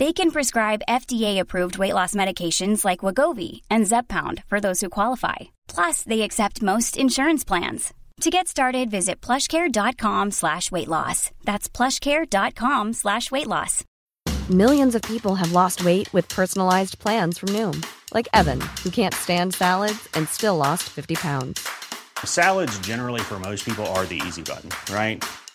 They can prescribe FDA-approved weight loss medications like Wagovi and Zepbound for those who qualify. Plus, they accept most insurance plans. To get started, visit plushcare.com slash weight loss. That's plushcare.com slash weight loss. Millions of people have lost weight with personalized plans from Noom, like Evan, who can't stand salads and still lost 50 pounds. Salads, generally, for most people, are the easy button, right?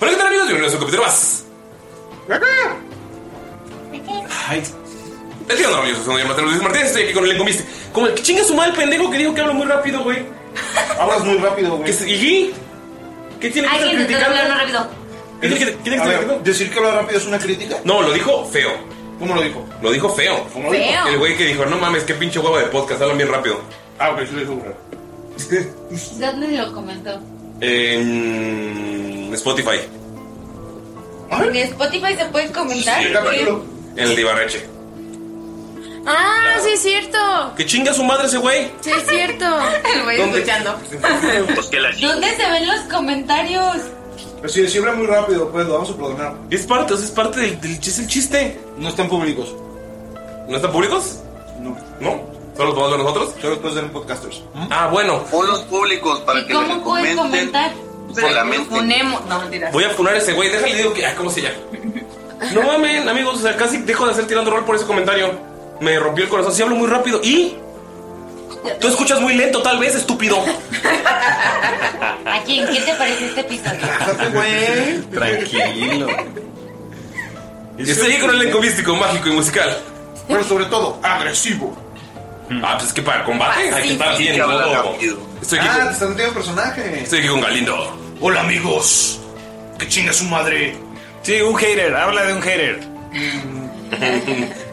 Hola, ¿qué tal amigos? Bienvenidos a un capítulo más. Ay. El día de amigos, soy Mateo Luis Martínez, estoy aquí con el elenco Mist. Como el que chinga su mal pendejo que dijo que hablo muy rápido, güey. Hablas muy rápido, güey. ¿Y? ¿Qué tiene que estar Alguien intentó criticando? hablar rápido. ¿Qué tiene que qué tiene que estar criticando? ¿Decir que habla rápido es una crítica? No, lo dijo feo. ¿Cómo lo dijo? Lo dijo feo. ¿Cómo lo dijo? Feo. El güey que dijo, no mames, qué pinche hueva de podcast, hablan bien rápido. Ah, ok, sí lo dijo. ¿Dónde lo comentó? En Spotify, ¿En Spotify se puede comentar? Sí, en el de Ibarreche. Ah, sí es cierto. Que chinga su madre ese güey. Sí es cierto. El güey ¿Dónde? escuchando. Pues que la ¿Dónde se ven los comentarios? Sí, sí habla muy rápido, pues lo vamos a perdonar. Es parte, es parte del, chiste, el chiste. No están públicos. ¿No están públicos? No. ¿No? ¿Solo los podemos ver nosotros? Solo los puedes ver en podcasters. Ah, bueno. Ponlos públicos para que ¿Cómo puedes comentar? Solamente. Ponemos. No, mentira. Voy a funar a ese güey, déjale y digo que. Ah, ¿cómo se llama? No mamen, amigos, o sea, casi dejo de hacer tirando rol por ese comentario. Me rompió el corazón, sí hablo muy rápido. ¿Y? Tú escuchas muy lento, tal vez, estúpido. ¿A quién? ¿Qué te parece este episodio? Tranquilo. Estoy aquí con el elenco místico, mágico y musical. Pero sobre todo, agresivo. Ah, pues es que para el combate hay que estar bien. habla ¿no? rápido. Estoy aquí, Ah, te con, están metiendo personaje. estoy aquí con Galindo. Hola, amigos. Que chinga su madre. Sí, un hater, habla de un hater. Mm,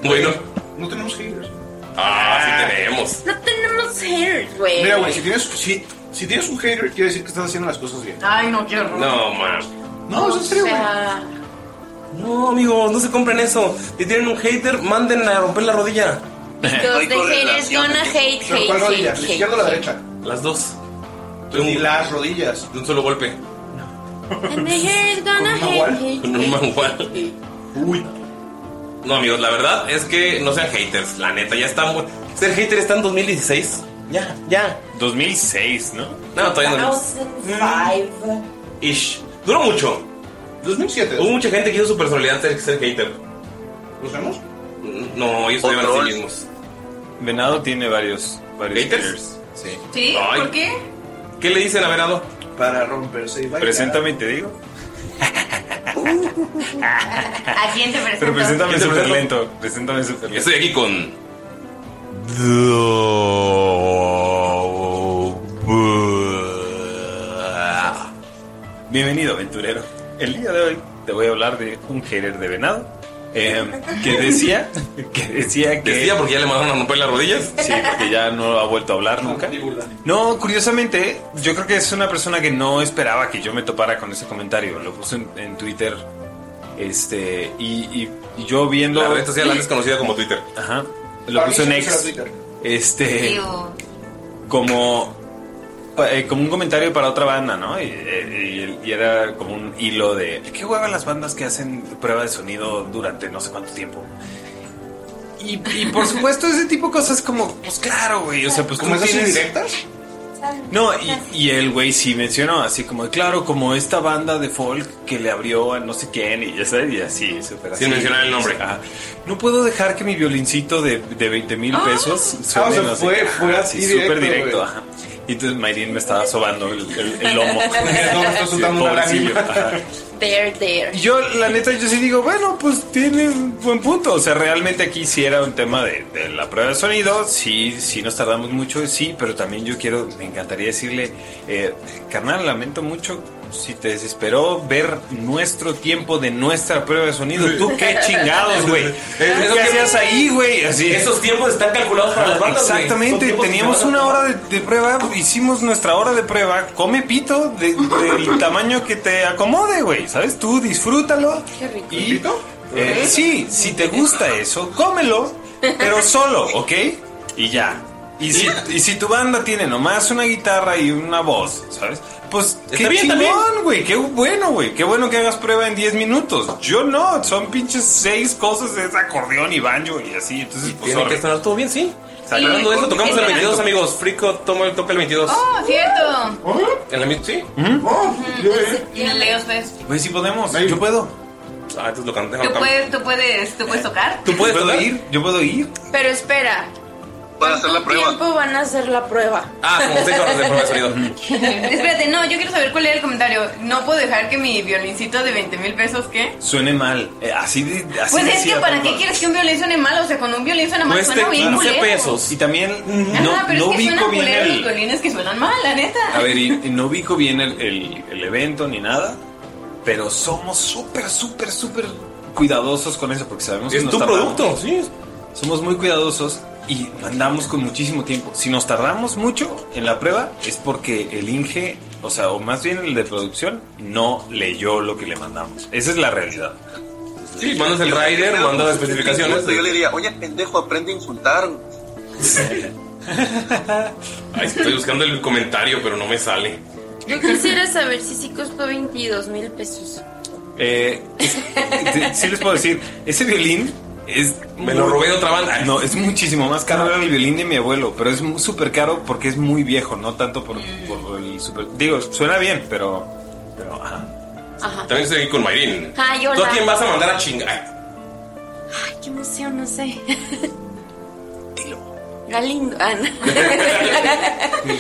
Bueno. No tenemos haters. Ah, sí tenemos. No tenemos haters, güey. Eh. Mira, güey, si tienes, si, si tienes un hater, quiere decir que estás haciendo las cosas bien. Ay, no, qué horror. No, man. No, es en serio, güey. No, amigos, no se compren eso. Si tienen un hater, mándenla a romper la rodilla. Dos de haters correlación. gonna hate, Pero, hate, ¿Cuál hate, rodilla? ¿La hate, izquierda o la hate. derecha? Pues Las dos. De Ni un, las rodillas. de un solo golpe. And the haters gonna ¿Con una hate, hate, Con un mangual. Uy. No, amigos, la verdad es que no sean haters. La neta, ya está muy. Ser hater está en 2016. Ya, ya. 2006, ¿no? No, todavía no. Ish. Duró mucho. 2007. Hubo mucha gente que hizo su personalidad ser, ser hater. ¿Los vemos? No, ellos se llevan a sí Otros. mismos. Venado tiene varios, varios ¿Haters? Sí. ¿Sí? Ay. ¿Por qué? ¿Qué le dicen a Venado? Para romperse y bailar. Preséntame y te digo. ¿A quién te presento? Pero preséntame ¿Quién te súper presenta? lento. Preséntame súper lento. Estoy aquí con. Do- Bienvenido, aventurero. el día de hoy te voy a hablar de un hater de venado eh, que decía que decía que Decía porque ya le mandaron a romper las rodillas. Sí, porque ya no ha vuelto a hablar nunca. No, curiosamente, yo creo que es una persona que no esperaba que yo me topara con ese comentario. Lo puse en, en Twitter. Este, y, y- y yo viendo. La red social antes conocida como Twitter. Ajá. Lo puse en X. Este. Como. eh, como un comentario para otra banda, ¿no? Y, eh, y- y era como un hilo de. ¿Qué hueva las bandas que hacen prueba de sonido durante no sé cuánto tiempo? Y, y por supuesto, ese tipo de cosas como, pues claro, güey. O sea, pues ¿Como tú esas tienes- indirectas? No, y, y el güey sí mencionó así como, claro, como esta banda de folk que le abrió a no sé quién y ya sabes, y así, súper Sin así. mencionar el nombre. Ajá. No puedo dejar que mi violincito de, de 20 mil pesos suene, Ah, o sea, no sé fue- qué. fue Ajá, así sí, súper directo, directo, güey. ajá. Y entonces Mayrin me estaba sobando el, el- el lomo. No, me está soltando una Pobrecillo, lágrima. ajá. There, there. Y Yo, la neta, yo sí digo, bueno, pues tiene un buen punto. O sea, realmente aquí sí era un tema de, de la prueba de sonido. Sí, sí nos tardamos mucho, sí, pero también yo quiero, me encantaría decirle, eh, carnal, lamento mucho si te desesperó ver nuestro tiempo de nuestra prueba de sonido. Tú qué chingados, güey. ¿Tú Esos ¿Qué hacías tiempos- ahí, güey? Así. Esos tiempos están calculados para las bandas. güey. Son Exactamente, tiempos que teníamos se van a una tomar. hora de, de prueba, hicimos nuestra hora de prueba, come pito de- del tamaño que te acomode, güey, ¿sabes? Tú disfrútalo. Qué rico. Y, eh, sí, si te gusta eso, cómelo, pero solo, ¿ok? Y ya. Y si, y si tu banda tiene nomás una guitarra y una voz, ¿sabes? Pues qué Está bien también. chingón, güey, qué bueno, güey, qué bueno que hagas prueba en 10 minutos. Yo no, son pinches seis cosas, es acordeón y banjo y así, entonces pues Tiene que órale. estar todo bien, sí. Y- Hablando de eso, tocamos el Exacto. 22, amigos. Frico toma el, toca el 22. este Oh, cierto. ¿En la misma? Sí. ¿Mm? Oh, Y no leos, pues. Güey, si podemos. Yo puedo. Ah, entonces lo canté. Tú puedes, tú puedes, tú puedes tocar. ¿Tú puedes ¿Puedo tocar? ir? Yo puedo ir. Pero espera, Para hacer la prueba. ¿tiempo van a hacer la prueba? Ah, como seis horas de prueba de sonido. Espérate, no, yo quiero saber cuál era el comentario. No puedo dejar que mi violincito de 20 mil pesos, ¿qué? Suene mal. Eh, así de. Así Pues es decía que para Pablo. qué quieres que un violín suene mal, o sea, con un violín suena mal, Cueste suena bien 15 culero. pesos. Y también no, Ajá, pero no es que ubico suenan bien culeros los el. violines que suenan mal, la neta. A ver, y, y no ubico bien el, el- el evento ni nada. Pero somos súper, súper, súper cuidadosos con eso porque sabemos Es nos tu tardamos. producto, sí. Somos muy cuidadosos y mandamos con muchísimo tiempo. Si nos tardamos mucho en la prueba es porque el Inge, o sea, o más bien el de producción, no leyó lo que le mandamos. Esa es la realidad. Sí, mandas el rider, mandas las especificaciones. Yo le diría, oye, pendejo, aprende a insultar. Ay, estoy buscando el comentario, pero no me sale. Yo quisiera saber si sí costó 22 mil pesos. Eh, sí- sí les puedo decir, ese violín es... Me lo robé de otra banda. No, es muchísimo más caro. Era el violín de mi abuelo, pero es mu- súper caro porque es muy viejo, no tanto por, por el super... Digo, suena bien, pero... pero ajá. También estoy aquí con Mayrin. Ah, Ay, ¿Tú hola. a quién vas a mandar a chingar? Ay, qué emoción, no sé. Dilo. Galindo. Ah, no.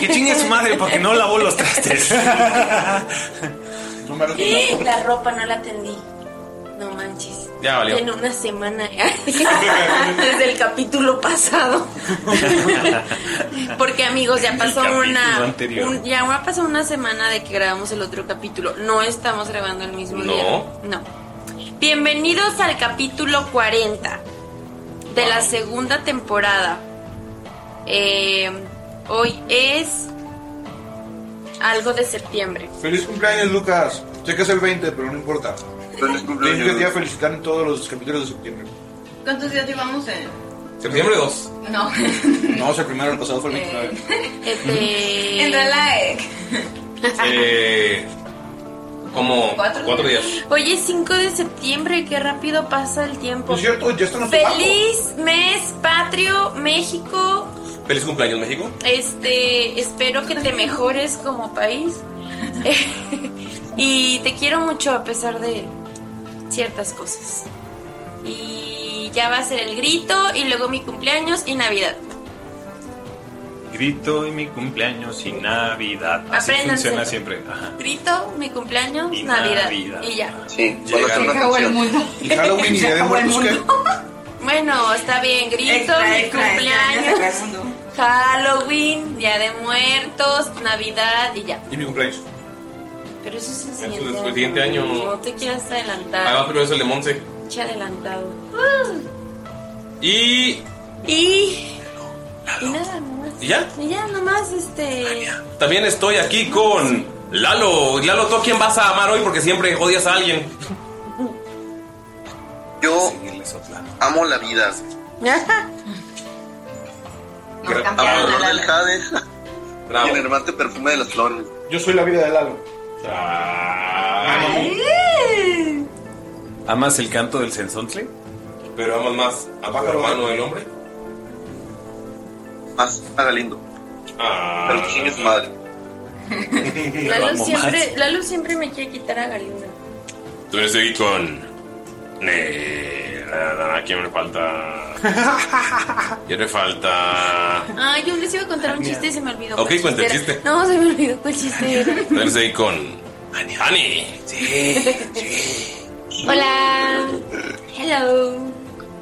Que chingue su madre porque no lavó los trastes. La ropa no la tendí. No manches. Ya valió. En una semana. Desde el capítulo pasado. Porque amigos, ya pasó capítulo una. anterior. un- ya pasó una semana de que grabamos el otro capítulo. No estamos grabando el mismo No. día. No. Bienvenidos al capítulo 40 de la segunda temporada. Eh, hoy es algo de septiembre. Feliz cumpleaños, Lucas. Sé que es el 20, pero no importa. Feliz Tienes que te cumpleaños. felicitar en todos los capítulos de septiembre. ¿Cuántos días llevamos en.? Septiembre 2. No. No, o sea, primero el pasado fue el 29. Este. En realidad. Eh, como Cuatro cuatro días. Oye, 5 de septiembre, qué rápido pasa el tiempo. Es cierto, ya están a tu Feliz mes patrio, México. Feliz cumpleaños, México. Este, espero que te mejores como país. y te quiero mucho a pesar de ciertas cosas. Y ya va a ser el grito y luego mi cumpleaños y Navidad. Grito y mi cumpleaños y Navidad. Así Apréndanselo. funciona siempre. Ajá. Grito, mi cumpleaños, Y Navidad. Navidad. Y ya. Sí, con Llegaron. la canción. Y Halloween y Día de Muertos, ¿qué? Bueno, está bien, grito, mi cumpleaños, Halloween, Día de Muertos, Navidad y ya. Y mi cumpleaños. Pero eso es el Eso es siguiente, el siguiente año. Ah. No te quieras adelantar. Además, primero es el de Monse. Echa adelantado. Ah. Y Y. Y nada más. ¿Y ya? Ah, Y ya nomás este. también estoy aquí con Lalo. Lalo, ¿tú a quién vas a amar hoy? Porque siempre odias a alguien. Yo amo la vida. Amo el olor del jade y el hermante perfume de las flores. Yo soy la vida de Lalo. ¿Amas el canto del censontle? Pero amas más a pájaro humano del hombre. Más a Galindo. Ah. Pero chingue su madre. Lalo siempre, Lalo siempre me quiere quitar a Galindo. Tú eres aquí con. Ne- na- na- na, ¿Quién me falta? ¿Quién me falta? Ay, yo les iba a contar un chiste y se me olvidó. Ok, cuál cuenta el era. chiste. No, se me olvidó cuál chiste era. Tú eres aquí con. Ani. Hola. Hello.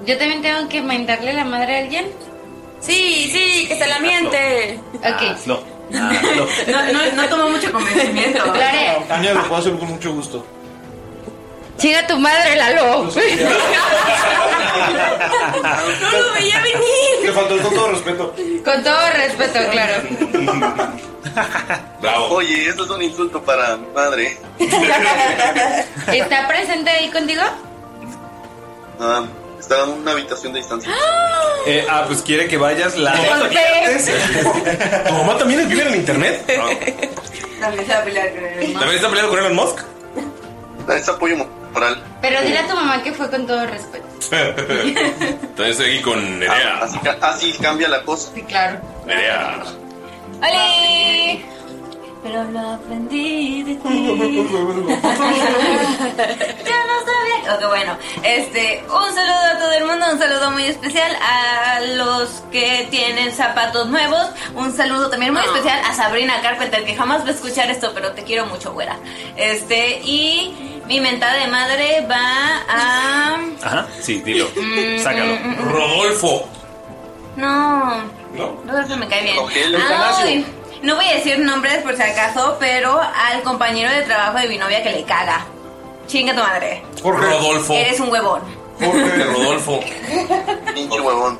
Yo también tengo que mandarle la madre a alguien. Sí, sí, que se la miente. Ok. No. Ah, No, no, no tomo mucho convencimiento. Lo haré. Tania lo puedo hacer con mucho gusto. Chinga tu madre, Lalo. No lo veía venir. Le faltó con todo respeto. Con todo respeto, claro. Bravo. Oye, eso es un insulto para mi madre. ¿Está presente ahí contigo? Ah, está en una habitación de distancia. Eh, ah, pues quiere que vayas la. ¿Tu mamá también escribe en el internet? También se va a pelear con el ¿También está peleando con Elon Musk? Es apoyo moral. Pero dile a tu mamá que fue con todo respeto. También estoy aquí con Nerea. Ah, Así, ca- así cambia la cosa. Sí, claro. Nerea. ¡Oli! Pero lo aprendí de ti. Ya no sabía. Ok, bueno. Este, un saludo a todo el mundo, un saludo muy especial a los que tienen zapatos nuevos. Un saludo también Ah. muy especial a Sabrina Carpenter, que jamás va a escuchar esto, pero te quiero mucho, güera. Este, y mi mentada de madre va a. Ajá, sí, dilo. Mm, Sácalo. mm, mm, Rodolfo. No. ¿No? Rodolfo me cae bien. Rogelio. Ay, no voy a decir nombres por si acaso, pero al compañero de trabajo de mi novia que le caga. Chinga tu madre. Ah, Rodolfo. Eres un huevón. Jorge Rodolfo. Pinche huevón.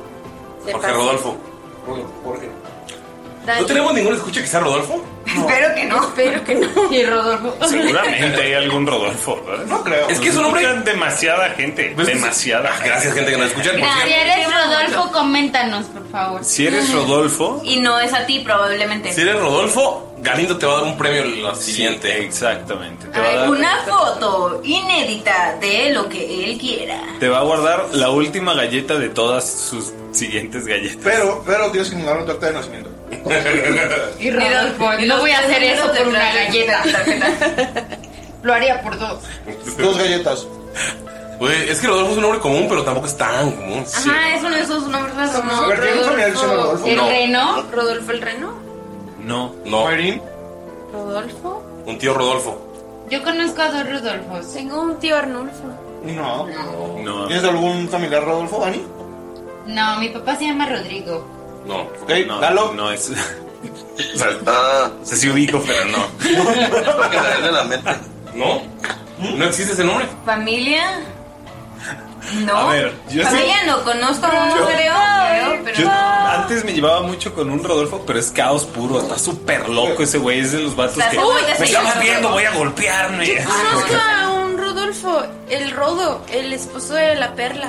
Jorge Rodolfo. ¿No tenemos ningún escucha que sea Rodolfo? Espero que no. Espero que no. Y Rodolfo. Seguramente hay algún Rodolfo, ¿verdad? No creo. Es que es un hombre. Pues Demasiada gente. Demasiada. Gracias, gente que nos escucha. Si eres Rodolfo, coméntanos, por favor. Si eres Rodolfo. Y no es a ti, probablemente. Si eres Rodolfo, Galindo te va a dar un premio la siguiente. exactamente. A ver, una foto inédita de lo que él quiera. Te va a guardar la última galleta de todas sus siguientes galletas. Pero, pero tienes que mandar un acta de nacimiento. Y Rodolfo, no voy a hacer eso por una galleta. Lo haría por dos. Dos galletas. Güey, es que Rodolfo es un nombre común, pero tampoco es tan común. Ajá, es uno de esos nombres raros. A ver, ¿tiene un familiar que se llama Rodolfo? ¿El No. reno? ¿Rodolfo el reno? No. No. ¿Rodolfo? Un tío Rodolfo. Yo conozco a dos Rodolfos. Tengo un tío Arnulfo. No. No. ¿Tienes algún familiar Rodolfo, Dani? No, mi papá se llama Rodrigo. No. Ok, Lalo. No es. O sea, o sea, sí ubico, pero no. ¿No? ¿No existe ese nombre? ¿Familia? No. A ver, yo sí- Familia no conozco a uno, Yo- creo. creo, pero. Yo antes me llevaba mucho con un Rodolfo, pero es caos puro. Está súper loco ese güey. Es de los vatos Está que. súper me está desesperado. golpeando, voy a golpearme. Conozco a un Rodolfo, el Rodo, el esposo de la perla.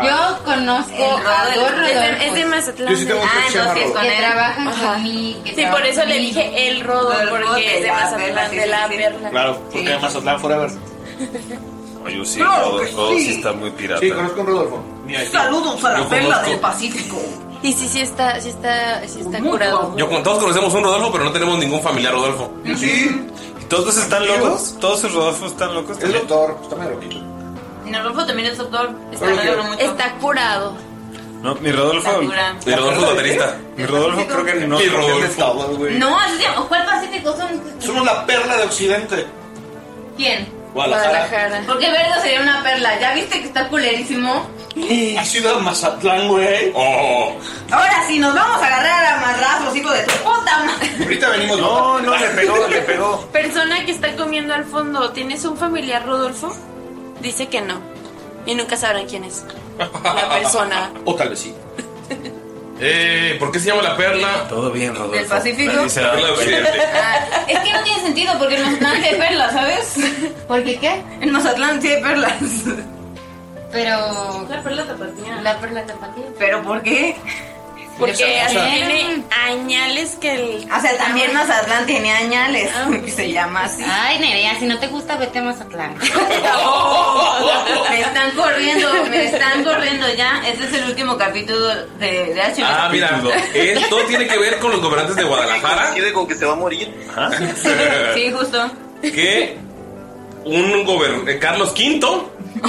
Yo conozco a dos Es de- Rodolfos. Es de Mazatlán. Ah, Yo sí tengo un tío que se llama sí, Rodolfo. Que trabajan Ajá. conmigo, que Sí, por eso trabajan le conmigo. dije el Rodo, Rodolfo porque de es de la Mazatlán, de la perla. Claro, porque además Mazatlán Forever. Oye, sí, Claro Rodolfo que sí. sí. está muy pirata. Sí, conozco a un Rodolfo. eh, Saludos a la Yo perla conozco- del Pacífico. Y sí, sí está, sí está, sí está curado. Yo, como todos conocemos un Rodolfo, pero no tenemos ningún familiar Rodolfo. pues, Sí. ¿Todos están locos? ¿Todos sus Rodolfos están locos? Es doctor, está medio loquito. Rodolfo también es doctor. Está, Pero que- está curado. No, mi Rodolfo. Satura. Mi Rodolfo es baterista. Mi Rodolfo creo que no. Mi Rodolfo. No, así se- ¿cuál pacífico son? Somos la perla de Occidente. ¿Quién? Guadalajara. Porque Verdo sería una perla. ¿Ya viste que está culerísimo? A Ciudad Mazatlán, güey. Oh. Ahora sí, nos vamos a agarrar a madrazos, hijo de tu puta madre. Ahorita venimos. No, no, le pegó, le pegó. Persona que está comiendo al fondo, ¿tienes un familiar, Rodolfo? Dice que no. Y nunca sabrán quién es. La persona. O tal vez sí. Eh, ¿por qué se llama la perla? Todo bien, Rodolfo. ¿Del Pacífico? Nadie se da Perla cuenta. Occidente. Ah, es que no tiene sentido porque en Mazatlán sí hay perlas, ¿sabes? ¿Por qué qué? En Mazatlán sí hay perlas. Pero. La perla tapatía. La perla tapatía. ¿Pero por qué? Porque Eso. tiene añales que el. Ah, O sea, también Mazatlán tiene añales. que se llama así. Ay, Nerea, si no te gusta, vete a Mazatlán. Me están corriendo, me están corriendo ya. Este es el último capítulo de, de HBO. Ah, mira, eh, todo tiene que ver con los gobernantes de Guadalajara. Tiene como que se va a morir. Sí, justo. que un gobernador, Carlos V,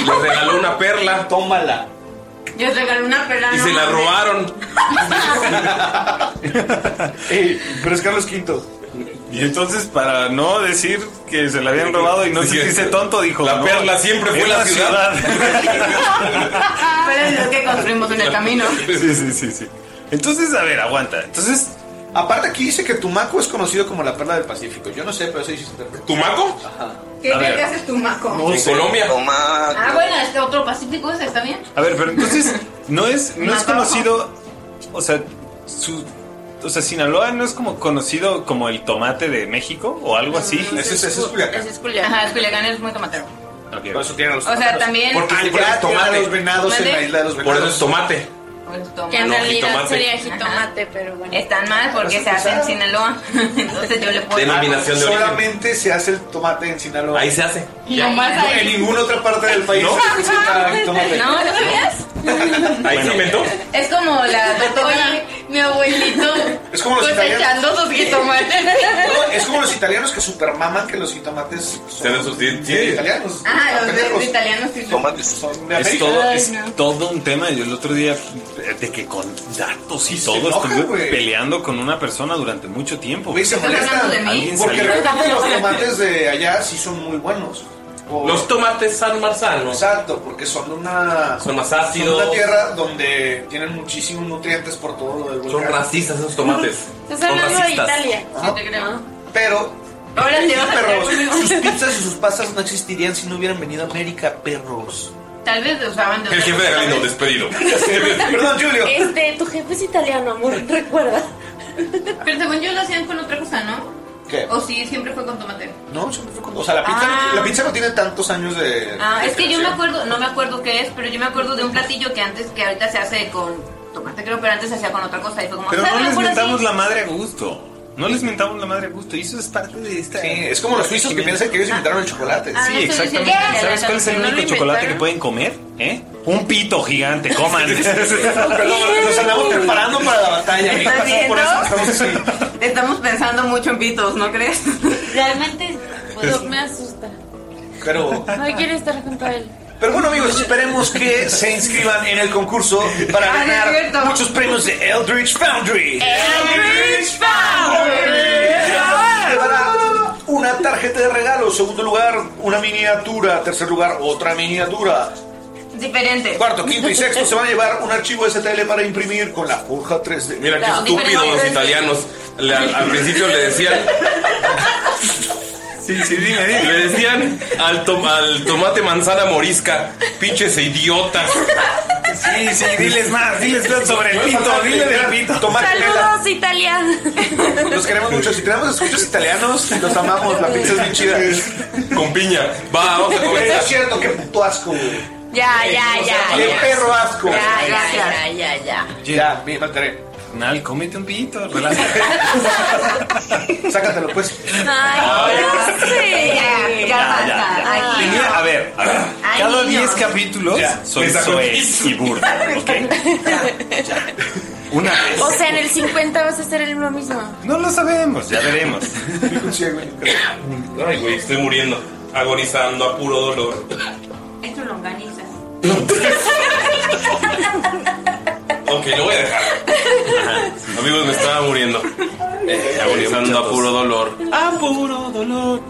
le regaló una perla. Tómala. Yo regalé una perla. Y no se la mames. robaron. pero es Carlos V. Y entonces, para no decir que se la habían robado y no se dice tonto, dijo: La perla siempre fue la ciudad". Pero es lo que construimos en el camino. Sí, sí, sí, sí. Entonces, a ver, aguanta. Entonces, aparte aquí dice que Tumaco es conocido como la perla del Pacífico. Yo no sé, pero eso dice interpreta. ¿Tumaco? Ajá. ¿Qué A ver. vergas es tu maco? No sé. Colombia. Ah, bueno, este otro pacífico ese, ¿está bien? A ver, pero entonces, no es, no es conocido. O sea, su. O sea, Sinaloa no es como conocido como el tomate de México o algo así. Ese es- ese es Culiacán. Ese es Culiacán. Ajá, es Culiacán es muy tomatero. Por eso tienen los O sea, tomates. también- Porque Ah, se por eso crean es tomate. los venados en la ¿Mande? isla de los Por venados. eso es tomate. Que en No, realidad jitomate. sería jitomate, pero bueno. Están mal porque se hace en Sinaloa. Entonces yo le puedo. Denominación de origen. Solamente se hace el tomate en Sinaloa. Ahí se hace. Ya. Nomás No, ahí. En ninguna otra parte del país. ¿No? se usa el tomate. No, ¿no sabías? Ahí se inventó. Es como la Oye, mi abuelito. Es como los pues, cosechando italianos. sus jitomates. No, es como los italianos que supermaman que los jitomates son italianos. Ah, Ajá, los de- Pendejos. los italianos sí. Tomates. Es América. todo, Ay, es no. todo un tema. Yo el otro día, eh, de que con datos y todo, enoja, estuve güey. peleando con una persona durante mucho tiempo. Güey, se molestan. Alguien Porque salió. realmente los tomates de allá sí son muy buenos. Los tomates San Marzano. Exacto, porque son una. Son más ácidos. Son una tierra donde tienen muchísimos nutrientes por todo lo del volcán. Son racistas esos tomates. Estás hablando de Italia. Ajá. te creo. Pero. Ahora sí Sí, vas a creer. perros. Sus pizzas y sus pastas no existirían si no hubieran venido a América, perros. Tal vez lo usaban de El jefe de Galindo, despedido. Perdón, Julio. Este, tu jefe es italiano, amor, recuerda. Pero según yo lo hacían con otra cosa, ¿no? ¿Qué? O sí, siempre fue con tomate. No, siempre fue con. O sea, la pizza, no- Ah. la pizza no tiene tantos años de. Ah, de es que yo me creación. acuerdo, no me acuerdo qué es, pero yo me acuerdo de un platillo que antes, que ahorita se hace con tomate, creo, pero antes se hacía con otra cosa y fue como, Pero "Ah, no les mejor así". mentamos la madre a gusto. No les mentamos la madre a gusto. Y eso es parte de esta. Sí, es como los suizos que piensan que ellos inventaron el chocolate. Sí, exactamente. ¿Sabes cuál es el único chocolate que pueden comer? ¿Eh? Un pito gigante, coman. Perdón, nos andamos preparando para la batalla. ¿Estás Pasamos viendo? por eso, estamos así. Estamos pensando mucho en pitos, ¿no crees? Realmente, pues, me asusta. Pero, No quiero estar junto a él. pero bueno, amigos, esperemos que se inscriban en el concurso para Ah, no es ganar cierto. muchos premios de Eldritch Foundry. Eldritch Foundry. Llevará Una tarjeta de regalo. Segundo lugar, una miniatura. Tercer lugar, otra miniatura. Diferente. Cuarto, quinto y sexto se van a llevar un archivo STL para imprimir con la forja 3D. Mira qué estúpidos los italianos. Le- al, al principio le decían. Sí, sí, dime, dime. Le decían al, tom- al tomate manzana morisca. Pinches idiotas. Sí, sí, diles más, diles más sobre el pito, diles del pito. Saludos, Italia. Los queremos mucho. Si tenemos escuchos italianos, los amamos. La pizza es bien chida. Con piña. Va, vamos a comer. Es cierto, qué puto asco, güey. Ya, ya, ya. Qué ya. perro asco. Ya, ya, ya, ya, ya. Ya, me mataré. Nal, cómete un pito, relájate. Sácatelo, pues. Ay, no sé. Ya, ya Ya, basta. ya, ya. Aquí. Tenía- a ver, a ver. Ay, cada niños. 10 capítulos Ya, soy me sacó Zoe el y Burda, ¿ok? Una vez. O sea, en el 50 vas a hacer el- lo mismo. No lo sabemos, ya veremos. Ay, güey, estoy muriendo. Agonizando a puro dolor. Esto lo organizas. Ok, lo voy a dejar. Amigos, me estaba muriendo. Eh, agonizando a puro dolor. A puro dolor.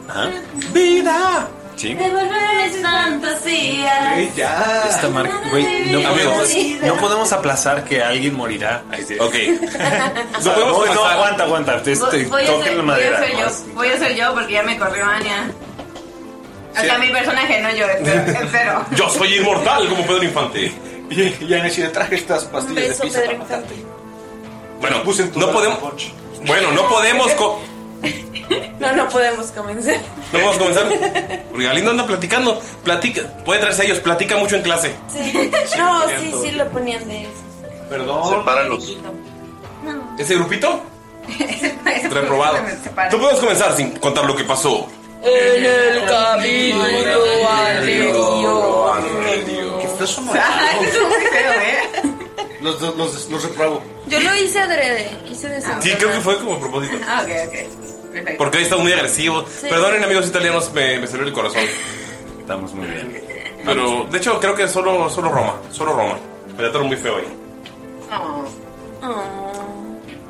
Vida. ¿Ah? Sí. Devolver mis fantasías. ya. Esta marca, güey, no podemos, no podemos aplazar que alguien morirá. Ok. no, podemos no, aplazar. aguanta, aguanta. Ustedes Voy- te- voy a ser- Este, toquen la madera. Voy a ser nomás. yo, voy a ser yo porque ya me corrió Ania. O sea, mi personaje no llora, es cero. Yo soy inmortal como Pedro Infante. Y ya si le traje estas pastillas de pizza. para matarte. Bueno, no podemos. Bueno, no podemos. co- No, no podemos comenzar. No vamos a comenzar. Porque Galindo anda platicando. Platica, puede traerse a ellos, platica mucho en clase. Sí. No, sí, cierto. sí lo ponían de eso. Perdón. Sepáralos. ¿Ese grupito? Reprobado. separa. Tú podemos comenzar sin contar lo que pasó. En el camino al río. ¿Qué fue eso, no? Los, los, los, los reprabo. Yo lo hice adrede. Hice de Sí, creo que fue como a propósito. Ah, ok, ok. Perfecto. Porque hoy está muy agresivo. Sí. Perdonen, amigos italianos, me, me salió el corazón. Estamos muy bien. Pero, de hecho, creo que solo, solo Roma. Solo Roma. Me trataron muy feo ahí.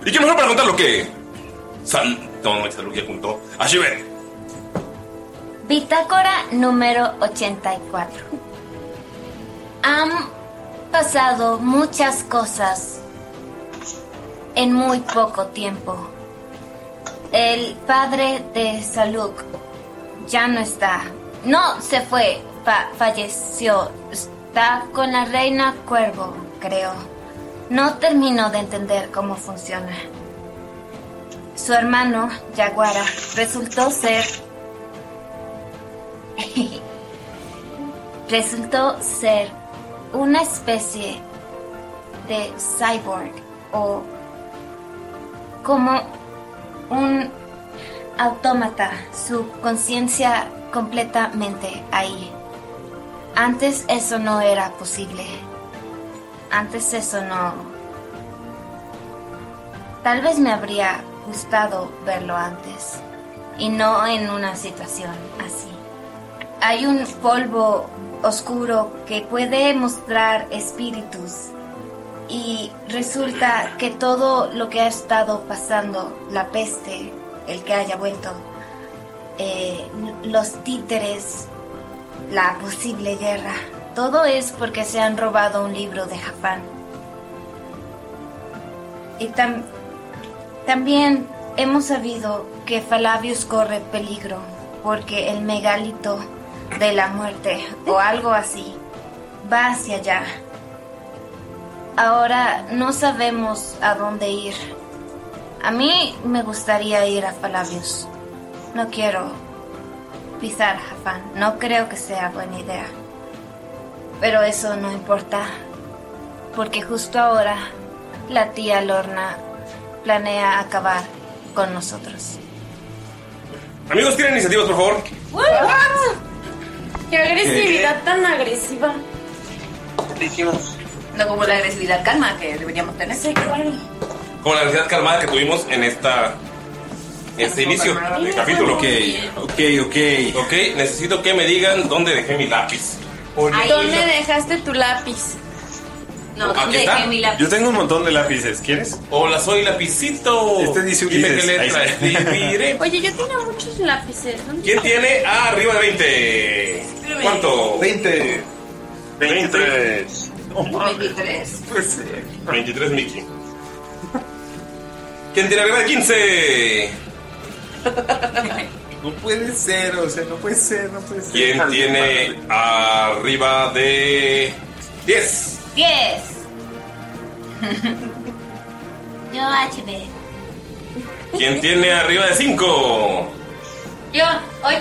¿Y qué mejor para contar lo que? San. No, no, San que apuntó. Así ve. Bitácora número 84. Han pasado muchas cosas en muy poco tiempo. El padre de Saluk ya no está. No se fue, fa- falleció. Está con la reina Cuervo, creo. No terminó de entender cómo funciona. Su hermano, Yaguara, resultó ser resultó ser una especie de cyborg o como un autómata, su conciencia completamente ahí. Antes eso no era posible. Antes eso no... Tal vez me habría gustado verlo antes y no en una situación así. Hay un polvo oscuro que puede mostrar espíritus y resulta que todo lo que ha estado pasando, la peste, el que haya vuelto, eh, los títeres, la posible guerra, todo es porque se han robado un libro de Japón. Y tam- también hemos sabido que Falabius corre peligro porque el megalito de la muerte o algo así va hacia allá. Ahora no sabemos a dónde ir. A mí me gustaría ir a Falabius. No quiero pisar Jafán. No creo que sea buena idea. Pero eso no importa. Porque justo ahora la tía Lorna planea acabar con nosotros. Amigos, tienen iniciativas, por favor. What? ¡Qué agresividad tan agresiva! No como la agresividad calma que deberíamos tener. Sí, claro. Como la ansiedad calmada que tuvimos en esta. En este inicio del capítulo. Ok, ok, ok. Ok, necesito que me digan dónde dejé mi lápiz. ¿Dónde dejaste tu lápiz? No, Aquí está. Yo tengo un montón de lápices, ¿quieres? Hola, soy lapicito. Este dice Dime Ulises. qué letra Ahí sí. escribiré. Oye, yo tenía muchos lápices. ¿Dónde ¿Quién tiene? Ah, arriba de 20. ¿Cuánto? 20. 23. 23. 23, Mickey. ¿Quién tiene arriba de 15? No puede ser, o sea, no puede ser, no puede ser. ¿Quién tiene arriba de 10? 10. Yo HB. ¿Quién tiene arriba de 5? Yo 8.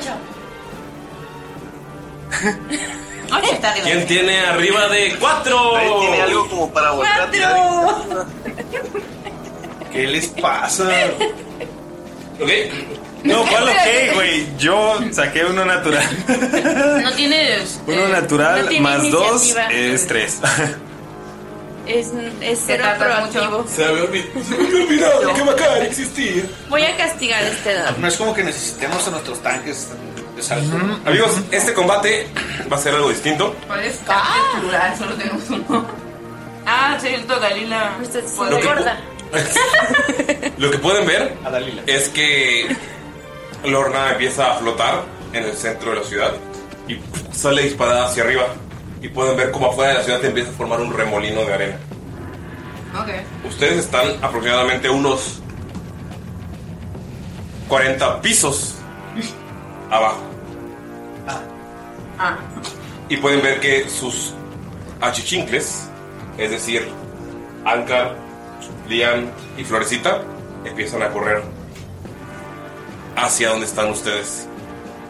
8 está arriba. ¿Quién tiene arriba de 4? Tiene algo como para volver a tirar. ¿Qué les pasa? Ok. No, ¿cuál ok, güey? Yo saqué uno natural. No tienes. Uno no natural tiene más dos iniciativa. es tres. Es, es cero proactivo. Se me olvidó, se me había olvidado que Macar existía. Voy a castigar este dado. No es como que necesitemos a nuestros tanques de salto. Amigos, este combate va a ser algo distinto. ¿Cuál es? plural, solo tenemos uno. Ah, cierto, Galila. Lo que- gorda. Lo que pueden ver es que Lorna empieza a flotar en el centro de la ciudad. y pff, sale disparada hacia arriba. Y pueden ver cómo afuera de la ciudad empieza a formar un remolino de arena. Ok. Ustedes están aproximadamente unos 40 pisos abajo. Ah. Y pueden ver que sus achichincles, es decir, Ankar, Liam y Florecita, empiezan a correr hacia donde están ustedes.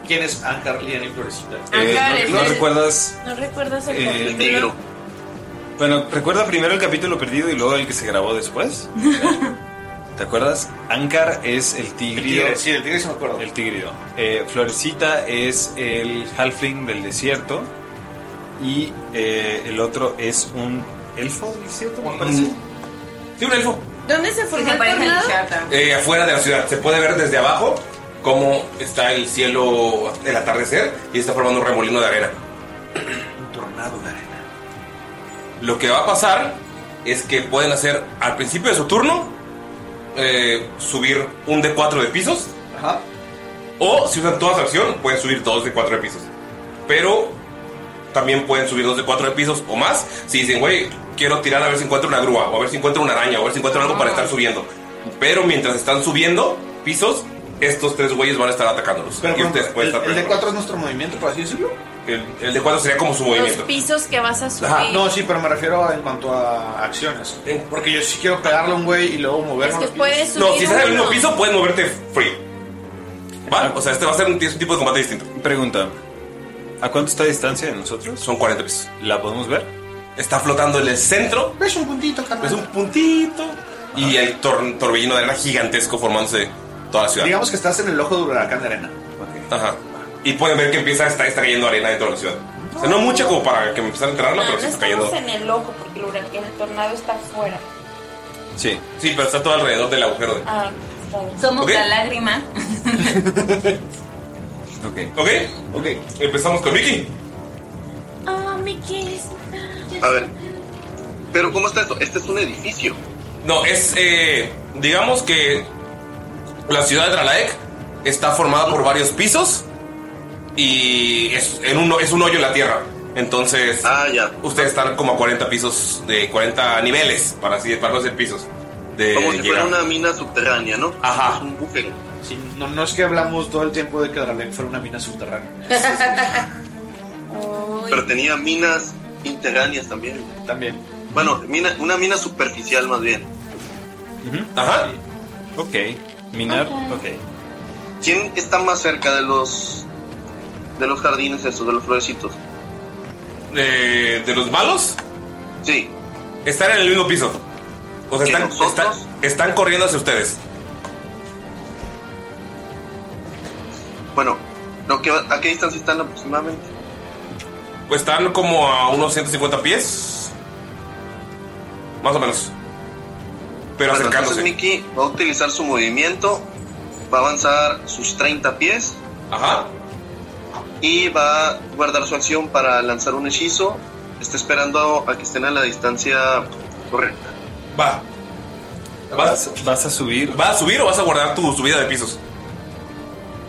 ¿Quién es Ankar, Lian y Florecita? Eh, Ankar ¿no- es ¿No el- recuerdas ¿No recuerdas el eh, capítulo? Bueno, ¿recuerda primero el capítulo perdido y luego el que se grabó después? ¿Te acuerdas? Ankar es el tigrido. tigre, sí, el tigre sí me acuerdo. El tigrido. Eh, Florecita es el halfling del desierto. Y eh, el otro es un elfo del desierto, me parece. Mm. Sí, un elfo. ¿Dónde se formó el tornado? Eh, afuera de la ciudad. Se puede ver desde abajo cómo está el cielo, el atardecer, y está formando un remolino de arena. Un tornado de arena. Lo que va a pasar es que pueden hacer al principio de su turno eh, subir un de 4 de pisos. O si usan toda su acción, pueden subir dos de 4 de pisos. Pero también pueden subir dos de 4 de pisos o más si dicen, güey, quiero tirar a ver si encuentro una grúa, o a ver si encuentro una araña, o a ver si encuentro algo Ah. para estar subiendo. Pero mientras están subiendo pisos, estos tres güeyes van a estar atacándolos. y ustedes pueden estar El de presos. 4 es nuestro movimiento, por así decirlo. el, el de 4 sería como su Los movimiento. pisos que vas a subir. Ajá. No, sí, pero me refiero a- en cuanto a acciones. Porque yo sí quiero pegarle a un güey y luego moverme. Es que puedes Eh. No, subir si estás en el uno. mismo piso, puedes moverte free. ¿Va? O sea, este va a ser un t- tipo de combate distinto. Pregunta. ¿A cuánto está de distancia de nosotros? Son 40 pisos. ¿La podemos ver? Está flotando en el centro. Es un puntito, carnal. Es un puntito. Y hay tor- torbellino de arena gigantesco formándose toda la ciudad. Digamos que estás en el ojo de un huracán de arena. Ajá. Y pueden ver que empieza a estar, está cayendo arena dentro de la ciudad. O sea, no mucha como para que me empezara a enterarla, pero sí no está cayendo. estamos en el ojo porque el, huracán- el tornado está afuera. Sí. Sí, pero está todo alrededor del agujero. de- Ah, está bien. Somos Ok. la lágrima. Ok. ¿Ok? Ok. Empezamos con Vicky. Ah, Mickey. A ver. Pero ¿cómo está esto? Este es un edificio. No, es. eh, digamos que la ciudad de Dralaek está formada por varios pisos y es, en un, es un hoyo en la tierra. Entonces, Ah, ustedes están como a 40 pisos, de 40 niveles, para así para no decir pisos. De Como si fuera llegar. una mina subterránea, ¿no? Eh, Ajá. Un búfero. Sí, no, no es que hablamos todo el tiempo de que Dralek fuera una mina subterránea. Pero tenía minas interáneas también. También. Bueno, mina- una mina superficial más bien. Ajá. Ok. Minar, ok. ¿Quién está más cerca de los de los jardines esos, de los florecitos? Eh, ¿De los malos? Sí. Están en el mismo piso. O sea, están, están, están corriendo hacia ustedes. Bueno, lo que, ¿a qué distancia están aproximadamente? Pues están como a unos 150 pies. Más o menos. Pero Bueno, acercándose. entonces Mickey va a utilizar su movimiento, va a avanzar sus 30 pies. Ajá. Y va a guardar su acción para lanzar un hechizo. Está esperando a que estén a la distancia correcta. Va. ¿Vas, vas a subir? ¿Vas a subir o vas a guardar tu subida de pisos?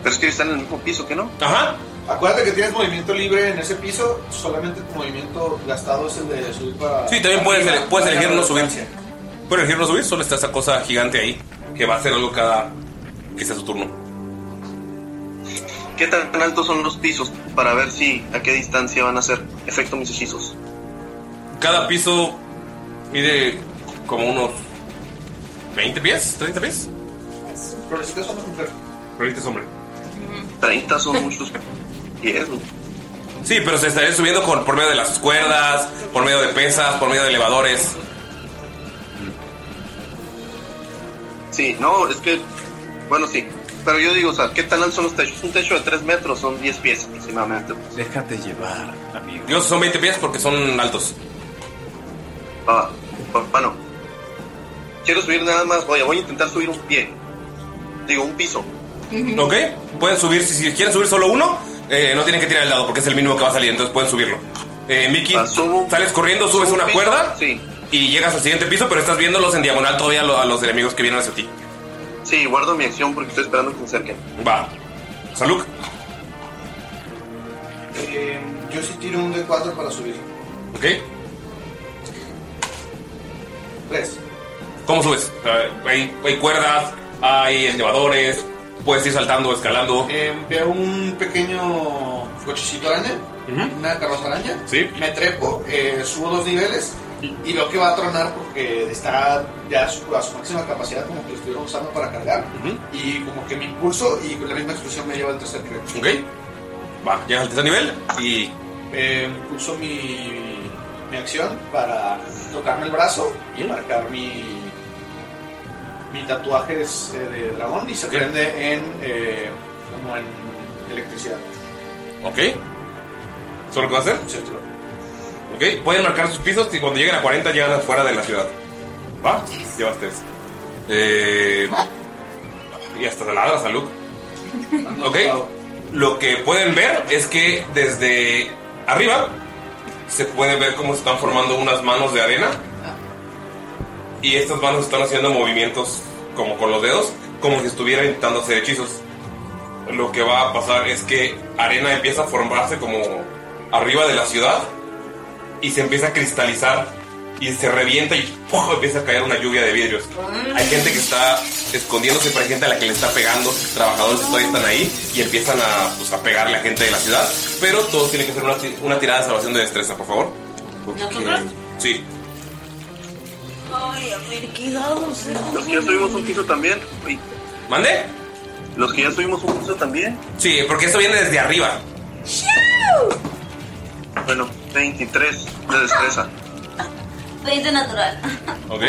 Pero es que están en el mismo piso, ¿que no? Ajá. Acuérdate que tienes movimiento libre en ese piso, solamente tu movimiento gastado es el de subir para. Sí, también puedes, ele- puedes para elegir no la subir. distancia. Puedes elegir no subir, solo está esa cosa gigante ahí. Que va a hacer algo cada que sea su turno. ¿Qué tan altos son los pisos para ver si a qué distancia van a hacer efecto mis hechizos? Cada piso mide como unos 20 pies, 30 pies. Florecita es una mujer. Pero ahorita es hombre. 30 son muchos pies. ¿no? Sí, pero se estaría subiendo con, por medio de las cuerdas, por medio de pesas, por medio de elevadores. Sí, no, es que, bueno, sí. Pero yo digo, o sea, ¿qué tan altos son los techos? Un techo de 3 metros son 10 pies aproximadamente. Déjate llevar, amigo. Dios, son 20 pies porque son altos. Ah, bu- bueno, quiero subir nada más. Oye, voy a intentar subir un pie. Digo, un piso. ¿Ok? Pueden subir, si, si quieren subir solo uno, eh, no tienen que tirar el dado porque es el mínimo que va a salir, entonces pueden subirlo. Eh, Mickey, sales corriendo, subes Ah, subo un una piso, cuerda sí. y llegas al siguiente piso, pero estás viéndolos en diagonal todavía a lo- a los enemigos que vienen hacia ti. Sí, guardo mi acción porque estoy esperando que se acerquen. Va. Salud. Eh, yo sí tiro un D4 para subir. ¿Ok? Tres. ¿Cómo subes? Eh, Hay, hay cuerdas, hay elevadores, puedes ir saltando, escalando. Eh, veo un pequeño cochecito araña, una carroza araña. Sí. Me trepo, eh, subo dos niveles y veo que va a tronar porque está ya a su, a su máxima capacidad, como que lo estuviera usando para cargar. Y como que me impulso y con la misma explosión me lleva al tercer nivel. ¿Ok? Va, llegas al tercer nivel y Eh, uso mi, mi acción para tocarme el brazo y marcar mi, mi tatuaje es, eh, de dragón y se prende en, eh, como en electricidad. ¿Ok? ¿Solo que va a hacer? Sí, Ok, pueden marcar sus pisos y cuando lleguen a 40 llegan afuera de la ciudad. ¿Va? Llevas tres. Eh, y hasta se ladra salud. Ok, lo que pueden ver es que desde arriba se puede ver cómo se están formando unas manos de arena. Y estas manos están haciendo movimientos como con los dedos, como si estuvieran intentando hacer hechizos. Lo que va a pasar es que arena empieza a formarse como arriba de la ciudad y se empieza a cristalizar y se revienta y ¡puf! empieza a caer una lluvia de vidrios. Hay gente que está escondiéndose, pero hay gente a la que le está pegando, trabajadores que todavía están ahí y empiezan a, pues, a pegarle a gente de la ciudad. Pero todos tienen que hacer una, ti- una tirada de salvación de destreza, por favor. Porque- ¿Nosotros? Sí. Ay, a ver, qué dados. Los que ya subimos un piso también. Uy. ¿Mande? Los que ya subimos un piso también. Sí, porque esto viene desde arriba. Bueno, 23 de destreza. 20 natural. Ok.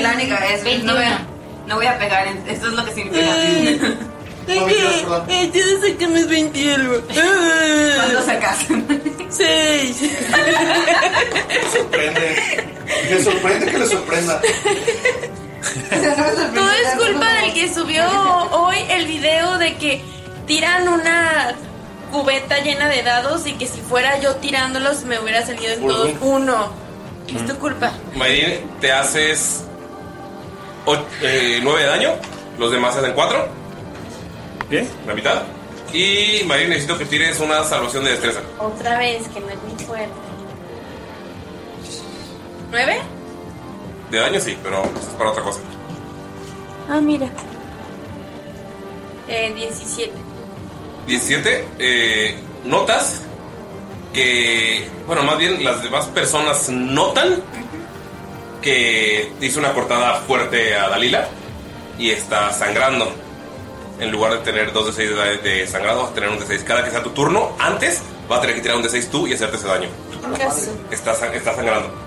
La única vez. No voy, a, no voy a pegar. en- Esto es lo que significa. Ay, ya saqué mis 20 algo. ¿Cuánto sacas? 6. Me sorprende que le sorprenda. Todo es culpa del que subió hoy el video de que tiran una cubeta llena de dados y que si fuera yo tirándolos me hubiera salido en todos uno. Es tu culpa. Mayrin, te haces 9 de daño, los demás se hacen 4. ¿Qué? La mitad. Y Mayrin, necesito que tires una salvación de destreza. Otra vez, que no es muy fuerte. ¿Nueve? De daño sí, pero es para otra cosa. Ah, mira. Eh, 17. 17, eh, notas que, bueno, más bien las demás personas notan que hizo una cortada fuerte a Dalila y está sangrando. En lugar de tener 2 de 6 de, de sangrado, vas a tener un de 6. Cada que sea tu turno, antes vas a tener que tirar un de 6 tú y hacerte ese daño. Está, sang- está sangrando.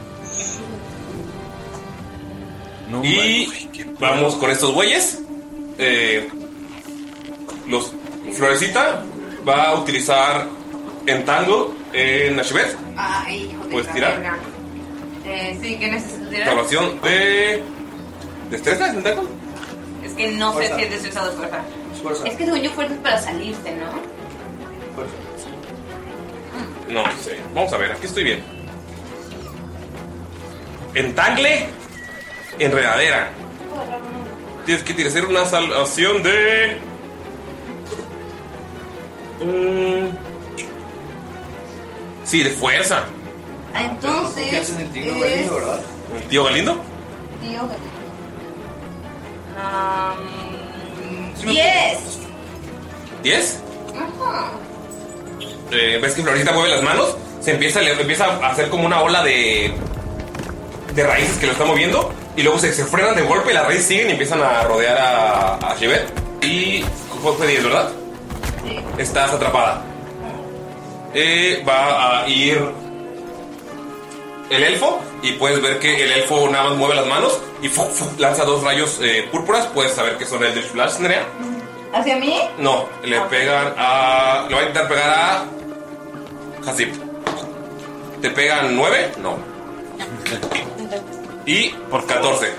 y vamos con estos bueyes. Eh, los Florecita va a utilizar Entangle en Ashibet. Ay, hijo de Puedes la tirar. verga. Eh, sí, ¿qué necesito tirar? Salvación de. ¿Destreza? ¿Es Entangle? Es que no sé Fuerza. si es destreza o fuerza. Fuerza. Es que según yo fuerza es para salirte, ¿no? Ah, No sé. Vamos a ver, aquí estoy bien. Entangle, enredadera. Tienes que tirar- hacer una salvación de. Mm. Sí, de fuerza. Entonces. es- ¿El tío Galindo? Tío, que- Um, 10. ¿10? Ajá. Eh, ves que Florecita mueve las manos, se empieza, le- empieza a hacer como una ola de, de raíces que lo está moviendo y luego se, se frenan de golpe, las raíces siguen y empiezan a rodear a, a Shivet. Y fue, fue 10, ¿verdad? Sí. Estás atrapada. Eh, va a ir el elfo y puedes ver que el elfo nada más mueve las manos y fu- fu- lanza dos rayos eh, púrpuras. Puedes saber que son el del Flash, Nerea. ¿Hacia mí? No, le pegan a. Le va a intentar pegar a. Hasib. ¿Te pegan 9? No. Y por 14.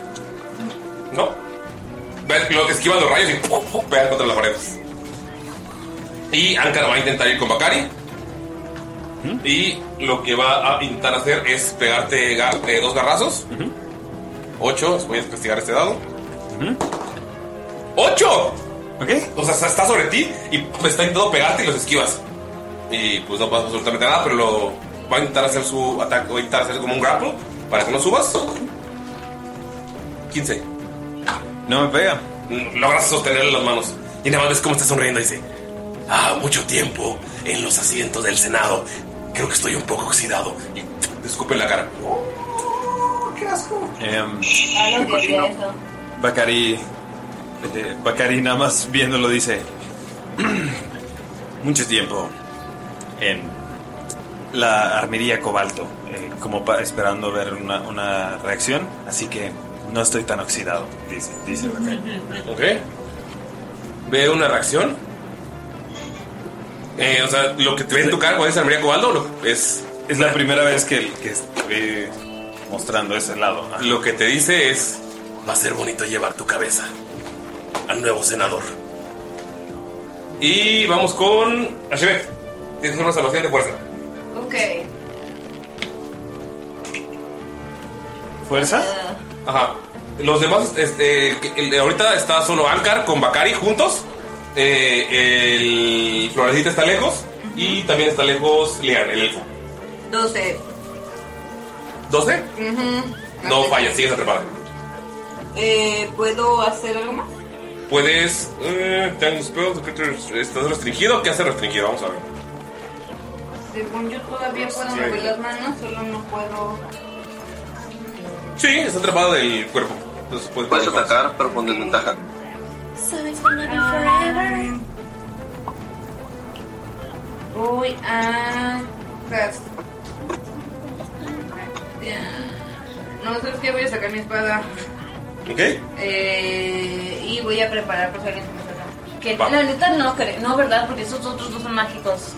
¿No? Ves, lo esquivan los rayos y ¡pum, pum! pegan contra las paredes. Y Ankara va a intentar ir con Bakari. Y lo que va a intentar hacer es pegarte ga- eh, dos garrazos. 8, voy a investigar este dado. ¡Ocho! ¿Ok? O sea, está- está sobre ti y pues, está intentando pegarte y los esquivas. Y pues no pasa absolutamente nada, pero lo va a intentar hacer su ataque, va a intentar hacer como un grapple para que no subas. 15. No me pega. Logras sostenerlo en las manos. Y nada más ves cómo está sonriendo y dice: Ah, mucho tiempo en los asientos del Senado. Creo que estoy un poco oxidado. Y te escupe en la cara. qué asco. Em, Ah, no, que cochino. eso. Bacari. eh, Bacari nada más viéndolo dice. Mucho tiempo en la armería Cobalto, eh, como pa- esperando ver una, una reacción, así que no estoy tan oxidado, dice, dice Bacari. Ok. Ve una reacción. Eh, o sea, lo que te ve en tu cargo es Almería Cobaldo. lo- Es, es la primera vez que, que estoy mostrando ese lado. Lo que te dice es: Va a ser bonito llevar tu cabeza al nuevo senador. Y vamos con. Ashibet. Tienes una salvación de fuerza. Ok. ¿Fuerza? Ajá. Los demás, este, que- el de ahorita está solo Ankar con Bakari juntos. Eh, el Florecita está lejos. Y también está lejos Lian, el elfo. Eh, 12. ¿12? Ujú. ¿eh? No falla, sigues atrapada. Eh, ¿Puedo hacer algo más? Puedes. Eh, tengo spells, creatures, Estás restringido. ¿Qué hace restringido? Vamos a ver. Según yo todavía puedo Sí. mover las manos, solo no puedo. Sí, está atrapado del cuerpo. Entonces puedes, atacar, pero con desventaja. So it's gonna be forever. Voy a. gas- No, ¿sabes qué? Voy a sacar mi espada. ¿Ok? Eh, y voy a preparar por si alguien se me acerca. Que Va. la neta no creo. No, ¿verdad? Porque esos otros dos son mágicos.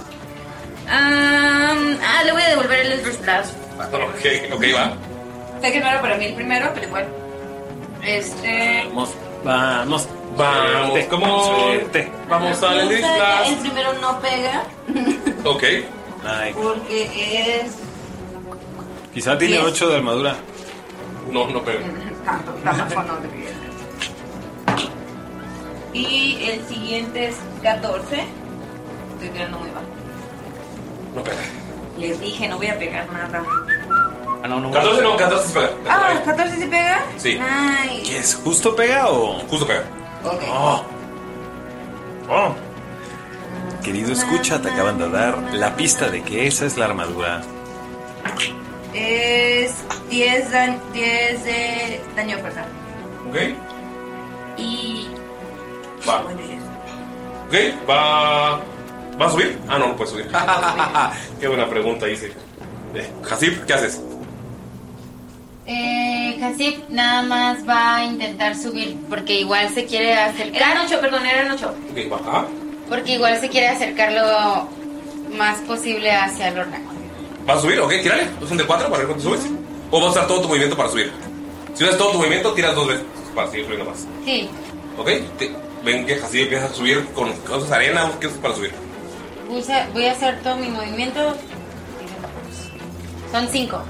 Am, ah, le voy a devolver el Elder's Blast. Ok, ok, va. Sé que no era para mí el primero, pero igual. Este. Vamos, vamos, vamos, ¿cómo? Vamos al Me Elder's gusta que Blast. El primero no pega Ok. porque es. Quizá tiene Diez. 8 de armadura. No, no pega. Tanto, tampoco no debería ser. Y el siguiente es 14. Estoy tirando muy bajo. No pega. Les dije, no voy a pegar nada. Ah, no, no. 14 no, 14 sí pega. Ah, 14 sí pega. Sí. Ay. es? ¿Justo pega o.? Justo pega. Ok. Oh. Oh. Querido escucha, te acaban de dar la pista de que esa es la armadura. Es 10, da- 10 de daño de fuerza. Ok. Y. Va. Ok, va. ¿Va a subir? Ah, no, no puede subir. Qué buena pregunta hice. Eh, Hasib, ¿qué haces? Eh, Hasib nada más va a intentar subir porque igual se quiere acercar. Eran ocho, perdón, eran ocho. Ok, va. Ah, Ajá. Porque igual se quiere acercar lo más posible hacia Lorna. ¿Vas a subir? Ok, tírale. Es un de 4 para ver cuánto subes. O vas a usar todo tu movimiento para subir. Si usas todo tu movimiento, tiras dos veces para seguir subiendo más. Sí. Ok, te- ven que Hasib empieza a subir con cosas arena, ¿qué usas para subir? Usa- voy a hacer todo mi movimiento. Son cinco.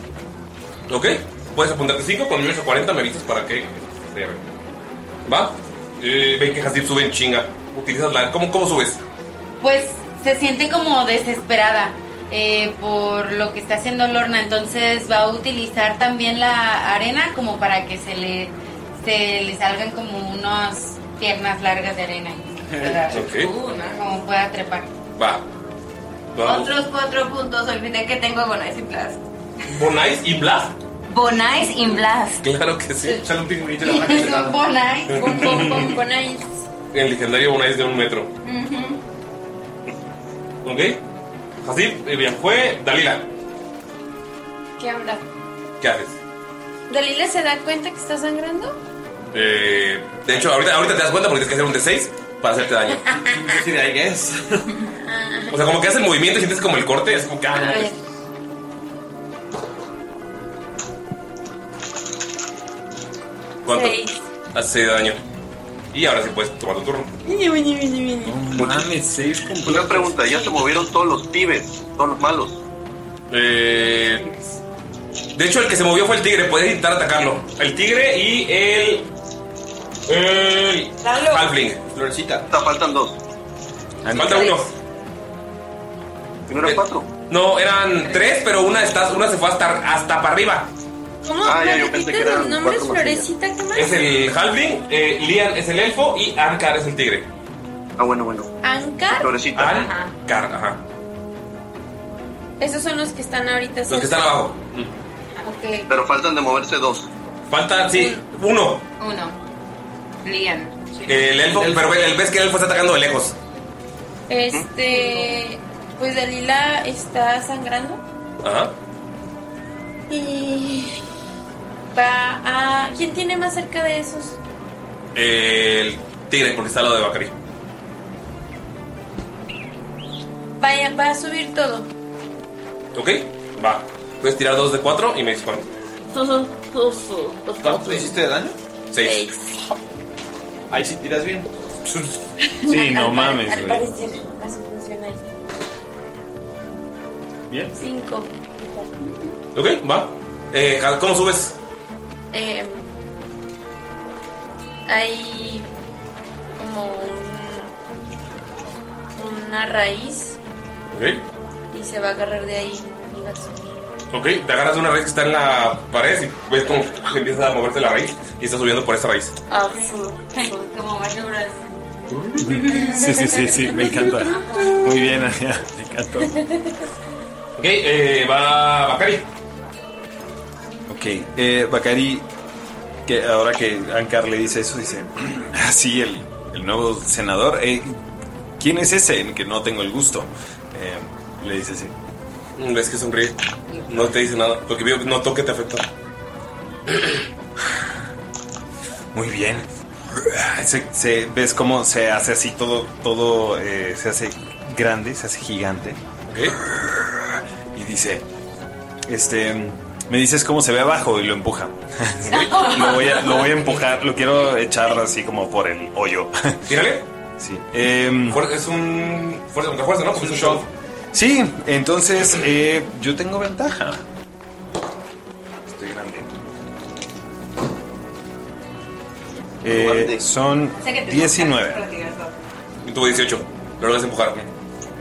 Ok, puedes apuntarte 5 con 1840, me avisas para que. se abra. ¿Va? Eh, ven que Hasib sube en chinga. Utilizas la. ¿Cómo, cómo subes? Pues se siente como desesperada eh, por lo que está haciendo Lorna, entonces va a utilizar también la arena como para que se le, se le salgan como unas piernas largas de arena. Ok. Como pueda trepar. Va. Va. Otros 4 puntos. Olvidé que tengo Bonice y Blast. Bonais y Blast. Bonice y Blast. Claro que sí. Échale un pingüinito en la Un mano. Bonice. Un pom, pom, Bonice. El legendario Bonais de un metro. Ujú. Ok. Hasib, eh, bien, fue. Dalila, ¿Qué habrá? ¿qué haces? ¿Dalila se da cuenta que está sangrando? Eh, de hecho, ahorita, ahorita te das cuenta porque tienes que hacer un D6 para hacerte daño. Sí, ahí es. O sea, como que haces el movimiento y sientes como el corte, es como que. ah, no, ¿Cuánto? Seis. Hace 6 de daño. Y ahora sí puedes tomar tu turno. Niño, niño, niño, niño. Mames, 6 Una pregunta, ¿ya se movieron todos los pibes? Todos los malos. Eh, de hecho, el que se movió fue el tigre. Puedes intentar atacarlo. El tigre y el El Dalo. Halfling. Florecita. faltan dos. Falta Tres. uno. Eh, ¿No eran cuatro? No, eran tres, pero una, está, una se fue hasta, hasta para arriba. ¿Cómo Ah, ya, yo me pensé dijiste que los eran nombres, cuatro masillas. Florecita? ¿Qué más? Es el Halfling, eh, Lian es el elfo y Ankar es el tigre. Ah, bueno, bueno. ¿Ankar? Florecita. Ajá. Ankar, ajá. Esos son los que están ahorita. Los que están abajo. Ok. Pero faltan de moverse dos. Faltan, sí, uno. Uno. Lian. El elfo, pero ve- el- ves que el elfo está atacando de lejos. Este. Pues Dalila está sangrando Ajá. y. Va a. ¿Quién tiene más cerca de esos? El tigre, porque está al lado de Bakari. Vaya, va a subir todo. ¿Ok? Va. Puedes tirar dos de cuatro y me dices cuánto. ¿Cuánto hiciste de daño? Seis. Ahí sí tiras bien. Sí, no mames, Al güey. parecer, así funciona ahí. Bien. Cinco. ¿Ok? Va. Eh, Hal- ¿Cómo subes? Eh, hay como un- una raíz ¿Ok? y se va a agarrar de ahí y va a subir. Ok, te agarras de una raíz que está en la pared y ves cómo empieza a moverse la raíz y está subiendo por esa raíz. Ah, como mayuras. Sí, sí, sí, sí, me encanta. Muy bien, Ania, me encantó. Ok, eh, va Bakari. Ok, eh, Bakari, que ahora que Ankar le dice eso, dice, ah, sí, el, el nuevo senador, eh, ¿quién es ese? en Que no tengo el gusto. Eh, le dice así. Ves que sonríe. No te dice nada. Lo que vio, notó que te afectó. Muy bien. Se, se- ¿Ves cómo se hace así todo, todo eh, se hace grande, se hace gigante? Y dice, este, me dices cómo se ve abajo y lo empuja. lo, voy a, lo voy a empujar, lo quiero echar así como por el hoyo. Tírale. Sí. Em, Es un. Fuerza contra fuerza, ¿no? Es un show. sí, entonces eh, yo tengo ventaja. Estoy grande. Eh, son 19. Y tuvo 18. Lo logras empujar.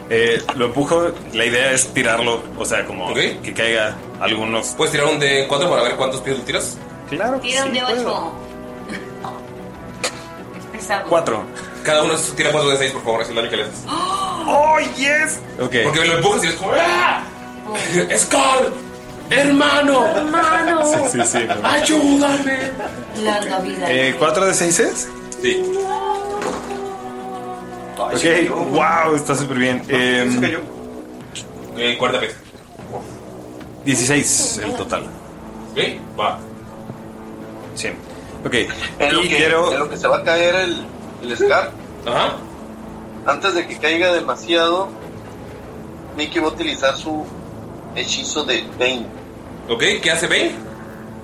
Eh, lo empujo, la idea es tirarlo, o sea, como que caiga algunos. ¿Puedes tirar un de 4 para ver cuántos pies le tiras? Claro. Tira un de ocho. Es pesado. 4. Cada uno tira 4 de 6, por favor, es el daño que le haces. ¡Oh, yes! Porque lo empujas y es como. ¡Ah! ¡Scar! ¡Hermano! ¡Hermano! Sí, sí, sí. ¡Ayúdame! Larga vida. Eh, ¿Cuatro de seis es? Sí. Ok, wow, está súper bien. Em, Eh, Eh, cuarta vez. 16 el total. ¿Ok? Va. Sí. Ok, En lo, que, en lo que se va a caer el, el Scar. Ajá. Antes de que caiga demasiado, Mickey va a utilizar su hechizo de Bane. ¿Ok? ¿Qué hace Bane?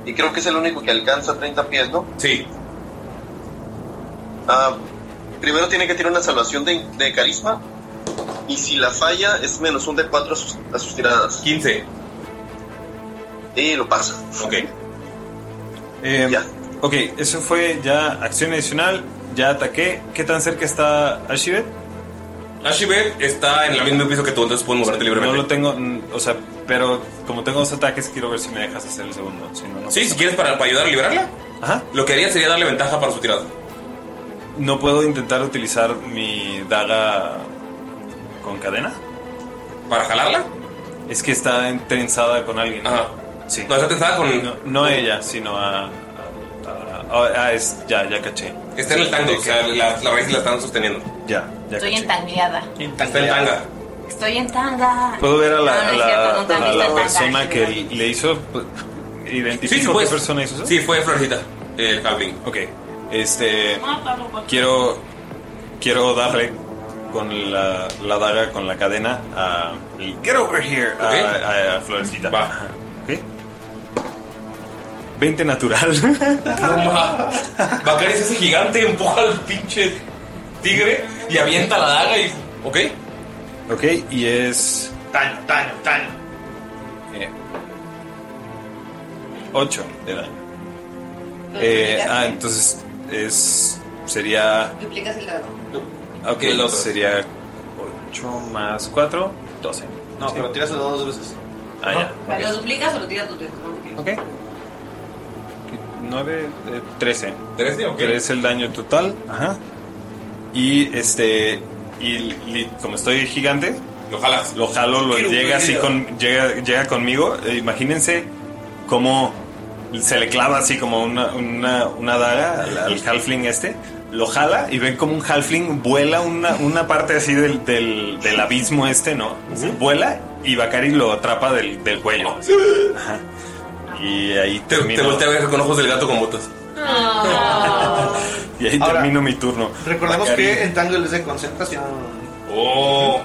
Y creo que es el único que alcanza 30 pies, ¿no? Sí. Ah, primero tiene que tirar una salvación de, de carisma. Y si la falla, es menos un de 4 a sus, a sus tiradas. 15. Y lo pasa. Ok. Eh, Ok, eso fue ya acción adicional. Ya ataqué. ¿Qué tan cerca está Ashibet? Ashibet está en el mismo piso que tú, entonces puedes moverte libremente. No lo tengo, mm, o sea, pero como tengo dos ataques, quiero ver si me dejas hacer el segundo. Si no, no Sí, pasa si quieres para, para ayudar a liberarla. Ajá. Lo que haría sería darle ventaja para su tirada. ¿No puedo intentar utilizar mi daga con cadena? ¿Para jalarla? Es que está trenzada con alguien. Ajá. Sí. No, está trenzada con- No, no ella, sino a. a- a- a- ah, es, ya, ya caché. Está en el tango, Ok. o sea, la, la raíz la están sosteniendo. Ya, ya Estoy caché. entangueada. Está en tanga. Estoy en tanga. ¿Puedo ver a la, No, no a es la- cierto, no, tanto a la está en persona tanga. que le hizo? Pues, ¿Identifico Sí, sí, qué pues. persona hizo eso? Sí, fue Florcita, el Halfling. Ok, este. Quiero, quiero darle con la, la daga, con la cadena a. el Get over here! a- A, a Florecita. Ok. 20 natural. Bacari es ese gigante, empuja al pinche tigre y avienta la daga y. ¿Ok? ok, y es. Daño, daño, daño. 8 de daño. Eh, ah, entonces es. Sería. Duplicas el dado. Ok, sería 8 más 4, 12. No, pero tiras el dado dos veces. Ah, ya. ¿Lo duplicas o lo tiras tú? Ok. 9, 13. 13, ok. es eh, el daño total. Ajá. Y este. Y li- como estoy gigante. Lo jalas. Lo jalo, lo Qué llega así bueno. con. Llega, llega conmigo. Eh, imagínense cómo se le clava así como una, una, una daga al, al halfling este. Lo jala y ven como un halfling vuela una, una parte así del, del, del abismo este, ¿no? Vuela y Bakari lo atrapa del, del cuello. Ajá. Y ahí Te, te voltea a ver con ojos del gato con botas. Y ahí Ahora, termino mi turno. Recordemos Bacari. que el tangle es de concentración. Oh.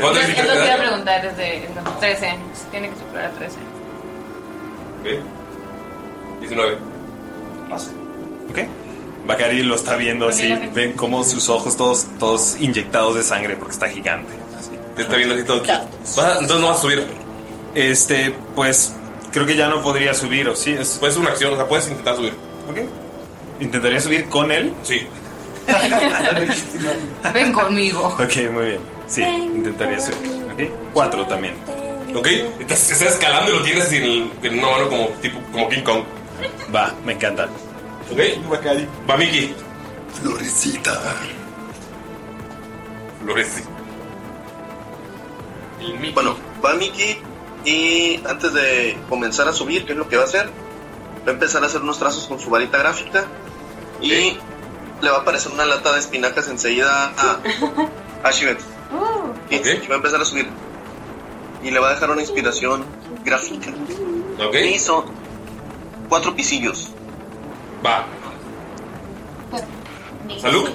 ¿Cuánto Es lo que iba a preguntar desde no, 13. Tiene que superar a 13. 19. Ok. Bacari lo está viendo así. Ven como sus ojos todos, todos inyectados de sangre porque está gigante. Te está viendo así todo. entonces no vas a subir. Este, pues creo que ya no podría subir, o sí. Es... Puedes pues, una acción, o sea, puedes intentar subir. Ok. ¿Intentaría subir con él? Sí. Ven conmigo. Ok, muy bien. Sí, intentaría subir. Ok. Cuatro también. Ok. Estás, estás escalando y lo tienes en, el- en una mano como, tipo, como King Kong. Va, me encanta. Ok. Va Mickey. Florecita. Florecita. Bueno, va Mickey y antes de comenzar a subir, ¿qué es lo que va a hacer? Va a empezar a hacer unos trazos con su varita gráfica y le va a aparecer una lata de espinacas enseguida a, a Shivet. Y va a empezar a subir. Y le va a dejar una inspiración gráfica. Ok. Y son cuatro pisillos. Va. Pues, Salud.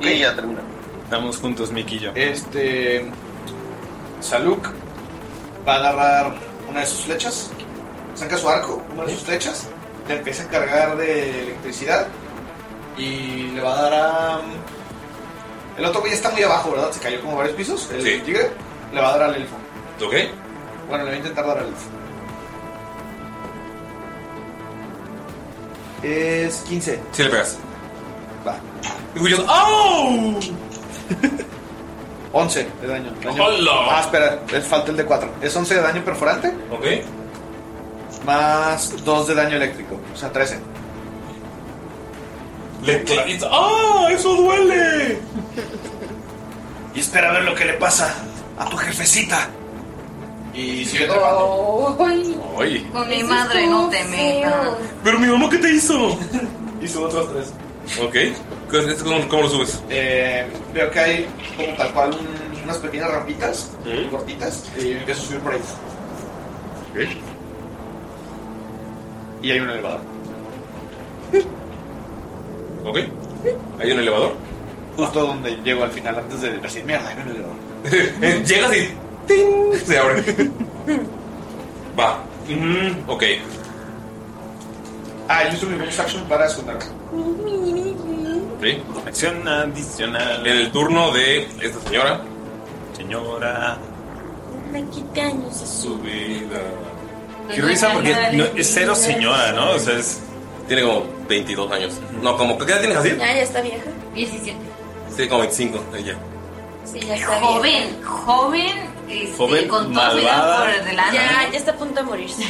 Y ya termina. Estamos juntos, Mickey y yo. Este. Saluk va a agarrar una de sus flechas, saca su arco, una de sus flechas, le empieza a cargar de electricidad y le va a dar a. El otro güey está muy abajo, ¿verdad? Se cayó como varios pisos. El Sí. tigre le va a dar al elfo. Ok. Bueno, le voy a intentar dar al elfo. Es 15. Sí le pegas. Va. Escuchas. ¡Oh! 11 de daño. daño. ¡Hola! Ah, espera, les falta el de 4. Es 11 de daño perforante. Ok. Más 2 de daño eléctrico. O sea, 13. Le claviza. ¡Ah! ¡Eso duele! Y espera a ver lo que le pasa a tu jefecita. Y sigue trepando. Oye. Oye. Con mi madre no te metas. Pero mi mamá, ¿qué te hizo? Hizo otros 3. Ok. ¿Qué- este ¿Cómo, cómo lo subes? Eh, veo que hay como tal cual un- unas pequeñas rampitas cortitas. Y empiezo a subir por ahí. Y hay un elevador. Ok. Hay un elevador. Justo donde llego al final, antes de decir, mierda, hay un elevador. Eh, Llegas y. ¡Ting! Se abre. Va. Mm, ok. Ah, yo uso mi bonus action para esconderme. Sí. Acción adicional. En el turno de esta señora. Señora. Su vida. Qué risa porque no- es cero señora, ¿no? O sea, es. Tiene como 22 años. No, como. ¿Qué edad tienes así? Ya, ya está vieja. 17. Tiene como 25. Ella. Sí, ya está Joven, vieja. joven, este, Joven, con toda su vida malvada. por delante. Ya, ya está a punto de morirse.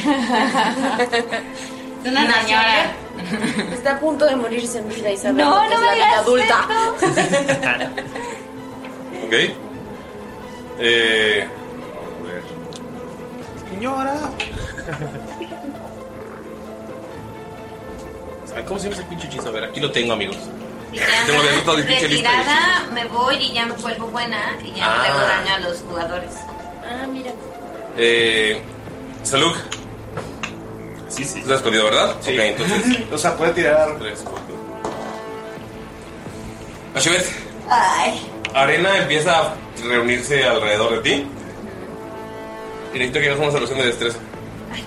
Es una señora. Está a punto de morirse en vida, Isabel. No, porque no es me la vida digas adulta. Ok. Eh. A ver. Señora. Ay, ¿Cómo se llama ese pinche hechizo? A ver, aquí lo tengo, amigos. Tengo abierto todo el pinche listo. Retirada, me voy y ya me vuelvo buena y ya Ah. no tengo daño a los jugadores. Ah, mira. Eh. Salud. Sí, sí. Lo has escondido, ¿verdad? Sí. Ok, entonces. O sea, puede tirar. Ashibet, Ay, arena empieza a reunirse alrededor de ti. Y necesito que hagas una solución de destreza.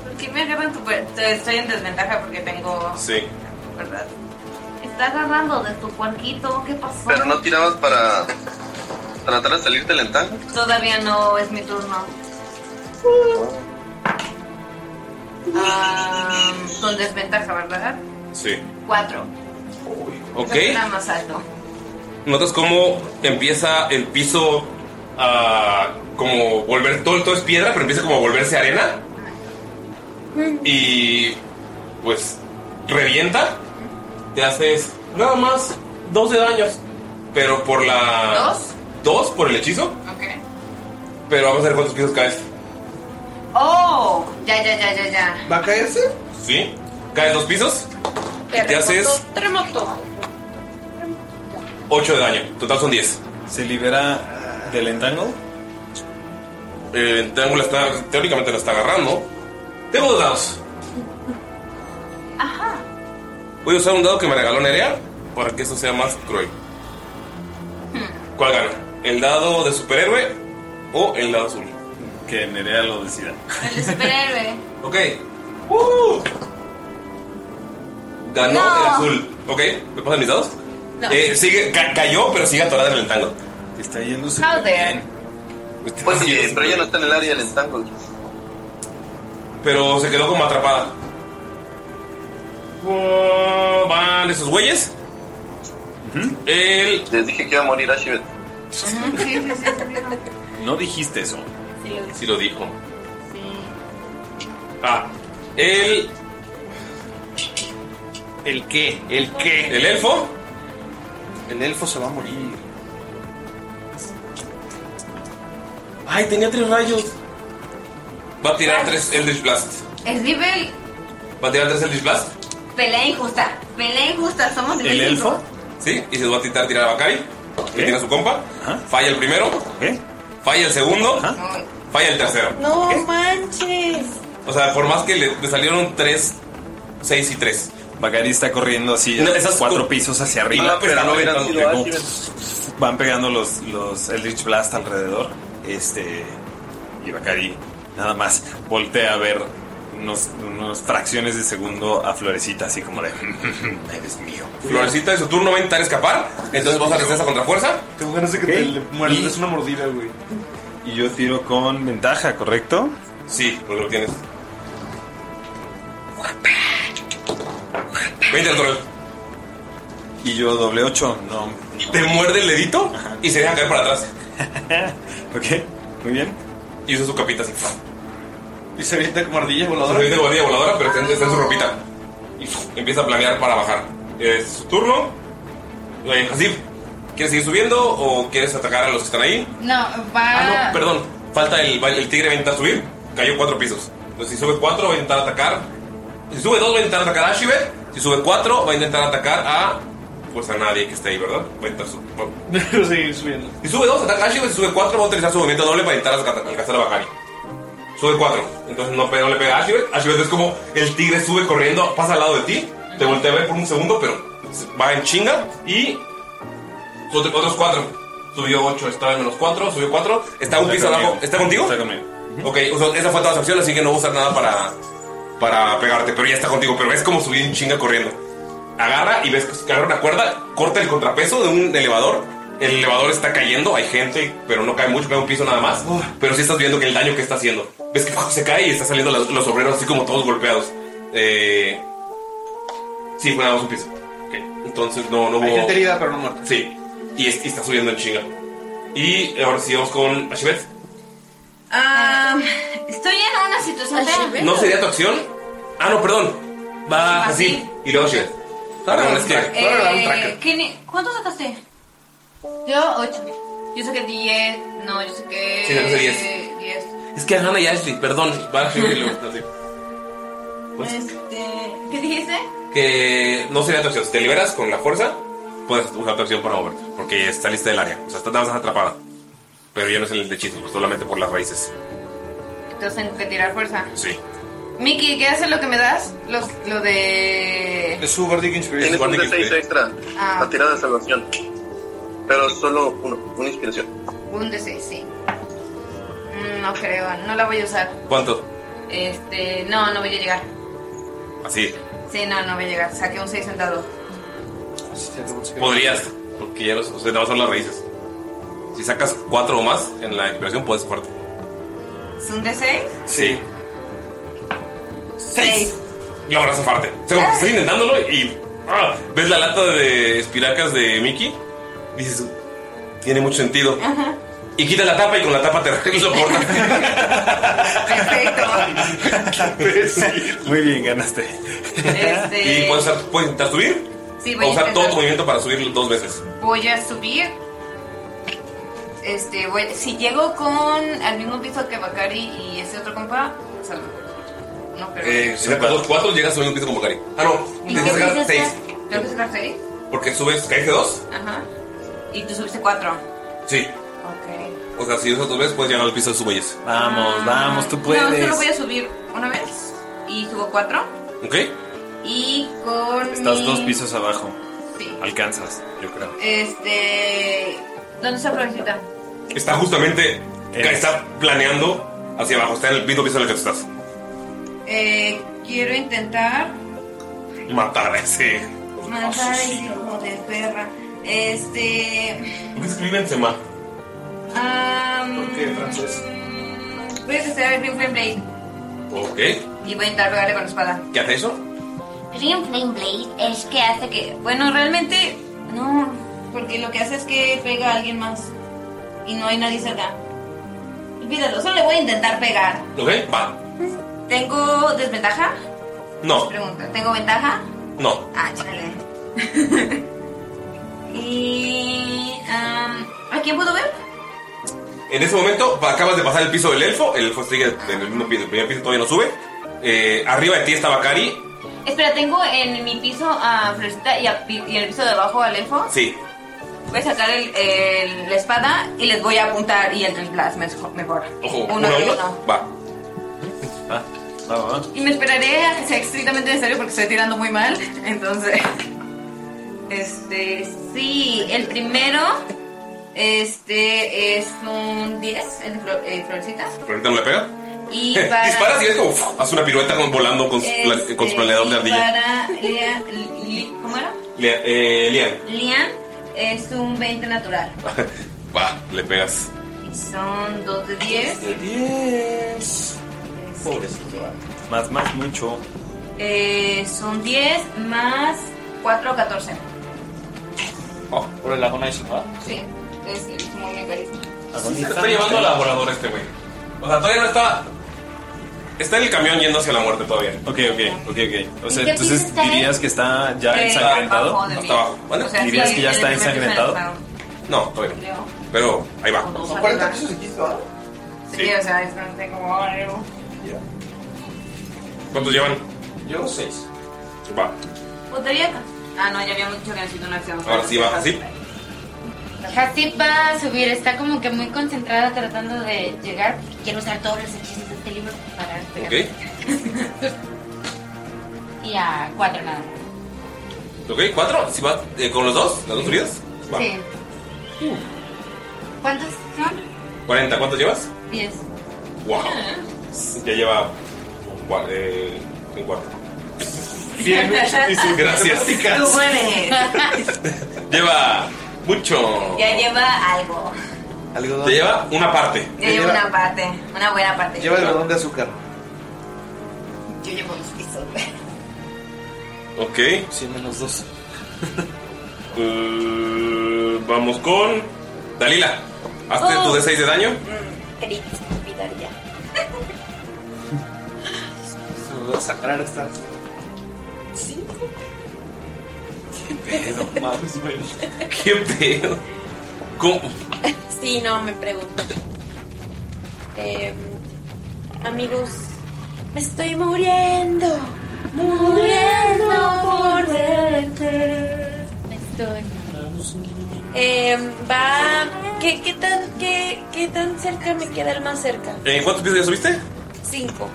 ¿por qué me agarran tu pue- te- Estoy en desventaja porque tengo. Sí. ¿Verdad? Está agarrando de tu cuarquito, ¿qué pasó? Pero no tirabas para tratar de salir del entanque. Todavía no es mi turno. Ah, con desventaja, ¿verdad? Sí. Cuatro. Ok. Era más alto. Notas cómo empieza el piso a como volver, todo, todo es piedra, pero empieza como a volverse arena y pues revienta. Te haces nada más 12 daños, pero por la... ¿Dos? Dos por el hechizo, Ok. pero vamos a ver cuántos pisos caes. Oh, ya, ya, ya, ya, ya. ¿Va a caerse? Sí, caes dos pisos, te haces Terremoto. 8 de daño, total son 10. ¿Se libera del entangle? Eh, El entangle está, teóricamente lo está agarrando. Tengo dos dados. Ajá. Voy a usar un dado que me regaló Nerea para que eso sea más cruel. ¿Cuál gana? ¿El dado de superhéroe o el dado azul? Que Nerea lo decida. El superhéroe. Ok. ¡Uh! Ganó No. el azul. Ok, ¿me pasan mis dados? No. Eh, sigue, ca- cayó, pero sigue atorada en el entangle. Está yendo How dare. Pues sí, pero ella no está en el área del entangle. Pero se quedó como atrapada. Oh, Van esos güeyes. El... Les dije que iba a morir Ashibet. No dijiste eso. Sí lo dije. Sí lo dijo. Ah, el. ¿El qué? ¿El qué? ¿El elfo? El elfo se va a morir. Ay, tenía tres rayos. Va a tirar tres Eldritch Blast. Es nivel Va a tirar tres Eldritch Blast. pelea injusta. Pelea injusta. Somos ¿El nivel cinco. elfo? Sí, y se va a intentar tirar a Bakari, que tiene a su compa. Falla el primero. Falla el segundo. Falla el tercero. No manches. O sea, por más que le, le salieron tres, seis y tres. Bakari está corriendo así, No, esas cuatro co- pisos hacia Y arriba, la pero no pestaña aventando, sido como- ágil. van pegando los, los Eldritch Blast alrededor. Este. Y Bakari nada más voltea a ver unos, unos fracciones de segundo a Florecita, así como de. "Mm, Eres mío. Florecita de su turno va a intentar escapar. Entonces vas a resistir contra fuerza. Tengo ganas de que Ok. te le muerdas Y- una mordida, güey. Y yo tiro con ventaja, ¿correcto? Sí, porque lo tienes. 20 natural. Y yo doble 8. No. Te muerde el dedito y se deja caer para atrás. ok, muy bien. Y usa su capita así. Y se avienta como ardilla Se voladora. viene de guardia voladora, pero está, está en su ropita. Y empieza a planear para bajar. Es su turno. Eh, Hasib, ¿quieres seguir subiendo o quieres atacar a los que están ahí? No, va. Ah, no, perdón. Falta el, el tigre va a intentar subir. Cayó cuatro pisos. Entonces, si sube cuatro, va a intentar atacar. Si sube dos, va a intentar atacar a Ashibet. Si sube cuatro, va a intentar atacar a. Pues a nadie que esté ahí, ¿verdad? Va a intentar su- va- Pero seguir subiendo. Si sube dos, ataca a Ashibet. Si sube cuatro, va a utilizar su movimiento doble para intentar alca- alcanzar a Bakari. Sube cuatro. Entonces no, pe- no le pega a Ashibet. Ashibet pues, es como el tigre sube corriendo, pasa al lado de ti. Te voltea a ver por un segundo, pero se- va en chinga. Y. otro- Otros cuatro. Subió ocho, estaba en menos cuatro, subió cuatro. Está un Está piso conmigo. abajo. ¿Está contigo? Está conmigo. Ok, o sea, esa fue toda su acción, así que no voy a usar nada para, para pegarte, pero ya está contigo. Pero ves cómo subí en chinga corriendo. Agarra y ves que agarra una cuerda, corta el contrapeso de un elevador. El elevador está cayendo, hay gente, pero no cae mucho, cae un piso nada más. Pero sí estás viendo que el daño que está haciendo. Ves que se cae y están saliendo los, los obreros así como todos golpeados. Eh, sí, fue nada más un piso. Ok, Entonces no, no Hay hubo- gente herida, pero no muerta. Sí, y, es- y está subiendo en chinga. Y ahora sí vamos con Ashibet. Ah, estoy en una situación fea. ¿No sería tu acción? Ah, no, perdón. Va así. Y luego Shivet. Perdón, es que. Eh, Kenny, ¿Cuánto sacaste? Yo, 8. Yo saqué 10. No, yo saqué. Sí, sacaste 10. 10. Es que Hannah y Ashley, perdón. Va a Shivet y luego así. Este, ¿Qué dijiste? Que no sería tu acción. Si te liberas con la fuerza, puedes usar tu acción para moverte. Porque está lista del área. O sea, estás nada más atrapada. Pero ya no es el hechizo, solamente por las raíces. Entonces tengo que tirar fuerza. Sí. Miki, ¿qué hace lo que me das? Lo, lo de. Es su Bardic Inspiration. Tienes un de 6 extra. Ah. La tirada de salvación. Pero solo uno, una inspiración. Un de 6, sí. Mm, No creo, no la voy a usar. ¿Cuánto? Este, no, no voy a llegar. Así. Sí, no, no voy a llegar. Saqué un 6 sentado. Podrías. Porque ya no o sea, nada más son las raíces. Si sacas cuatro o más en la inspiración, puedes fuerte. ¿Es un de 6? Sí. 6. Logras zafarte. O sea, como que estás intentándolo y ¡Ah! ¿Ves la lata de espinacas de Mickey? Dices, tiene mucho sentido. Ajá. Y quita la tapa y con la tapa te arreglas la puerta. Muy bien, ganaste. Este, Y puedes, usar- puedes intentar subir. Sí, voy o a usar todo intentar. tu movimiento para subir dos veces. Voy a subir. Este, voy- si llego con al mismo piso que Bakari y ese otro compa, pues, salgo. No, pero. Eh, si sacas los cuatro, llegas subiendo un piso como Cari. Ah, no. ¿Y Tienes que yo qué sacar hice seis. sacar? ¿Tengo que sacar seis? Porque subes, ¿caíste dos? Ajá. Y tú subiste cuatro. Sí. Ok. O sea, si usas dos veces, puedes llegar al piso de subes. Vamos, vamos, tú Ah. No, solo voy a subir una vez. Y subo cuatro. ¿Ok? Y con. Estás mi- dos pisos abajo. Sí. Alcanzas, yo creo. Este. ¿Dónde está Florecita? Está justamente. Está planeando hacia abajo. Está en el mismo piso en el que tú estás. Eh, quiero intentar. Matar a ese. Matar a ese hijo de perra. Este. ¿Por qué escribe en Sema? am, francés? voy a testear el Rim Flame Blade. Ok. Y voy a intentar pegarle con la espada. ¿Qué hace eso? Rim Flame Blade es que hace que. Bueno, realmente. No. Porque lo que hace es que pega a alguien más. Y no hay nadie cerca. Olvídalo, solo le voy a intentar pegar. ¿Ok? Va. ¿Tengo desventaja? No, Pregunta. ¿Tengo ventaja? no. Ah, chale. y. am, ¿A quién puedo ver? En ese momento acabas de pasar el piso del elfo. El elfo sigue en el mismo piso. El primer piso todavía no sube. Eh, arriba de ti está Bakari. Espera, tengo en mi piso a Florecita y, a- y en el piso de abajo al elfo. Sí. Voy a sacar el- el- la espada y les voy a apuntar y el tres blast mejor. mejor. Ojo, Uno uno a y uno. uno. Va. Va, Ah, va, va. Y me esperaré a que sea estrictamente necesario porque estoy tirando muy mal. Entonces. Este. Sí, el primero. Este es un 10, el de Flo- eh, Florecita. Pero ahorita no le pega. Y para- Disparas y ves como ¡fuf! hace una pirueta como volando con su, pla- Este, con su planeador de ardilla. Para Lea- Li- Li- ¿Cómo era? Lea- eh, Lian. Lian es un 20 natural. Va, le pegas. Y son 2 de 10. De 10. Pobrecito. Más, más, mucho. Eh, son 10 más 4, 14. Oh, Por el Agonizer, ¿verdad? Sí, es el muy carísimo. Se está llevando a la voladora este güey. O sea, todavía no está. Está en el camión yendo hacia la muerte todavía. Ok, ok, ok, ok. O sea, ¿Y qué piso entonces está dirías que está ya Eh, ensangrentado. abajo de mí. Hasta abajo. O sea, dirías sí, que ya el está primer piso ensangrentado. era el No, todavía no. Creo. Pero ahí va. Son 40 pesos de Sí, o sea, es no sé cómo va, pero- ¿Cuántos llevan? Llevo 6. Va. ¿Podría? Ah, no, ya habíamos dicho que necesito una acción. Ahora sí baja así. Hasib va a subir, está como que muy concentrada tratando de llegar. Quiero usar todos los hechizos de este libro para pegar. Ok. Y a cuatro nada. más. Ok, cuatro. ¿Sí va? eh, ¿Con los dos? ¿Las dos subidas? Va. Sí. ¿Cuántos son? 40. ¿Cuántos llevas? Diez. Wow. Ya lleva un cuarto. Eh, un cuarto. Bien hecho, dice. Gracias. Tú mueves. Lleva mucho. ya lleva algo. Ya lleva una parte. Ya lleva una parte, una buena parte. algodón de azúcar. Yo llevo dos pisos. Ok. 100 menos 2. Eh, vamos con. Dalila. Hazte Oh. tu D6 de daño. Mm, Quería que se me olvidara ya. Se lo voy a sacar esta. Cinco. Pero mames, güey. ¿Qué pedo? ¿Cómo? Sí, no, me pregunto. Eh, amigos, me estoy muriendo. Muriendo por verte. Me estoy va. ¿qué, qué, tan, qué, ¿Qué tan cerca me queda el más cerca? ¿En cuántos pisos ya subiste? Cinco.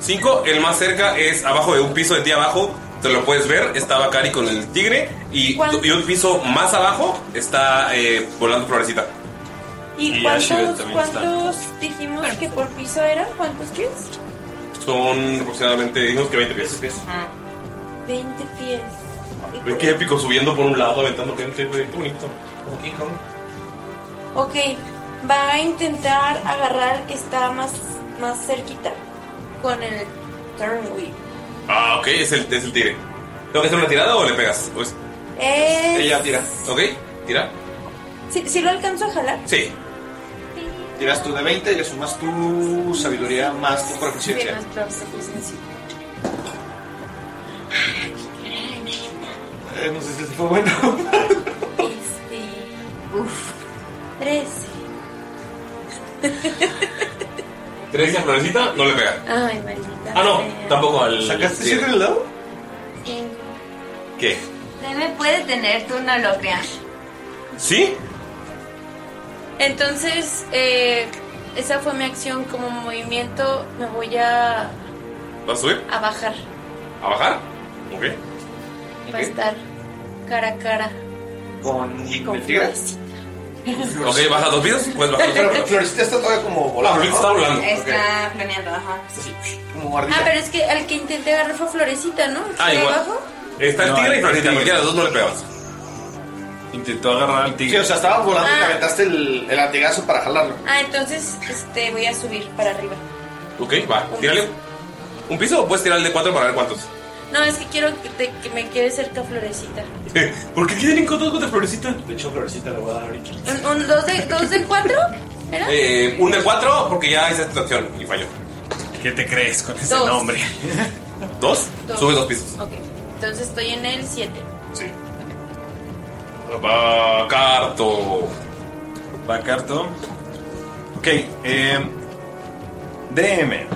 Cinco. El más cerca es abajo de un piso de ti abajo. Te lo puedes ver. Está Bakari con el tigre. Y, ¿Cuánto? y un piso más abajo está eh, volando Florecita. ¿Y, Y Ashibel cuántos, también está. cuántos dijimos que por piso eran? ¿Cuántos pies? Son aproximadamente, digamos que 20 pies. 20 pies. Ve qué épico subiendo por un lado, aventando gente, güey. Qué bonito. Como King Kong. Ok, va a intentar agarrar el que está más, más cerquita con el turn wheel. Ah, ok, es el, es el tigre. ¿Tengo que hacer una tirada o le pegas? Pues, Eh, ella tira. ¿Ok? Tira. ¿sí, sí lo alcanzo a jalar? Sí. Tiras tu de 20 y le sumas tu sabiduría más tu proficiencia. Eh, no sé si fue bueno. Uf. Tres. 13 florecita, no le pega. Ay, maldita. Ah, no, tampoco al. ¿Sacaste siete en el lado? ¿Qué? Deme puede tener tú una locria. ¿Sí? Entonces, eh, esa fue mi acción como movimiento. Me voy a, ¿Vas a subir? a bajar ¿A bajar? Ok. para estar cara a cara. Con, con el tigre. Ok, baja dos pisos. Puedes bajar dos Pero Florecita está todavía como volando. Florecita está volando. Está planeando, ajá. Como Ah, pero es que al que intenté agarrar fue Florecita, ¿no? Ah, ¿De igual. abajo? Está el tigre y florecita, tigre. cualquiera de los dos no le pegabas. Intentó agarrar al tigre. Sí, o sea, estabas volando y Ah. le aventaste el, el latigazo para jalarlo. Ah, entonces este, voy a subir para arriba. Ok, va, tírale. ¿Un piso o puedes tirar el de cuatro para ver cuántos? No, es que quiero que, te- que me quede cerca Florecita. ¿Por qué quieren encontrar contra florecita? De hecho, florecita la voy a dar ahorita. ¿Un, un dos, de, ¿Dos de cuatro? ¿Era? Eh, un de cuatro porque ya hice esta acción y falló. ¿Qué te crees con ese Dos. nombre? ¿Dos? Dos. Sube dos pisos. Ok, entonces estoy en el siete. Sí. Va Carto. Va Carto. Ok, eh, DM.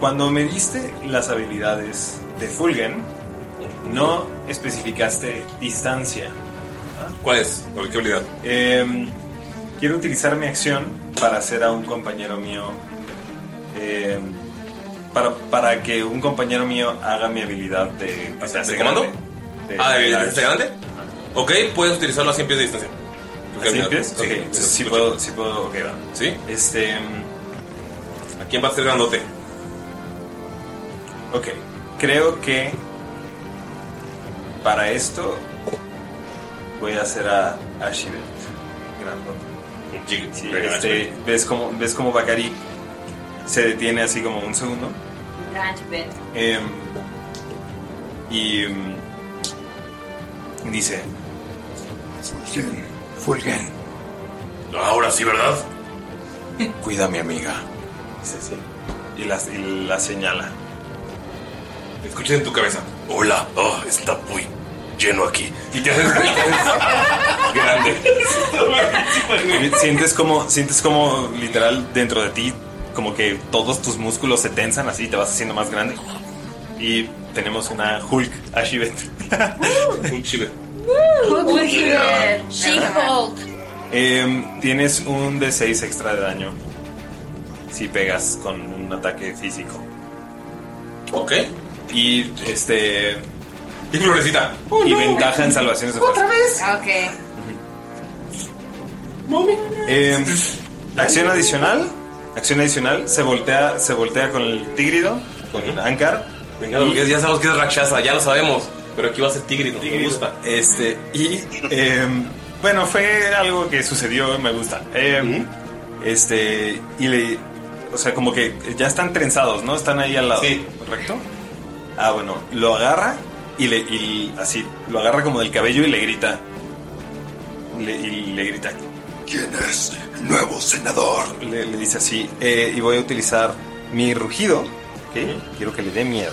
Cuando me diste las habilidades de Fulgen, no especificaste distancia. Em, ¿Cuál es? ¿Qué habilidad? quiero utilizar mi acción para hacer a un compañero mío. eh, para, para que un compañero mío haga mi habilidad de. ¿De comando? Ah, de habilidad. ¿Está grande? Ok, puedes utilizarlo a 100 pies de distancia. ¿A 100 pies? Sí, Ok, entonces sí puedo, sí puedo, ok, va. ¿Sí? Este... mm, ¿A quién va a ser grandote? Ok, creo que para esto voy a hacer a, a Shivet. Grandote. Sí, este, ves cómo, ves cómo Bakari se detiene así como un segundo. Em, y mm, dice, Fulgen, Fulgen, Ahora sí, ¿verdad? cuida a mi amiga. Dice, sí. Y la, y la señala. Escucha en tu cabeza. Hola, oh, está muy lleno aquí. Y te haces grande. sientes como, sientes como literal dentro de ti, como que todos tus músculos se tensan así, te vas haciendo más grande. Y tenemos una Hulk Ashivet. Un chile. She-Hulk. Em, tienes un D6 extra de daño. Si pegas con un ataque físico. Ok. Y este. Y florecita. y ventaja en salvaciones de Oh, fuerza. vez? Ok. Eh, acción adicional. Acción adicional. Se voltea, se voltea con el tigrido, con el Ankar. Venga, porque ya sabemos que es Rakshasa, ya lo sabemos. Pero aquí va a ser Tigrid, me gusta. Este, y em, bueno, fue algo que sucedió, me gusta. Em, Este, y le. O sea, como que ya están trenzados, ¿no? Están ahí al lado. Sí. ¿Correcto? Ah, bueno, lo agarra y le. Y así, lo agarra como del cabello y le grita. Le- y le grita. ¿Quién es el nuevo senador? le, le dice así, eh, y voy a utilizar mi rugido, ¿ok? Quiero que le dé miedo.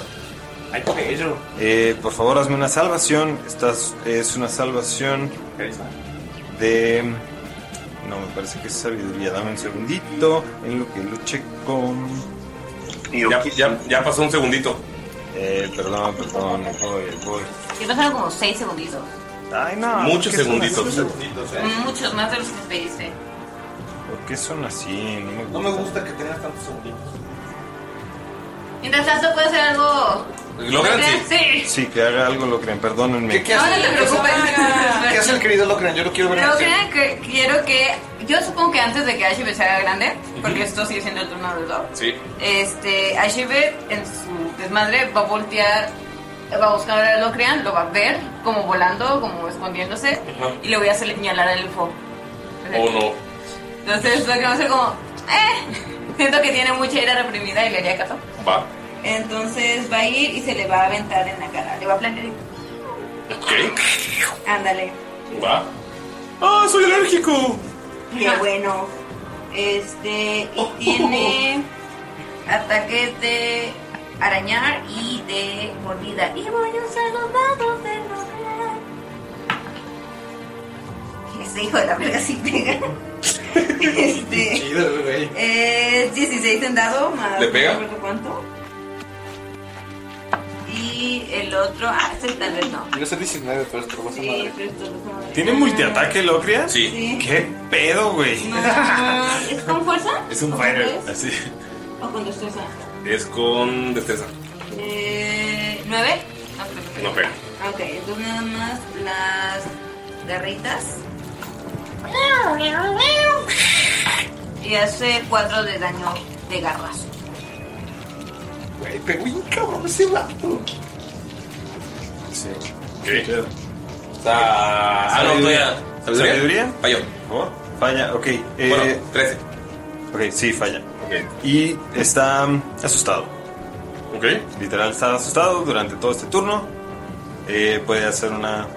Ay, qué bello. Eh, por favor, hazme una salvación. Esta es- es una salvación de... No, me parece que es sabiduría. Dame un segundito en lo que lo checo. Ya, ya, ya pasó un segundito. Eh, perdón, perdón, voy, voy. Yo pasaron como 6 segunditos. Ay, no. ¿por Muchos qué son segunditos. así? eh. Muchos más de los que pediste. ¿Por qué son así? No me gusta. No me gusta que tengas tantos segunditos. Mientras tanto, puede hacer algo. ¿Logran? Sí. Sí, que haga algo, lo crean. Perdónenme. ¿Qué hace? No, no te preocupes. ¿Qué hace el querido Locran? Yo lo quiero ver. en Pero acción. crean que quiero que. Yo supongo que antes de que Ashibe se haga grande, porque esto sigue siendo el turno de los dos, Sí. este, Ashibe en su desmadre va a voltear, va a buscar a Locrian, lo va a ver como volando, como escondiéndose, y le voy a señalar al elfo. O no. Entonces Locrian va a ser como, ¡eh! Siento que tiene mucha ira reprimida y le haría caso. Va. Entonces va a ir y se le va a aventar en la cara, le va a planear. Ok. Ándale. Va. ¡Ah, soy alérgico! Qué bueno. Este, y tiene ataques de arañar y de mordida. Y voy a usar los dados de no Ese Este hijo de la verga sí pega. este, Chido, güey. es 16 en dado más. ¿Le pega? no recuerdo ¿Cuánto? Y el otro, ah, este tal vez no. Yo sé 19, pero esto lo vas a Sí, madre. pero esto no sabe. ¿Tiene multiataque Locria? Sí. ¿Qué pedo, güey? Ah, ¿Es con fuerza? Es un ¿O con fighter. tres? Así. ¿O con destreza? Es con destreza. Eh, ¿Nueve? No, creo que No pega. Ah, Ok, entonces nada más las garritas. Y hace cuatro de daño de garras. Güey, pegó bien cabrón ese vato. Sí. ¿Qué? ah, no, ¿Sabiduría? todavía. ¿Sabiduría? Falló. Falla, ok. bueno, 13. Ok, sí, falla. Y está asustado. Ok. Literal, está asustado durante todo este turno. Eh, puede hacer una.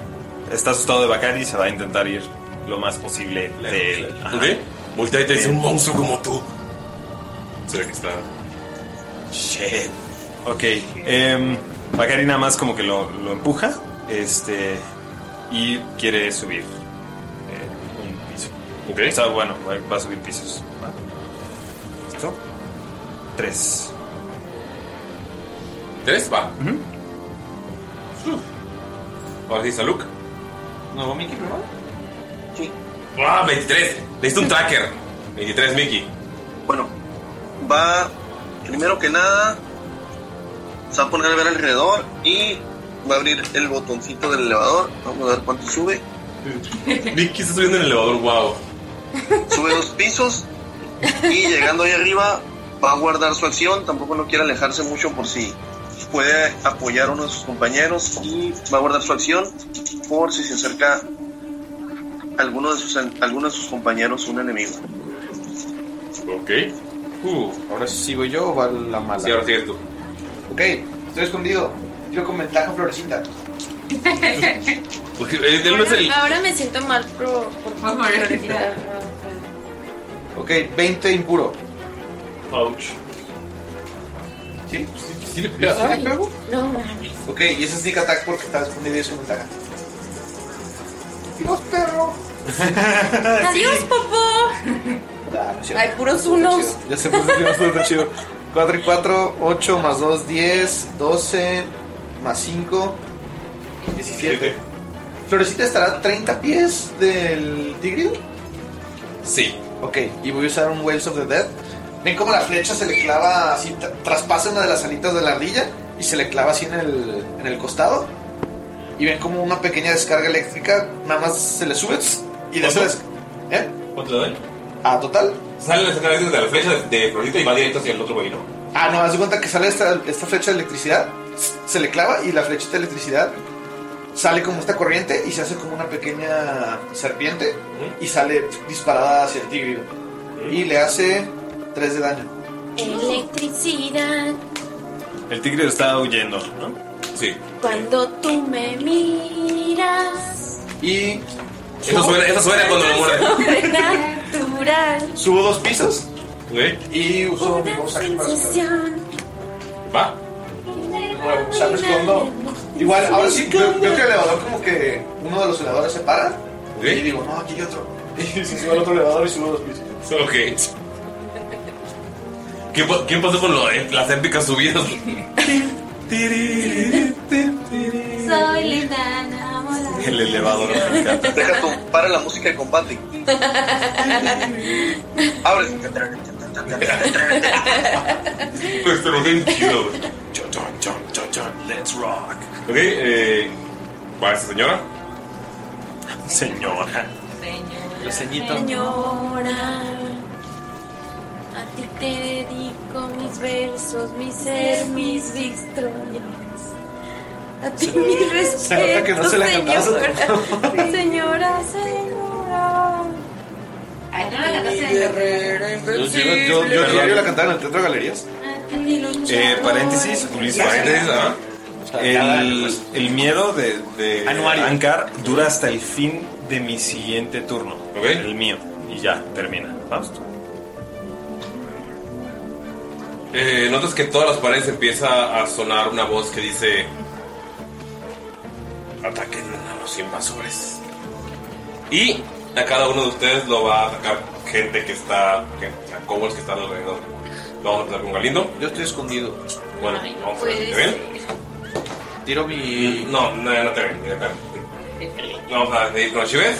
Está asustado de Bakari y se va a intentar ir lo más posible de él. Ok. Voltea y te dice Este un monstruo como tú. Se ve que está. Shit. Ok. em, Bakari nada más como que lo, lo empuja. Este. Y quiere subir eh, un piso. Ok. O sea, bueno, va- va a subir pisos. ¿va? ¿Listo? Tres. ¿Tres? Va. Ahora sí, Saluk. ¿No va Mickey primero? ¡Ah, 23! Necesito un tracker. 23, Mickey. Va, primero que nada, se va a poner a ver alrededor y va a abrir el botoncito del elevador. Vamos a ver cuánto sube. Mickey está subiendo en el elevador, wow. Sube dos pisos y llegando ahí arriba va a guardar su acción. Tampoco no quiere alejarse mucho por si puede apoyar a uno de sus compañeros y va a guardar su acción por si se acerca alguno de sus, alguno de sus compañeros, un enemigo. Ok. Uh, ahora sí sigo yo o va la mala. Sí, ahora sigues tú. Ok, estoy escondido. Yo con ventaja florecita. Porque eh, él no es el. Ahora me siento mal por, por favor. Ok, 20 impuro. Ouch. ¿Sí? ¿Sí le pego? ¿Sí le pego? No mames. Ok, y ese es sneak attack porque está escondido y es una ventaja. Dios, perro. Ah, Adiós, papá. Hay puros unos. Ya se puso chido, se puso chido. 4 y 4, 8 más 2, 10, 12 más 5, 17. Florecita estará a 30 pies del tigre. Sí. Ok, y voy a usar un Wells of the Dead. Ven como la flecha se le clava así, tra- traspasa una de las alitas de la ardilla y se le clava así en el, en el costado. Y ven como una pequeña descarga eléctrica, nada más se le sube tss, y de esa ¿Cuánto? des- ¿Eh? ¿Cuánto le doy? Ah, total. Sale la saca de la flecha de, de Florita y va directo hacia el otro güey, ¿no? Ah, no, haz de cuenta que sale esta, esta flecha de electricidad, tss, se le clava y la flechita de electricidad sale como esta corriente y se hace como una pequeña serpiente y sale pf, disparada hacia el tigre. Y le hace 3 de daño. Electricidad, El tigre está huyendo, ¿no? Sí. cuando tú me miras. Y. Eso suena, eso suena cuando lo muerde. Sobrenatural. Subo dos pisos. Y uso un Una bonus action para sensación. Va. Bueno, o sea, me escondo. Igual, ahora sí, veo, veo que el elevador como que uno de los elevadores se para. Y digo, no, aquí hay otro. Y se sube al otro elevador y subo dos pisos. Ok. ¿Qué, pa- ¿Qué pasó con lo de las épicas subidas? Soy linda, enamorada. El elevador. me encanta. Deja tú, para la música de combate. Abre. Pues, pero bien chido, güey. Chon, chon, chon, chon, chon, let's rock. Ok, eh. ¿Va esa señora? Señora. Los Señora, a ti te dedico mis versos, mi ser, mis victorias. A ti Se- mi se nota que respeto, no se la señora. cantabas. Señora, señora. Ay, no la Yo, yo, yo, yo la cantaba en el Teatro de Galerías. cantaste. Eh, paréntesis, Ulises. Paréntesis, ¿ah? El, pues. el miedo de, de Anuario. Ankar dura hasta el fin de mi siguiente turno. El mío. Y ya, termina. Vamos. Eh, notas que todas las paredes empieza a sonar una voz que dice: Ataquen a los invasores. Y a cada uno de ustedes lo va a atacar gente que está. Gente, a kobolds que están alrededor. Lo vamos a empezar con Galindo. Yo estoy escondido. Bueno, vamos a ver. ¿Te ven? Tiro mi. No, no, ya no te ven. ya te ven. Vamos a ir con Shivet.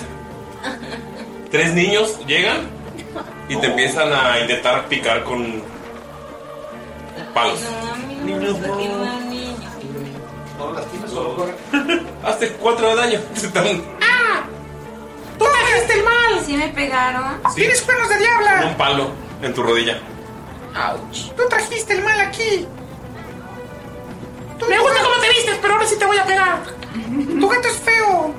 Tres niños llegan y te empiezan a intentar picar con palos. Niños, Hace cuatro de daño. Están ¡Ah! ¡Tú me hiciste el mal! Sí me pegaron. Sí. ¡Tienes cuernos de diabla! con un palo en tu rodilla. ¡Tú trajiste el mal aquí! me gusta cómo te vistes, pero ahora sí te voy a pegar. ¡Tu gato es feo!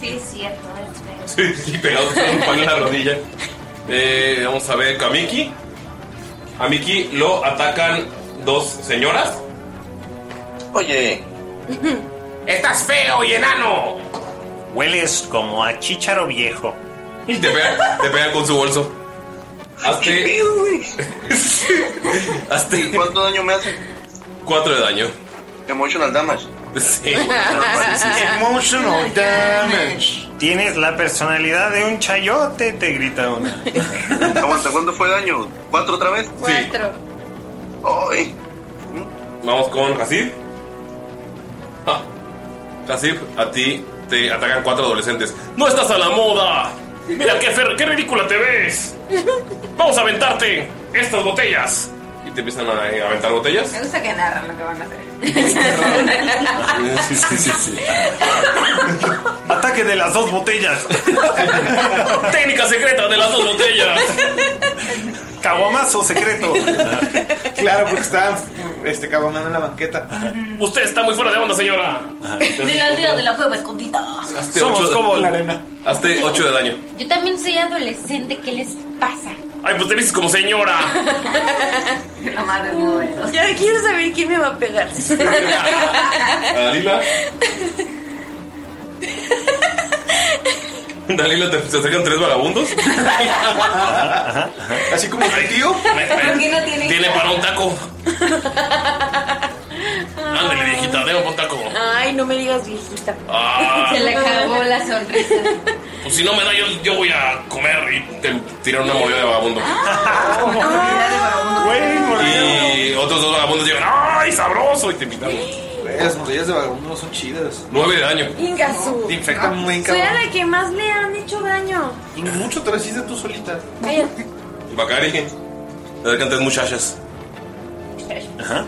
Sí, es cierto, es feo. Sí, sí, pegado con un palo en la rodilla. Eh, vamos a ver a Miki. A Miki lo atacan dos señoras. Oye. ¡Estás feo y enano! Hueles como a chícharo viejo. Y te pegan, te pegan con su bolso. Hazte, hazte ¿Cuánto daño me hace? cuatro de daño. Emotional damage. Sí. Emotional damage. Tienes la personalidad de un chayote, te grita una. Aguanta, ¿cuánto fue daño? ¿Cuatro otra vez? Cuatro. Ay. Vamos con Hasib. Ah, Hasib, a ti te atacan cuatro adolescentes. ¡No estás a la moda! ¡Mira qué, fer- qué ridícula te ves! ¡Vamos a aventarte estas botellas! Y te empiezan a, eh, a aventar botellas. Me gusta que narran lo que van a hacer. Sí, sí, sí, sí. Ataque de las dos botellas. Técnica secreta de las dos botellas. Caguamazo secreto. Claro, porque estaban este, cabonando en la banqueta. Usted está muy fuera de onda, señora. De la aldea de la cueva escondida. Somos como la arena. Hazte ocho de daño. Yo también soy adolescente, ¿qué les pasa? Ay, pues te viste como señora. Ya quiero saber quién me va a pegar. Dalila. Dalila, te, se acercan tres vagabundos. Así como el tío. ¿Por qué no tiene Tiene para un taco. Ándale, viejita, déjame un taco. Ay, no me digas viejita. Ah. Se le acabó la sonrisa. Pues si no me da, yo, yo voy a comer y te tiran una movida de vagabundo. Y otros dos vagabundos llegan, ¡ay, sabroso! Y te invitan. Las morrillas de vagabundo no son chidas. Nueve de daño. Ingasu. Te Ah. infectan muy Soy a cabrón. la que más le han hecho daño. Y mucho te lo hiciste tú solita. Cállate. Bacari. Te acercan tres muchachas. Ajá.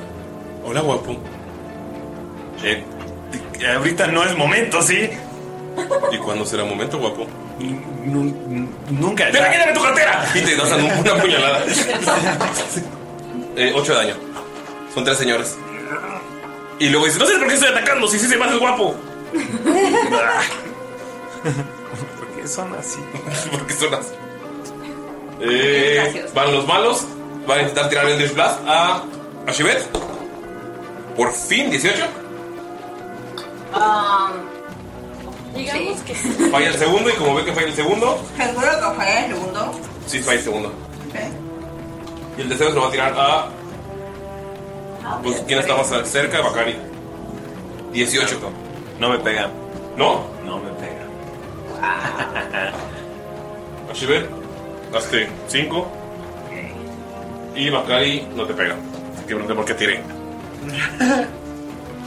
Hola, guapo. Eh, Ahorita no es momento, ¿sí? ¿Y cuándo será momento, guapo? Nu- Nunca. ¡Ven aquí, dame tu cartera! Y te dan un- una puñalada. Eh, ocho de daño. Son tres señores. Y luego dice, no sé por qué estoy atacando, si sí se me hace guapo. Porque son así. Porque son así. Eh, van los malos. Van a intentar tirar el Blast a, a Shivet. Por fin, 18. digamos que Um, sí. Falla el segundo y como ve que falla el segundo, Seguro que fue el segundo. sí falla el segundo. Y el tercero se lo va a tirar a... Pues, ¿quién está más cerca? Bakari. 18. No me pega. ¿No? No me pega. A Shivet, gaste 5. Y Bakari no te pega. Así que no sé por qué tiré.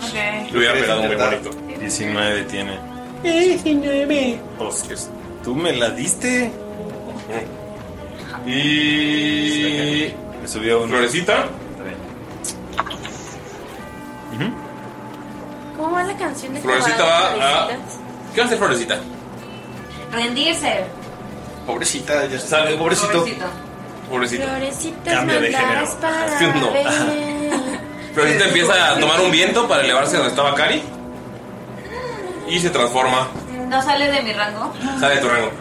Ok. Le hubiera pegado muy bonito. 19 tiene. 19. Bosques. Tú me la diste. Y. Me subió una. Florecita. ¿Cómo va la canción de Florecita Camarada ah. va a- Florecita? ¿Qué hace Florecita? Rendirse. Pobrecita, ya sale. Pobrecito. Florecitas Cambio de mandadas género. No. para ver. Florecita empieza a tomar un viento para elevarse donde estaba Cari. Y se transforma. No sale de mi rango. Sale de tu rango.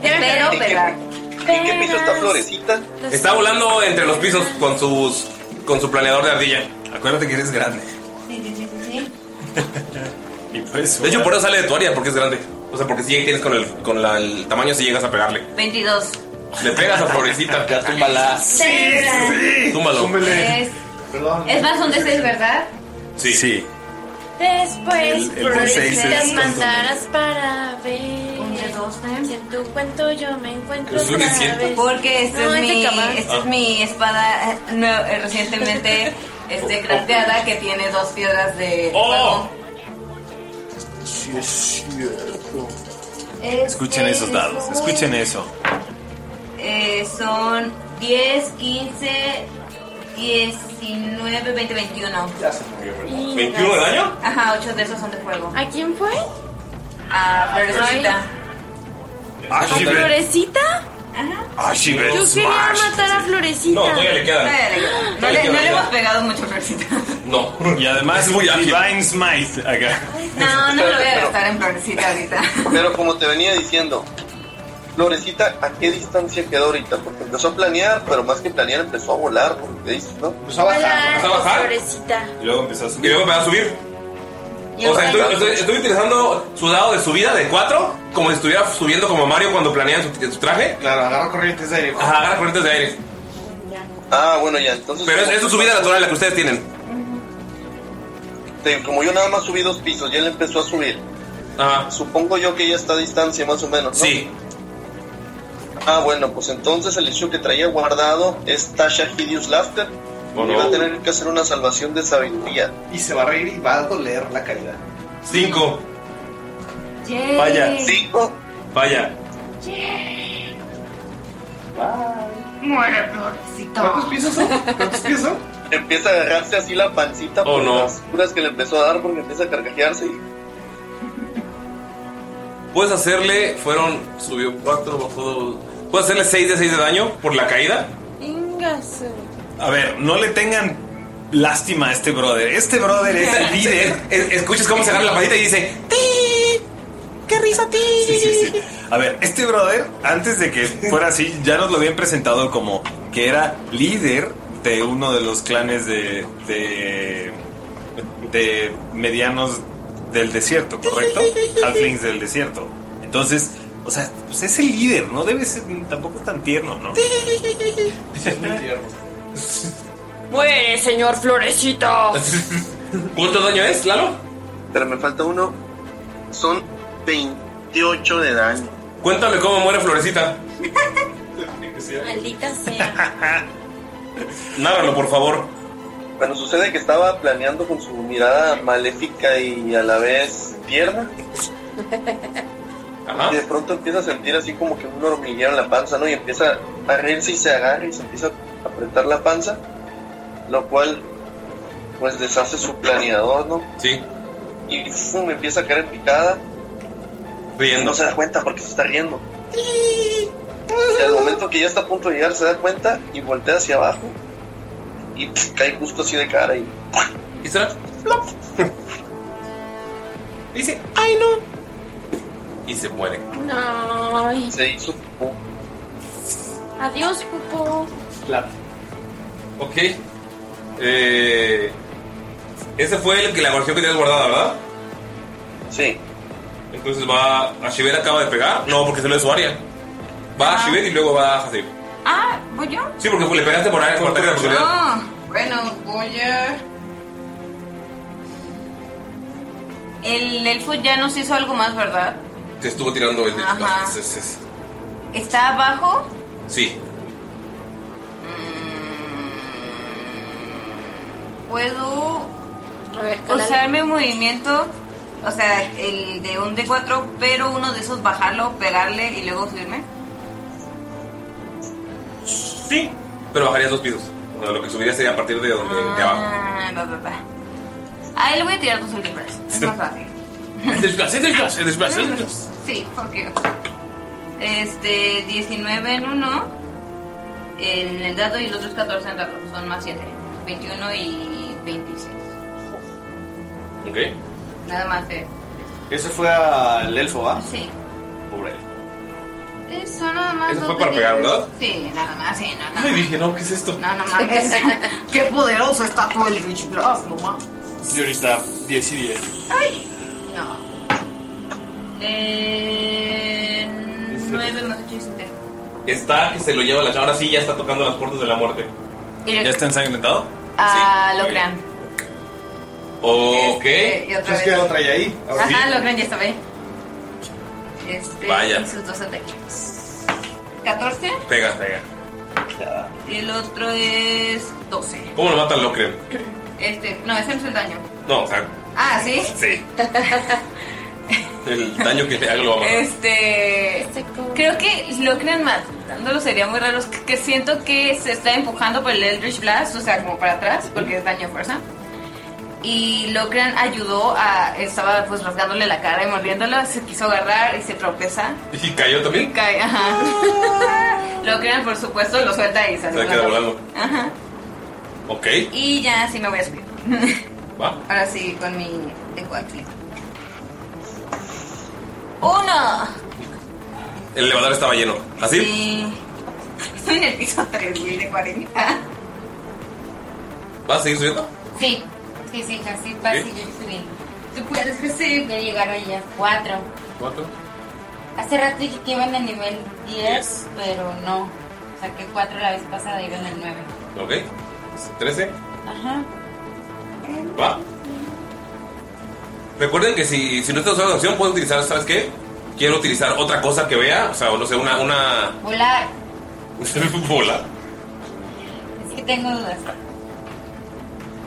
Pero, pero. ¿En qué piso está Florecita? Está volando entre los pisos con sus. con su planeador de ardilla. Acuérdate que eres grande. Sí, sí, sí, sí, sí. Y puedes De hecho, por eso sale de tu área, porque es grande. O sea, porque si tienes con el, con la- el tamaño, si llegas a pegarle. 22. Le pegas a pobrecita. Ya, túmbala. Túmbalo. Es, Perdón. es más un D6, ¿verdad? Sí. Sí. Después El- el de seis promesas es mandarás para ver. Si en tu cuento yo me encuentro Es un otra desierto. vez. Porque esta No, es, es de mi, Kabam. esta es Ah. mi espada eh, nue- eh, recientemente este, crafteada que tiene dos piedras de. ¡Oh! Sí, es cierto. Escuchen esos dados, escuchen eso. Este, Eh, son 10, 15, 19, 20, 21. Ya se murió, ¿verdad? ¿21 de daño? Ajá, 8 de esos son de fuego. ¿A quién fue? A ah, Florecita. Ah, Ah, ¿A Florecita? Yo quería matar a Florecita. No, todavía le quedan. Todavía le quedan. No le, no le hemos pegado mucho a Florecita. No. Y además muy Divine Smite acá. No, no lo voy a gastar en Florecita ahorita. Pero como te venía diciendo, Florecita, ¿a qué distancia quedó ahorita? Porque empezó a planear, pero más que planear empezó a volar, porque dices, ¿no? Empezó Hola, Florecita. Y luego empezó a subir. Y luego empezó a subir. Y O sea, el- estoy, estoy- estoy utilizando su dado de subida de 4, como si estuviera subiendo como Mario cuando planea su, su traje. Claro, agarra corrientes de aire. Ajá, agarra corrientes de aire. Ah, bueno, ya, entonces. Pero es, es su subida natural la que ustedes tienen. Te- como yo nada más subí dos pisos y él empezó a subir. Supongo yo que ella está a distancia más o menos, ¿no? Sí. Ah, bueno, pues entonces el hechizo que traía guardado es Tasha Hideous Laughter. Oh, no. Y va a tener que hacer una salvación de sabiduría. Y se va a reír y va a doler la caída. 5. Vaya. Oh. Cinco. Vaya. Muere, Florecita. ¿Cuántos pisos son? ¿Cuántos pisos son? Empieza a agarrarse así la pancita Oh, por no. las curas que le empezó a dar porque empieza a carcajearse. y- Puedes hacerle, fueron, subió 4, bajó. Puedes hacerle 6 de 6 de daño por la caída. Ingasu. A ver, no le tengan lástima a este brother. Este brother es el líder. Escuchas cómo se agarra la patita y dice, ¡Qué risa, ti! A ver, este brother, antes de que fuera así, ya nos lo habían presentado como que era líder de uno de los clanes de. de. de medianos del desierto, ¿correcto? Halflings del desierto. Entonces, o sea, pues es el líder, no debe ser tampoco tan tierno, ¿no? Muere, señor Florecita. ¿Cuánto daño es, Lalo? Pero me falta uno. Son 28 de daño. Cuéntame cómo muere Florecita. Maldita sea. Nárralo, por favor. Bueno, sucede que estaba planeando con su mirada maléfica y a la vez tierna. Y de pronto empieza a sentir así como que un hormiguero en la panza, ¿no? Y empieza a reírse y se agarra y se empieza a apretar la panza, lo cual pues deshace su planeador, ¿no? Sí. Y ¡fum! empieza a caer en picada. Riendo. No se da cuenta porque se está riendo. Y al momento que ya está a punto de llegar se da cuenta y voltea hacia abajo y pf, cae justo así de cara y ¿Y será? Dice, ¡ay no! Y se muere. No. ay. Se hizo Adiós, pupo. Claro. Ok. Eh, ese fue el que la guarnición que tenías guardada, ¿verdad? Sí. Entonces va. A Shiver acaba de pegar. No, porque se lo de su área. Va a Shiver y luego va a Hasib. Ah, ¿voy yo? Sí, porque le pegaste por área por ataque de oportunidad. Ah, bueno, voy a. El elfo ya nos hizo algo más, ¿verdad? Te estuvo tirando el. Ajá. las- es- es- Está abajo. Sí. Puedo A ver, cálale. usar mi movimiento, o sea, el de un D4, pero uno de esos bajarlo, pegarle y luego subirme. Sí. Pero bajarías dos pisos. O sea, lo que subirías sería a partir de donde. de abajo. Ah, va, va, va. Ahí le voy a tirar dos últimas. Es más fácil. Desplace, desplace, desplace. Sí, porque. Este, 19 en uno en el dado y los otros 14 en dado. Son más 7. 21 y 26. Ok. Nada más, eh. Ah. Ese fue al elfo, ¿va? Sí. Pobre él. Eh, Son nada más. Eso dos fue para de pegar, diez. ¿verdad? Sí, nada más, sí, nada Yo dije, no, ¿qué es esto? No, no mames. Qué poderoso está todo el Rich Blast, no mames. Y ahorita 10 y 10. Ay, no. Eh, 9 más 8 Está que se lo lleva la chava. Ahora sí ya está tocando las puertas de la muerte. y ¿Ya está ensangrentado? Ah, lo crean. Eh, Ok. Este, y otra vez. lo trae ahí? Ajá, lo crean, ya estaba ahí. Este, Vaya. Y sus dos ataques. 14 Pega, pega. y el otro es 12. ¿Cómo lo matan lo creen? Este, no, ese no es el daño. No, o sea, Ah, ¿sí? sí. El daño que le haga lo va a matar. Este. Creo que lo crean matándolo sería muy raro. Que, que siento que se está empujando por el Eldritch Blast, o sea, como para atrás, porque es daño de fuerza. Y Locran ayudó a. Estaba pues rasgándole la cara y mordiéndola. Se quiso agarrar y se tropeza. ¿Y cayó Y también? cae, ajá. Locran, por supuesto, lo suelta y se Se hace. le queda una- volando. Ajá. Ok, Y ya sí me voy a subir. va. Ahora sí, con mi de cuatro. ¡Uno! El elevador estaba lleno. ¿Ah, ¿Así? Sí. Estoy en el piso 3000 de 40. ¿Vas a seguir subiendo? Sí, sí, sí, casi para ¿Sí? seguir subiendo. Tú puedes que sí, ya llegaron ya cuatro. ¿Cuatro? Hace rato dije que iban al nivel 10, pero no. Saqué cuatro la vez pasada, iban al 9. Ok. Trece. Ajá. Va. Recuerden que si, si no están usando la opción, pueden utilizar, ¿sabes qué? Quiero utilizar otra cosa que vea, o sea, no sé, una. una Hola, bola. es que tengo dudas.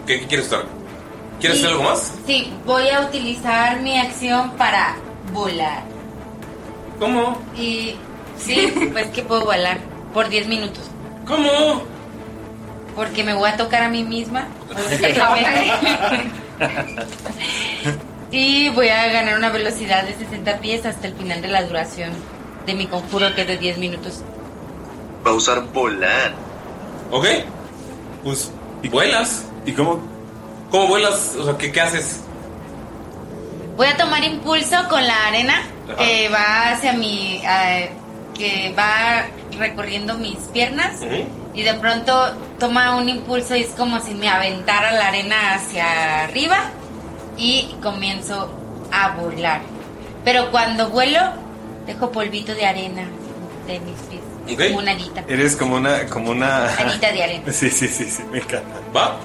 ¿Qué, qué quieres usar? ¿Quieres Sí. hacer algo más? Sí, voy a utilizar mi acción para volar. ¿Cómo? Y sí, pues que puedo volar por 10 minutos. ¿Cómo? Porque me voy a tocar a mí misma. y voy a ganar una velocidad de 60 pies hasta el final de la duración de mi conjuro, que es de 10 minutos. Va a usar volar. ¿Ok? Pues. ¿Vuelas? ¿Y cómo? ¿Cómo vuelas? O sea, ¿qué, qué haces? Voy a tomar impulso con la arena Ajá. que va hacia mi. eh, que va recorriendo mis piernas. Y de pronto toma un impulso y es como si me aventara la arena hacia arriba y comienzo a volar. Pero cuando vuelo, dejo polvito de arena de mis pies. Ok. Como una arita. Eres como una. Como una... Arita de arena. Sí, sí, sí, sí, me encanta. ¿Va?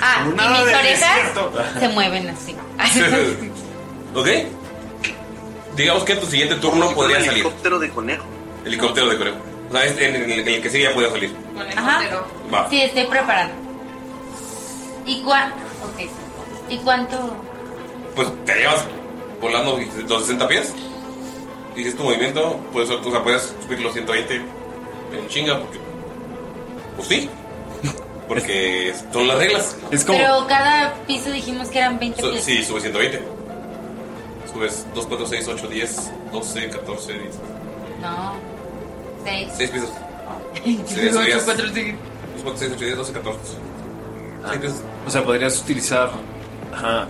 Ah, y Nada mis de orejas desierto. se mueven así. ¿Ok? Digamos que en tu siguiente turno podría salir. Helicóptero de conejo. Helicóptero de conejo. O sea, este, en el, en el que sigue ya podía salir. Ajá. Va. Sí, estoy preparando. ¿Y cuánto? ¿Y cuánto? Pues te llevas volando los 60 pies. Y si es tu movimiento, pues, o sea, puedes subir los 120 en chinga. Porque, pues sí. Porque son las reglas. Es Pero cada piso dijimos que eran 20 pies. sí, subes 120. Subes 2, 4, 6, 8, 10, 12, 14, 10. No. 6. 6 pisos. Ocho, cuatro, 2, 4, 6, 8, 10, 12, 14. pues, O sea, podrías utilizar. Ajá.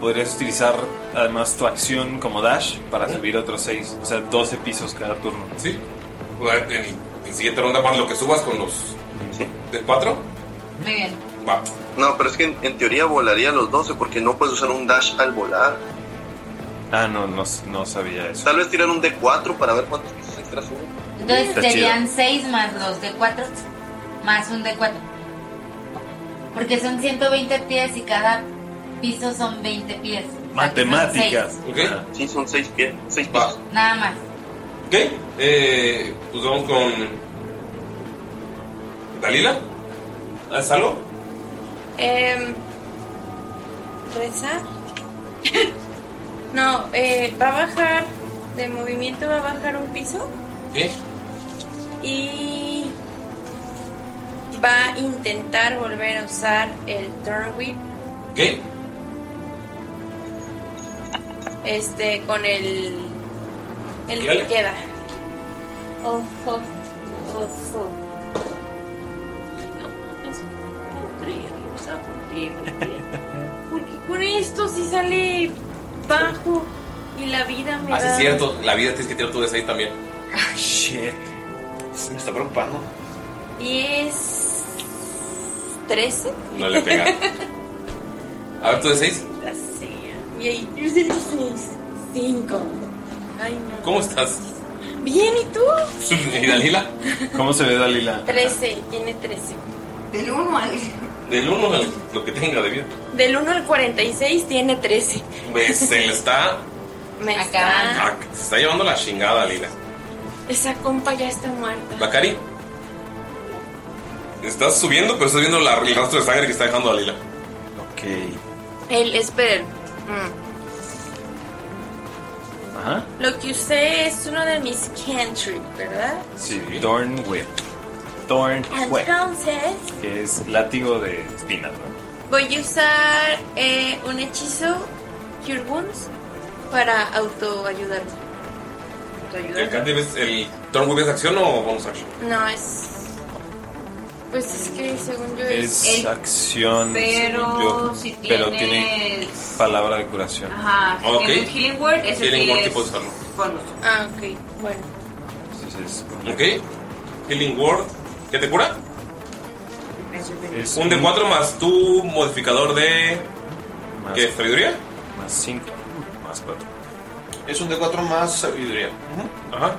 Podrías utilizar además tu acción como dash para subir otros 6. O sea, 12 pisos cada turno. Sí. En, en la siguiente ronda, más lo que subas con los. del 4, Muy bien. va. No, pero es que en, en teoría volaría los 12 porque no puedes usar un dash al volar. Ah, no, no, no sabía eso. Tal vez tirar un D4 para ver cuántos pisos extra sube. Entonces Está serían 6 más 2 de 4 más un de 4. Porque son 120 pies y cada piso son 20 pies. Matemáticas. ¿Ok? Sí, son 6 pies. 6 pisos. Nada más. Ok, eh, pues vamos con. Dalila. ¿Haces algo? Eh, ¿Rezar? no, eh, va a bajar de movimiento, va a bajar un piso ¿Qué? y va a intentar volver a usar el Turn Whip ¿Qué? este, con el, el Tírale. que queda. Ojo, ojo. No, es- no creo, o sea, ¿por qué? ¿Por qué? Porque con esto si sale bajo y la vida me Ah, sí, da. Ah, es cierto. La vida tienes que tirar tú de 6 también. Shit. Me está preocupando. 10. 13. No le pega. A ver, tú de 6. Y ahí, yo siento seis. Cinco. Ay, no. ¿Cómo estás? Bien, ¿y tú? ¿Y Dalila? ¿Cómo se ve Dalila? 13, tiene 13. Del 1 al. Del 1 al lo que tenga de vida. Del 1 al 46 tiene 13. Ves, Pues, Se le está. Me está. ah, se está llevando la chingada, Dalila. Esa compa ya está muerta. Bacari. Estás subiendo, pero estás viendo la- el rastro de sangre que está dejando Dalila. Ok. El, esperen. Ajá. Lo que usé es uno de mis cantrip, ¿verdad? Sí. Thorn Whip. Thorn Whip. Entonces, Que es látigo de espinas, ¿no? voy a usar eh, un hechizo Cure Wounds para autoayudarme. ¿El Candy es el Turn Whip es acción o bonus action? No, es. Pues es que según yo Es es. acción. Pues, pero según yo, si pero tienes- tiene palabra de curación. Ajá, si Ok. tienes un healing word, ese Healing sí word es tipo de salud. bonus. Ah, ok, bueno. Entonces, Ok. Healing Word. ¿Qué te cura? Es un D4 más tu modificador de. ¿Qué? ¿Sabiduría? Más 5, más 4. Es un D4 más sabiduría. Ajá.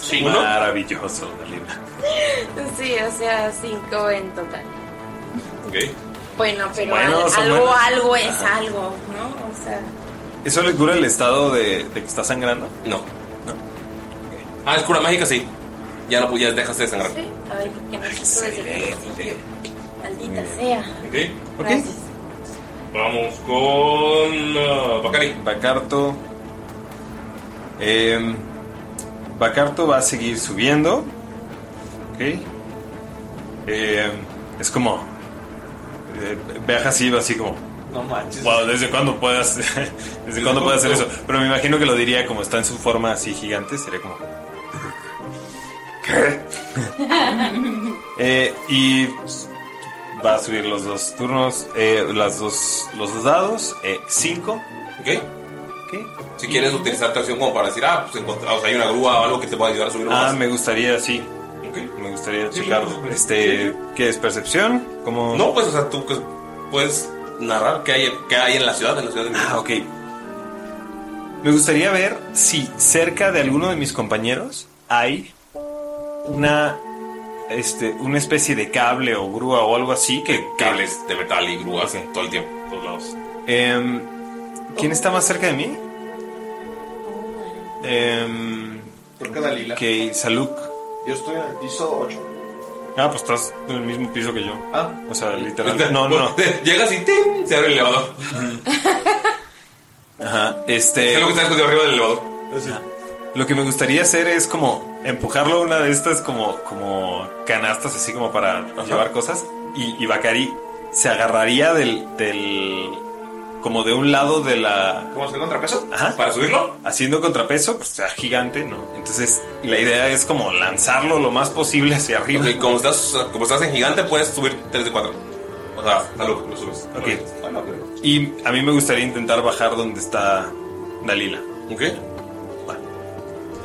Sí, Maravilloso, Dalila. Sí, o sea, cinco en total. Ok. Bueno, pero Bueno, al- son algo, buenos. algo es Ajá. algo, ¿no? O sea. ¿Eso le cura el estado de, de que está sangrando? No. Ah, es cura mágica, sí. Ya no ya dejaste de sangrar. Sí, a ver, que no se puede decir. Maldita sea. Ok. Vamos con. uh, Bacari. Bacarto. Em, Bacarto va a seguir subiendo. Ok. Em, es como. eh, Viaja así, va así como. No manches. Wow, ¿desde cuándo puedas desde cuándo puedo hacer eso? Pero me imagino que lo diría como está en su forma así gigante, sería como. ¿Qué? Eh, y va a subir los dos turnos, eh, las dos, los dos dados, eh, cinco. Ok. Si quieres utilizar tu acción como para decir, ah, pues encontr- o sea, hay una grúa o algo que te pueda ayudar a subir Ah, más. me gustaría, sí. Me gustaría checarlo. Este, ¿qué es percepción? Como No, pues, o sea, tú que- puedes narrar qué hay, qué hay en la ciudad, en la ciudad de México. Ah, ok. Me gustaría ver si cerca de alguno de mis compañeros hay una este una especie de cable o grúa o algo así que Cables de metal y grúas todo el tiempo, por todos lados. Em, ¿Quién está más cerca de mí? Em, Creo que Dalila. Que Saluk. Yo estoy en el piso 8. Ah, pues estás en el mismo piso que yo. Ah. O sea, literal. No, no, no. Llegas y ¡ting! se abre el elevador. Ajá. Este. Es lo que está escondido arriba del elevador. Lo que me gustaría hacer es como empujarlo a una de estas como, como canastas así como para llevar cosas. Y, y Bakari se agarraría del, del... como de un lado de la... ¿Cómo hacer contrapeso? Ajá. ¿Para subirlo? Haciendo contrapeso, pues sea gigante, ¿no? Entonces la idea es como lanzarlo lo más posible hacia arriba. Ok, como estás, como estás en gigante, puedes subir 3 de 4. O sea, salud, lo subes. Ah, Ok. Bueno, pero- Y a mí me gustaría intentar bajar donde está Dalila. Ok.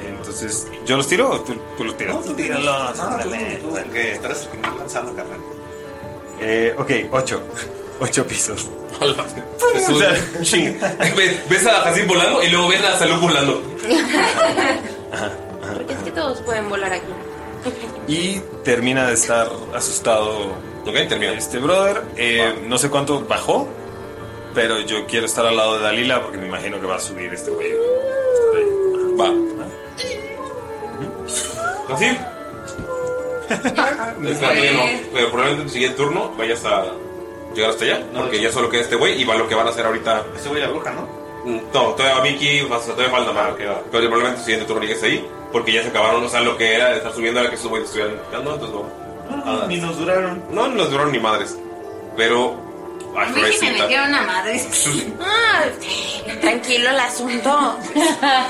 Entonces, ¿yo los tiro o tú, tú los tiras? Ah, tú, tú, tú, que estás lanzando, carnal. Eh, ok, ocho. Ocho pisos. Se Pues sube. Ching. Ves- Ves a Jacín volando y luego ves a Salud volando. Es que todos pueden volar aquí. Y termina de estar asustado. Este brother, Eh, no sé cuánto bajó, pero yo quiero estar al lado de Dalila porque me imagino que va a subir este güey. Va. ¿Así? Es la tuya, no. Pero probablemente en tu siguiente turno vayas a llegar hasta allá. porque ya solo queda este güey y va lo que van a hacer ahorita. Mm, Este güey la bruja, ¿no? Ah, No, todavía va Vicky, vas a- todavía falta más. Pero probablemente en tu siguiente turno llegues ahí. Porque ya se acabaron, o sea, lo que era de estar subiendo a la que esos güeyes estuvieran quitando. Entonces no. no, ni nos duraron. No, ni nos duraron ni madres. Pero. Ay, Vicky se pobrecita. metió una madre. Ah, tranquilo el asunto.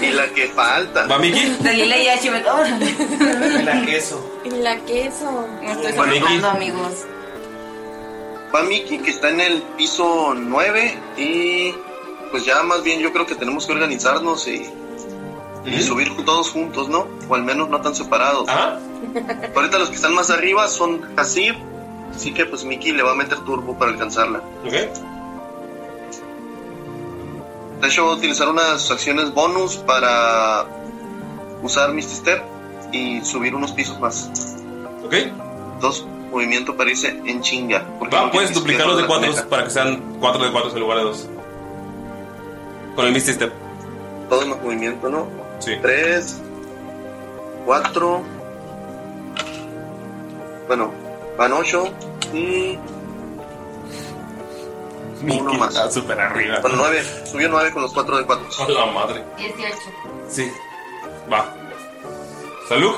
Y la que falta. ¿Va Miki? Dalila ya chivetón. La queso. La queso. Estoy Bueno, Vicky. trabajando, amigos. Va Miki que está en el piso 9 y pues ya más bien yo creo que tenemos que organizarnos y ¿Mm? y subir todos juntos, ¿no? O al menos no tan separados. ¿Ah? Ahorita los que están más arriba son así, así que pues Mickey le va a meter turbo para alcanzarla. De hecho, voy a utilizar unas acciones bonus para usar Misty Step y subir unos pisos más. Ok. Dos movimiento para irse en chinga. porque Va, no puedes tiene duplicar los de Misty Step 4 en la para que sean 4 de 4 en lugar de 2. Con el Misty Step. coneja. Todo más movimiento, ¿no? Sí. Tres, cuatro. Bueno, van ocho y. Mm. Uno más. súper arriba. Bueno, nueve. Subió nueve con los cuatro de cuatro. A la madre. 18. Sí. Va. Salud.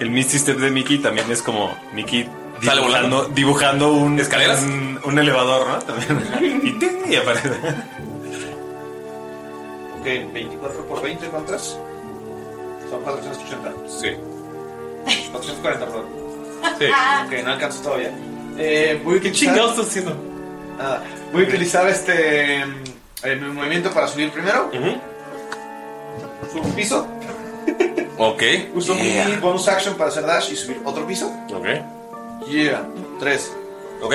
El Misty Step de Mickey también es como Mickey Sale dibujando, dibujando un, ¿Escaleras? un, un elevador, ¿no? También. y, ting, y aparece. Ok, 24 por 20, ¿cuántas? Son 480. Sí. 440, perdón. Sí. Ok, no alcanzo todavía. Eh, voy a ¿Qué utilizar. chingados estás haciendo? Ah, voy a utilizar este. mm, eh, mi movimiento para subir primero. Subo un piso. Ok. Uso mi bonus action para hacer dash y subir otro piso. Ok. Yeah, 3. Ok.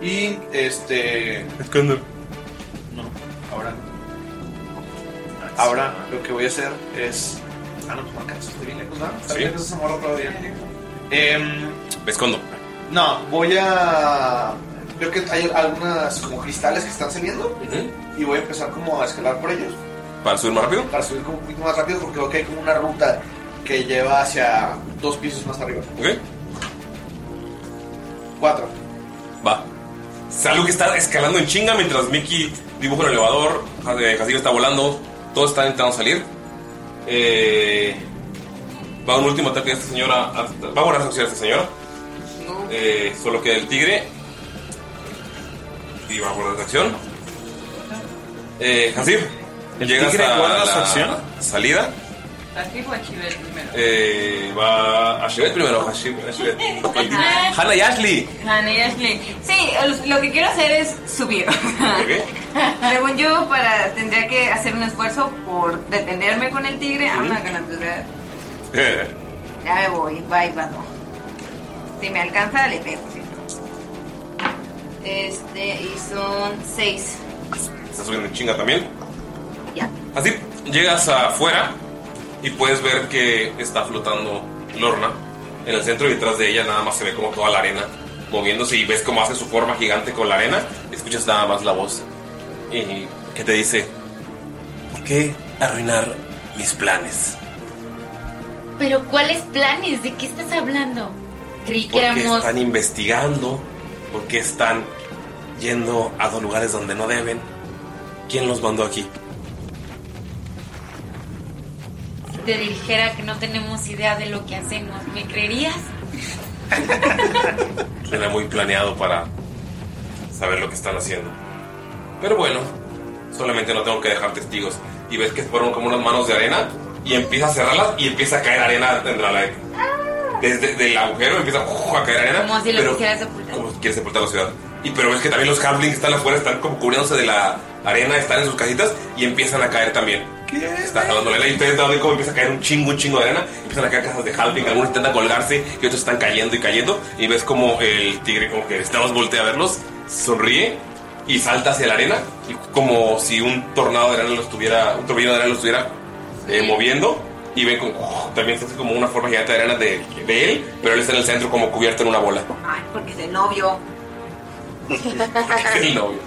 Y este. Escondo. No, ahora. Ahora lo que voy a hacer es. Ah, no, no alcanzo, estoy bien lejos, ¿no? Está Sí. bien lejos esa morra todavía. Em, Me escondo. no, voy a. Creo que hay algunas como cristales que están saliendo. Y voy a empezar como a escalar por ellos. ¿Para subir más rápido? Para subir como un poquito más rápido porque veo que hay como una ruta que lleva hacia dos pisos más arriba. Ok. Cuatro. Va. Salud que está escalando en chinga mientras Mickey dibuja el elevador. Casillo está volando. Todos están intentando salir. Eh, va un último ataque de esta señora. hasta- Va a guardar su acción esta señora. Eh, solo queda el tigre. Y va a guardar su acción. Eh, Hasib, ¿El llega tigre hasta guarda su la acción? salida. Aquí o a Chivel primero. Eh, va a Shivet primero. a Shiv- a Shivet. Hannah y Ashley. Hannah y Ashley. Sí, el- lo que quiero hacer es subir. Según yo, para tendría que hacer un esfuerzo por detenerme con el tigre. Ah, I'm not gonna do that. Eh, Ya me voy, bye, vado. Si me alcanza, le pego. ¿sí? Este, y son seis. Está subiendo en chinga también. Ya. Así llegas afuera y puedes ver que está flotando Lorna en el centro y detrás de ella nada más se ve como toda la arena moviéndose y ves cómo hace su forma gigante con la arena. Escuchas nada más la voz y que te dice, ¿por qué arruinar mis planes? Pero ¿cuáles planes? ¿De qué estás hablando? Creí que ¿Por qué éramos... están investigando? ¿Por qué están yendo a dos lugares donde no deben? ¿Quién los mandó aquí? Si te dijera que no tenemos idea de lo que hacemos, ¿me creerías? Suena muy planeado para saber lo que están haciendo. Pero bueno, solamente no tengo que dejar testigos. Y ves que fueron como unas manos de arena y empieza a cerrarlas y empieza a caer arena dentro de la- desde el agujero empieza ¡uf! a caer arena. Como si Ah, lo pero quisieras ocultar. como quieres sepultar la ciudad. Y pero ves que también los halflings que están afuera, están como cubriéndose de la arena, están en sus cajitas y empiezan a caer también. Está jalando la arena y ustedes van a ver cómo empieza a caer un chingo, un chingo de arena. Empiezan a caer casas de halfling, algunos intentan colgarse y otros están cayendo y cayendo. Y ves como el tigre, como que estamos voltea a verlos, sonríe y salta hacia la arena, y como si un tornado de arena lo estuviera, un torbellino de arena lo estuviera eh, moviendo. Y ven como uf, también se hace como una forma gigante de arena de, de él, pero él está en el centro como cubierto en una bola. Ay, porque es el novio. Ah. El novio.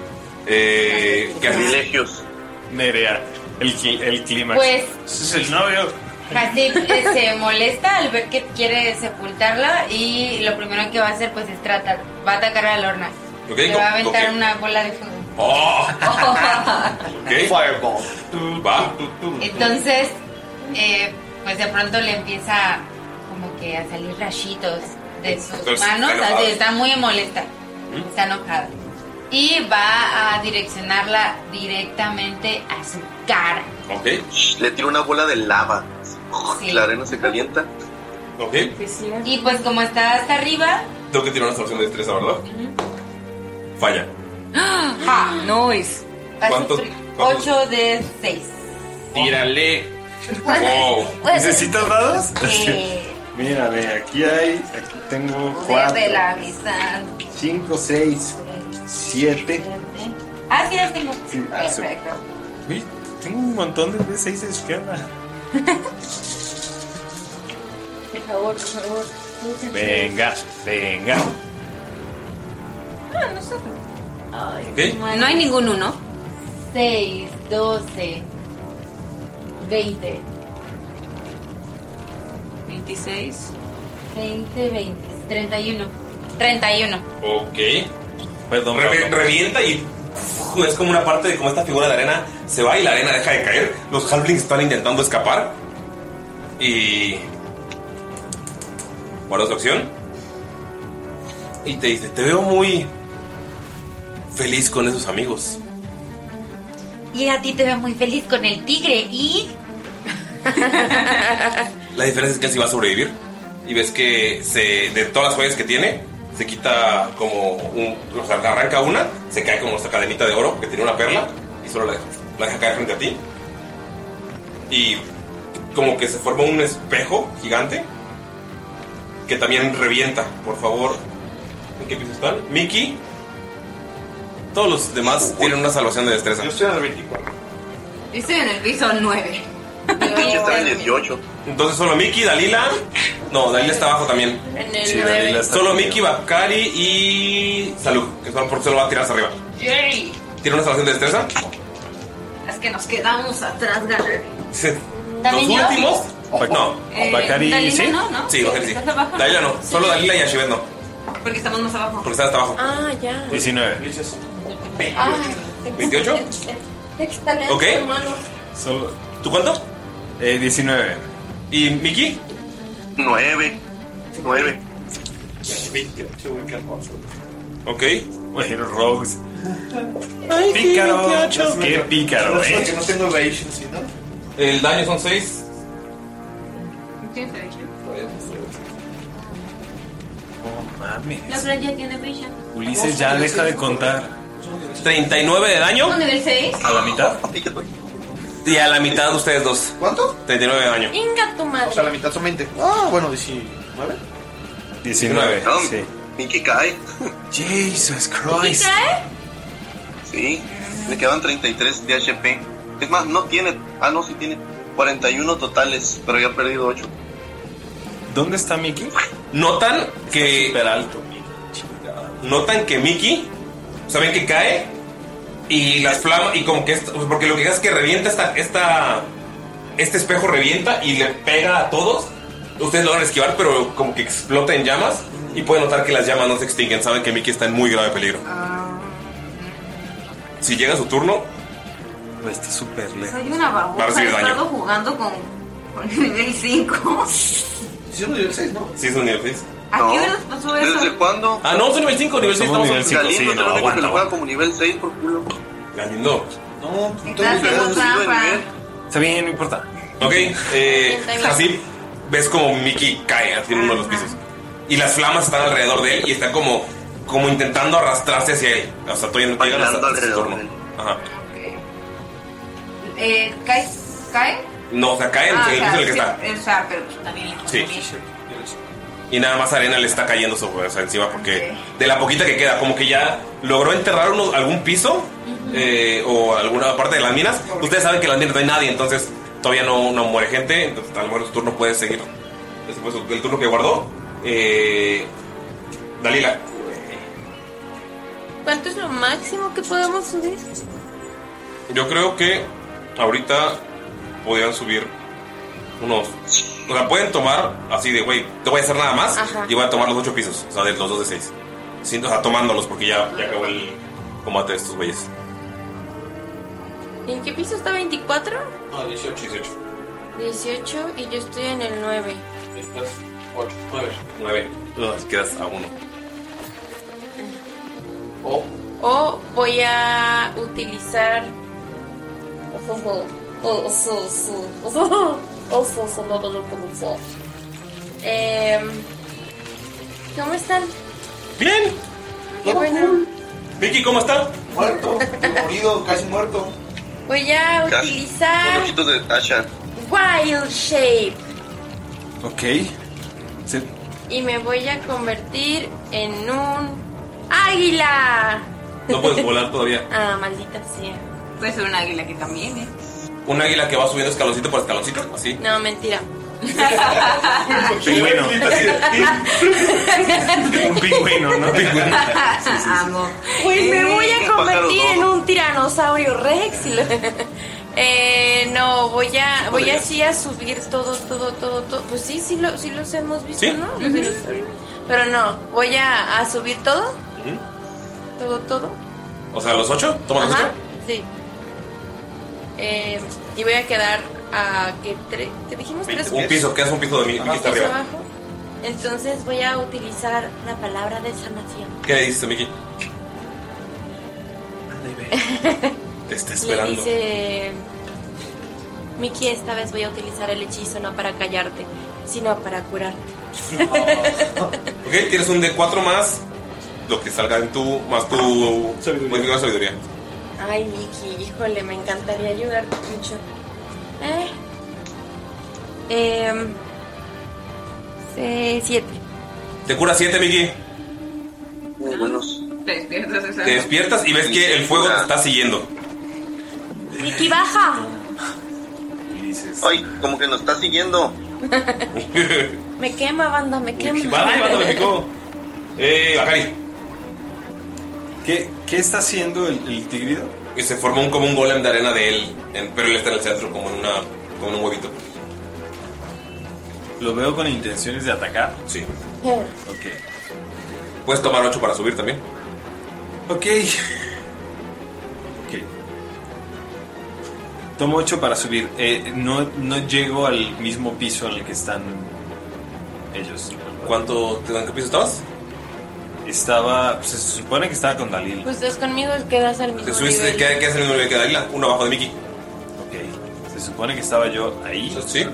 Eh, ¿Qué Privilegios. Nerea, el, cli- el clímax. Pues- Ese es el novio. Hasib eh, se molesta al ver que quiere sepultarla y lo primero que va a hacer pues es tratar, va a atacar a Lorna. Ok, Le va a ok. aventar una bola de fuego. Oh, ok. Fireball. Va. Entonces, eh, pues de pronto le empieza como que a salir rayitos de sus Entonces, manos, está ¿Mm? enojada. así, está muy molesta, está enojada. Y va a direccionarla directamente a su cara. Ok. Le tiro una bola de lava. Oh, Sí. La arena se calienta. Ok. Y pues como está hasta arriba, Tengo que tirar una salvación de destreza, ¿verdad? Falla. ¡ja! Noise. ¿Cuánto, 8 de 6. Tírale. Wow. Pues ¿Necesitas dados? Eh, Mira, ve, aquí hay. Aquí tengo de, 4, de la amistad. 5, 6, 7. ¿eh? Ah, sí, las tengo. Sí, ah, sí. Perfecto. Uy, tengo un montón de D6 de izquierda. Por favor, por favor. Venga, venga. Ah, no sé. Ay, ¿Qué? No hay ningún uno. 6, 12, 20. 26. 20, 20. 31. 31. Ok. Re- revienta y uf, es como una parte de como esta figura de arena se va y la arena deja de caer. Los halflings están intentando escapar. Y. Guarda su acción. Y te dice: Te veo muy feliz con esos amigos. Y a ti te veo muy feliz con el tigre y. La diferencia es que él sí va a sobrevivir. Y ves que se, de todas las joyas que tiene, se quita como un. O sea, arranca una, se cae como esta cadenita de oro que tiene una perla y solo la deja, la deja caer frente a ti. Y como que se forma un espejo gigante que también revienta. Por favor, ¿en qué piso están? Mickey. Todos los demás tienen una salvación de destreza. Yo estoy en el 24. Yo estoy en el piso 9. está en el 18. Entonces solo Mickey, Dalila. No, Dalila está abajo también. En el Sí, nueve. Dalila está Solo Mickey, Bakari y Salud, que son por se lo va a tirar hacia arriba. Yay. ¿Tiene una salvación de destreza? Es que nos quedamos atrás, Galer. ¿Los ¿También yo? últimos? No. Eh, Dalila no, ¿no? Sí, Bakari sí. ¿Estás abajo? Dalila no. Solo Dalila y Ashibet no, Porque estamos más abajo. porque están hasta abajo. Pues, Ah, ya. 19. Ay, 28. excelente, Ok. hermano. Eh. ¿Tú cuánto? 19. ¿Y Mickey? 9. 9. 28, Ok. Bueno, Rogues. Ay, Pícaro. Qué pícaro, eh. Que no tengo evasion, ¿sí, no? El daño son 6. Oh, mames. La playa tiene brilla. Ulises ya deja de contar. 39 de daño. Ah, ¿Un nivel 6? ¿A la mitad? Y a la mitad ustedes dos. ¿Cuánto? 39 de daño. Inga tu madre. O sea, la mitad son 20. Ah, bueno, 19. 19. Sí. Mickey cae. Jesus Christ. Sí. Le quedaban 33 de HP. Es más, no tiene. Ah, no, sí tiene 41 totales, pero ya ha perdido 8. ¿Dónde está Mickey? Notan que. Notan que Mickey. Saben que cae. Y las flamas. Y como que. esto- porque lo que pasa es que revienta esta, esta. Este espejo revienta y le pega a todos. Ustedes logran esquivar, pero como que explota en llamas. Y pueden notar que las llamas no se extinguen. Saben que Mickey está en muy grave peligro. Ah, Si llega su turno. Está súper Soy una Va a babosa. He recibir daño. estado jugando con, con nivel 5. Sí, es un nivel 6, ¿no? Sí, es un nivel 6. ¿A qué hora les pasó eso? cuándo? Ah, no, es un nivel 5, nivel 6 Somos estamos nivel cinco, sí, no, aguanta, lo juega aguanta. como nivel 6 por culo. Galindo. No, no tengo Gracias, Rafa. Está bien, no importa. Ok, eh, así ves como Mickey cae así en uno de los pisos. Y las flamas están alrededor de él y están como, como intentando arrastrarse hacia él. O sea, todavía no llegan hasta, hasta su turno. Ajá. Eh, ¿Cae? ¿Cae? No, o sea, cae en Ah, el piso en el que sí, está. O sea, pero pues, también. Sí. Y nada más arena le está cayendo sobre o sea, encima porque de la poquita que queda, como que ya logró enterrar uno- algún piso eh, o alguna parte de las minas. Ustedes saben que en las minas no hay nadie, entonces todavía no, no muere gente. Entonces, a lo mejor su turno puede seguir. Después el turno que guardó. eh, Dalila. ¿Cuánto es lo máximo que podemos subir? Yo creo que ahorita podrían subir unos. O sea, pueden tomar así de, güey, no voy a hacer nada más Ajá. y voy a tomar los ocho pisos, o sea, de los dos de seis. Sí, o sea, tomándolos porque ya, ya acabó el combate de estos güeyes. ¿En qué piso está 24? No, 18. 18. 18 y yo estoy en el 9. Estás 8, 9. 9. Quedas a uno. O O voy a utilizar. Em, ¿Cómo están? ¡Bien! Qué bueno. Vicky, ¿cómo está? Muerto, morido, casi muerto. Voy a Casi. utilizar Los ojitos de Tasha. Wild Shape Ok. Se- y me voy a convertir en un águila. No puedes volar todavía. Ah, maldita sea. Puede ser un águila que también, ¿eh? Un águila que va subiendo escaloncito por escaloncito, así. No, mentira. Pingüino. Un pingüino, ¿no? Amo. Pues me voy Un a pájaro convertir loco. en un tiranosaurio rex. y lo- Eh, no, voy a voy Podría. así a subir todo, todo, todo, todo. Pues sí, sí, lo, sí los hemos visto, Sí. ¿no? Los Ujú. dinosaurios. Pero no, voy a, a subir todo, Ujú. todo, todo. O sea, los ocho, toma los Ajá, ocho. sí. Eh, y voy a quedar a que tre- ¿qué dijimos tres Un piso, que es un piso de mil Un Miki está piso arriba. abajo. Entonces voy a utilizar la palabra de sanación. ¿Qué le dices, Miki? Te está Le esperando. dice Miki, esta vez voy a utilizar el hechizo no para callarte, sino para curarte. Ok, tienes un D4 más lo que salga en tu. más tu. modificador de sabiduría. Ay, Miki, híjole, me encantaría ayudarte mucho. Eh. Em, se- siete. Te cura 7, Miki. Muy buenos. Te despiertas esa Te despiertas y ves que el fuego te está siguiendo. Miki, baja. Ay, como que nos está siguiendo. Me quema, banda, me quema. Eh, Bacari. ¿Qué, ¿Qué está haciendo el, el tigrido? Y se forma un, como un golem de arena de él, en- pero él está en el centro como en, una, como en un huevito. ¿Lo veo con intenciones de atacar? Sí. Ok. Puedes tomar 8 para subir también. Ok. Ok. Tomo 8 para subir. Eh, no, no llego al mismo piso en el que están ellos. ¿Cuánto te dan? ¿Qué piso estabas? Estaba. pues, se supone que estaba con Dalil. Pues estás conmigo, quedas al mismo Te subiste, nivel. ¿qué, qué es el mismo nivel que Dalila? Uno abajo de Mickey. Ok. Se supone que estaba yo ahí. Sí.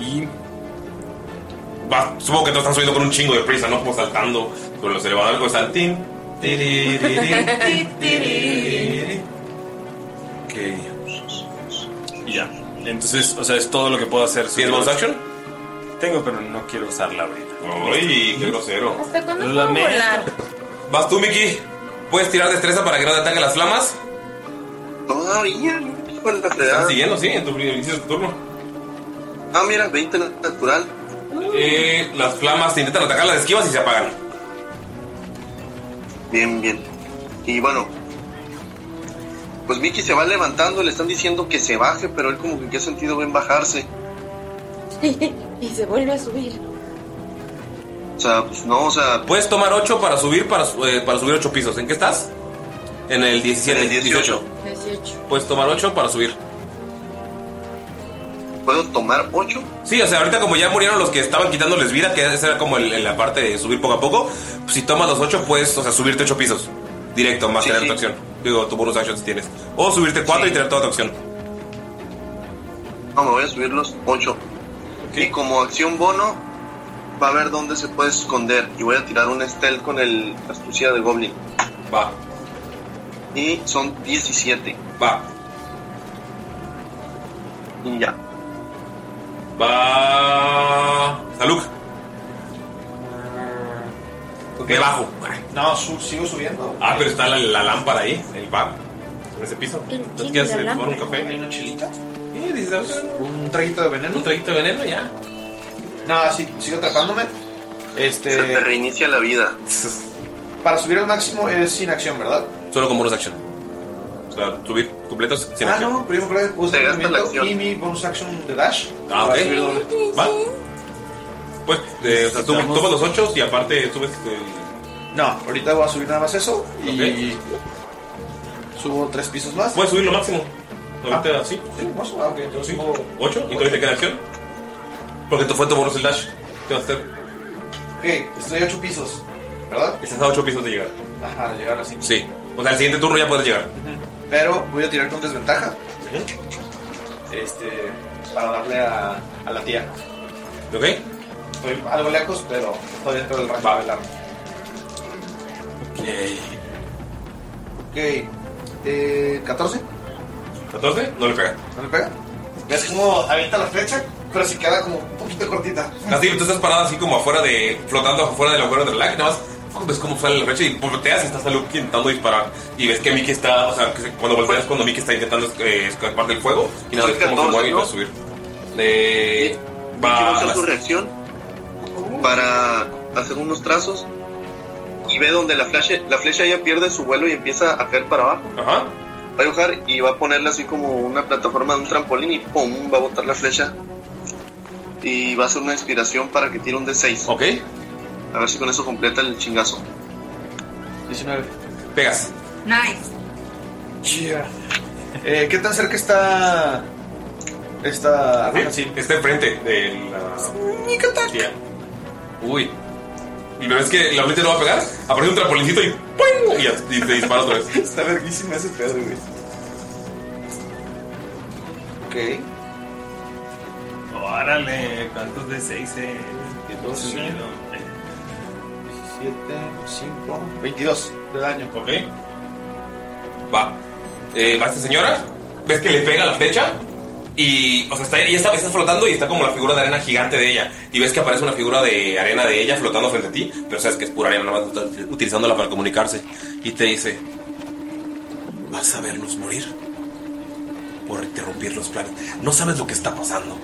Y. Va, supongo que todos están subiendo con un chingo de prisa, ¿no? Como saltando con los elevadores, como están. tin, tiriririn, tin, tiriririn. Ok. Y ya. Entonces, o sea, es todo lo que puedo hacer. ¿Tienes bonus action? Tengo, pero no quiero usarla ahorita. Uy, qué grosero. ¿Hasta cuándo La puedo meta. volar? Vas tú, Mickey. Puedes tirar destreza para que no te ataquen las flamas. Todavía, con la Te están fregada. siguiendo, sí, en tu pri- inicio de tu turno. Ah, mira, 20 natural. Eh, las flamas te intentan atacar, las esquivas y se apagan. Bien, bien. Y bueno, pues Mickey se va levantando, le están diciendo que se baje, pero él como que en qué sentido ven bajarse. y se vuelve a subir. O sea, pues no, o sea... Puedes tomar 8 para subir para, su- eh, para subir 8 pisos. ¿En qué estás? En el 17, 18. 18. Puedes tomar 8 para subir. ¿Puedo tomar 8? Sí, o sea, ahorita como ya murieron los que estaban quitándoles vida, que esa era como el- en la parte de subir poco a poco, pues si tomas los 8 puedes, o sea, subirte 8 pisos. Directo, más tener tu acción. Digo, tu bonus action si tienes. O subirte 4 y tener toda tu acción. No, me voy a subir los 8. Y como acción bono, va a ver dónde se puede esconder. Y voy a tirar un stealth con el astucia de Goblin. Va. Y son 17. Va. Y ya. Va. Salud. Me bajo. No, su- sigo subiendo. Ah, pero está la, la lámpara ahí, el bar, en ese piso. ¿No te quieres eh, tomar un café? ¿Hay una chilita? Sí, dice, ¿Un traguito de veneno? Un traguito de veneno, ya. No, sí, sigo tratándome. Este... Se te reinicia la vida. Para subir al máximo es sin acción, ¿verdad? Solo con bonus action. O sea, subir completos sin ah, acción. no, primero creo que puse Te gasta la movimiento acción. y mi bonus action de dash. Ah, ok. Para subir doble. Va. Pues, eh, o sea, tú tomas los 8 y aparte subes. este, No, ahorita voy a subir nada más eso y subo tres pisos más. Ah. Puedes subir lo máximo. Ahorita sí. Sí, más o menos, ok, yo subo 8 y todavía te queda acción. Porque tú fue tu bonus el dash. ¿Qué vas a hacer? Ok, estoy a ocho pisos, ¿verdad? Estás a 8 pisos de llegar. Ajá, de llegar así. Sí. O sea, el siguiente turno ya puedes llegar. Pero voy a tirar con desventaja. Este, para darle a, a la tía. ¿Ok? Estoy algo lejos, pero estoy dentro del rango del arma. Ok. Ok. Eh, 14. ¿14? No le pega. ¿No le pega? ¿Ves cómo avienta la flecha? Pero se queda como un poquito cortita. Nati, tú estás parada así como afuera de. flotando afuera del agujero del lag, y nada más. fuck, Ves cómo sale la flecha y volteas y estás a Luke intentando disparar. Y ves que Mickey está, o sea, que se- cuando volteas, cuando Mickey está intentando eh, escapar del fuego, y nada, ves cómo se mueve y va a subir. Eh, Quiero va a hacer las- tu reacción para hacer unos trazos y ve donde la flecha, la flecha ya pierde su vuelo y empieza a caer para abajo. Va a dibujar y va a ponerla así como una plataforma de un trampolín y ¡pum! va a botar la flecha. Y va a hacer una inspiración para que tire un D6. Ok. A ver si con eso completa el chingazo. 19. Pegas. Nice. Yeah. Eh, ¿Qué tan cerca está. Esta. Sí, sí, está enfrente de la. Tía. Uy. Y ves que la flecha no va a pegar, aparece un trampolincito y ¡pum! Y, ya- y te dispara otra vez. Está verguísima ese pedo, güey. Ok. Órale, Oh, ¿cuántos de 6 es? Qué doce. miedo. 7, 5, 22 de daño. Ok. Va. Eh, va esta señora. Ves que le pega la flecha. Y, o sea, está, ella está, está flotando y está como la figura de arena gigante de ella. Y ves que aparece una figura de arena de ella flotando frente a ti. Pero sabes que es pura arena, nada más está utilizándola para comunicarse. Y te dice: Vas a vernos morir por interrumpir los planes. No sabes lo que está pasando.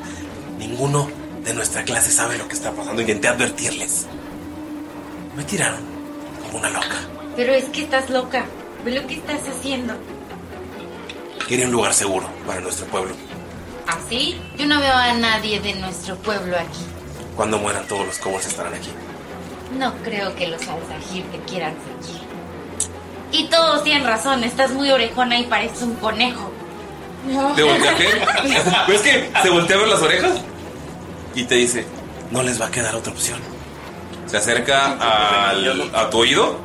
Ninguno de nuestra clase sabe lo que está pasando. Intenté advertirles. Me tiraron como una loca. Pero es que estás loca. Ve lo que estás haciendo. Quería un lugar seguro para nuestro pueblo. ¿Así? Yo no veo a nadie de nuestro pueblo aquí. Cuando mueran todos los kobolds estarán aquí. No creo que los Alzahir te quieran seguir. Y todos tienen razón, estás muy orejona y pareces un conejo. Oh. ¿Te volteaste? ¿Ves que se voltea a ver las orejas? Y te dice, no les va a quedar otra opción. Se acerca al- a tu oído.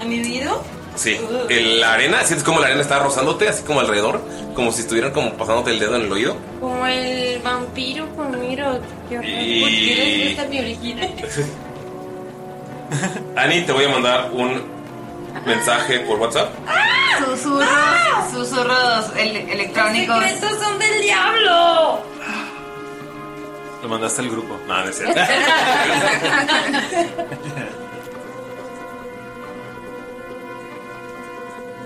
¿A mi oído? Sí. El- la arena, sientes como la arena está rozándote, así como alrededor, como si estuvieran como pasándote el dedo en el oído. Como el vampiro con Miro. Qué horror. Y- ¿Por qué les gusta mi orejita? Ani, te voy a mandar un mensaje por WhatsApp. ¡Ah! Susurros, susurros ele- electrónicos. Los secretos son del diablo. Lo mandaste al grupo. No, no es cierto.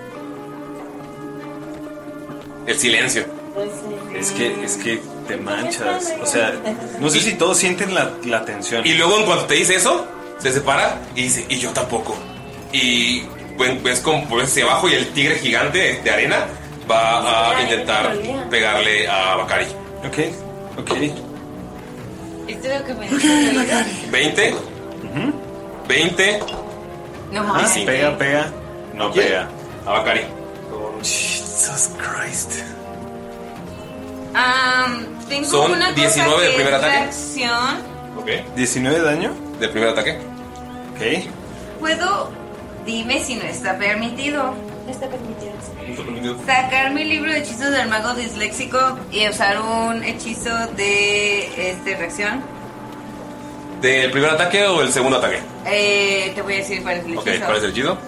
El silencio. Pues Es que, es que te manchas. O sea, no sé si todos sienten la, la tensión. Y luego en cuanto te dice eso, se separa y dice, y yo tampoco. Y ven- ves como ves hacia abajo y el tigre gigante de arena va a intentar pegarle a Bakari. Ok, ok. Esto es lo que me dice. 20. 20. No Ah, mames. sí, pega, pega. No pega. A Bakari. Jesus Christ. Am, tengo Son una cosa 19 de que primer es ataque. reacción. Ok. 19 de daño. Del primer ataque. Ok. Puedo, dime si no está permitido. No está permitido. Sacar mi libro de hechizos del mago disléxico y usar un hechizo de este, reacción. ¿Del primer ataque o el segundo ataque? Eh, te voy a decir cuál es el Ok, hechizo. ¿cuál es el chido?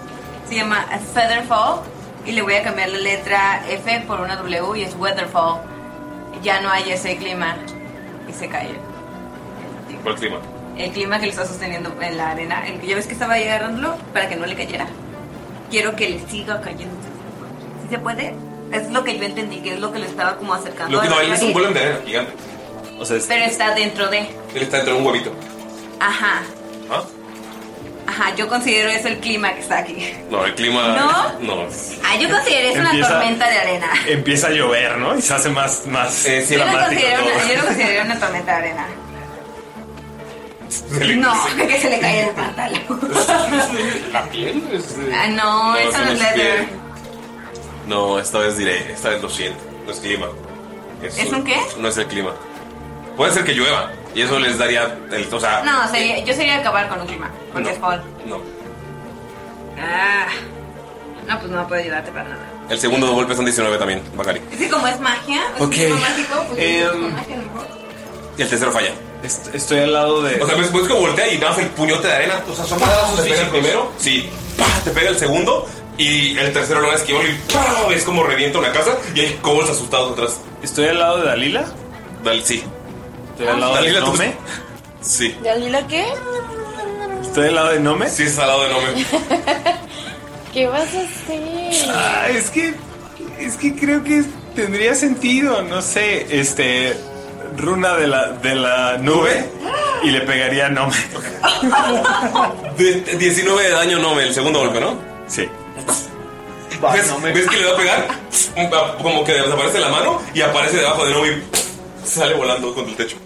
Se llama Featherfall y le voy a cambiar la letra F por una W y es Weatherfall. Ya no hay ese clima y se cae. ¿Cuál clima? El clima que lo está sosteniendo en la arena, el que ya ves que estaba ahí agarrándolo para que no le cayera. Quiero que le siga cayendo. Si se puede, es lo que yo entendí, que es lo que le estaba como acercando. Lo que a no, la él es un pared. golem de arena gigante. O sea, Pero está dentro de. él está dentro de un huevito. Ajá, ¿Ah? ajá, yo considero eso el clima que está aquí. No, el clima. ¿No? No. Ah, yo considero eso una Empieza- tormenta de arena. Empieza a llover, ¿no? Y se hace más, más Eh, Yo lo, dramático considero todo. una, yo lo considero una tormenta de arena. Se le- No, que se le cae el pantalón. ¿La piel? Es Ah, no, eso no es leather. No, esta vez diré, esta vez lo siento. No es clima. ¿Es un qué? No es el clima. Puede ser que llueva. Y eso les daría el. O sea. No, sería- yo sería acabar con un clima, porque No. es fall. No. Ah, no, pues no puedo ayudarte para nada. El segundo golpe son 19 también, Bacari. Es que como es magia, es un Ok. tipo mágico, pues Em. es un magia mejor. Y el tercero falla. Estoy al lado de. O sea, pues, ves, ves que voltea y nada más el puñote de arena. O sea, son madrazos Te pega el físicos. primero. Sí. ¡Pah! Te pega el segundo. Y el tercero lo esquivó y ¡pau! es como revienta una casa y hay cobos asustados atrás. ¿Estoy al lado de Dalila? Dal sí. ¿Estoy al lado de Dalila, tú- Nome? Sí. ¿Dalila qué? ¿Estoy al lado de Nome? Sí, es al lado de Nome. ¿Qué vas a hacer? Ah, es que. Es que creo que tendría sentido, no sé, este. Runa de la, de la nube y le pegaría a Nome. De- 19 de daño Nome, el segundo golpe, ¿no? Sí. ¿Ves, ves que le va a pegar? Como que desaparece la mano y aparece debajo de Nome y sale volando contra el techo.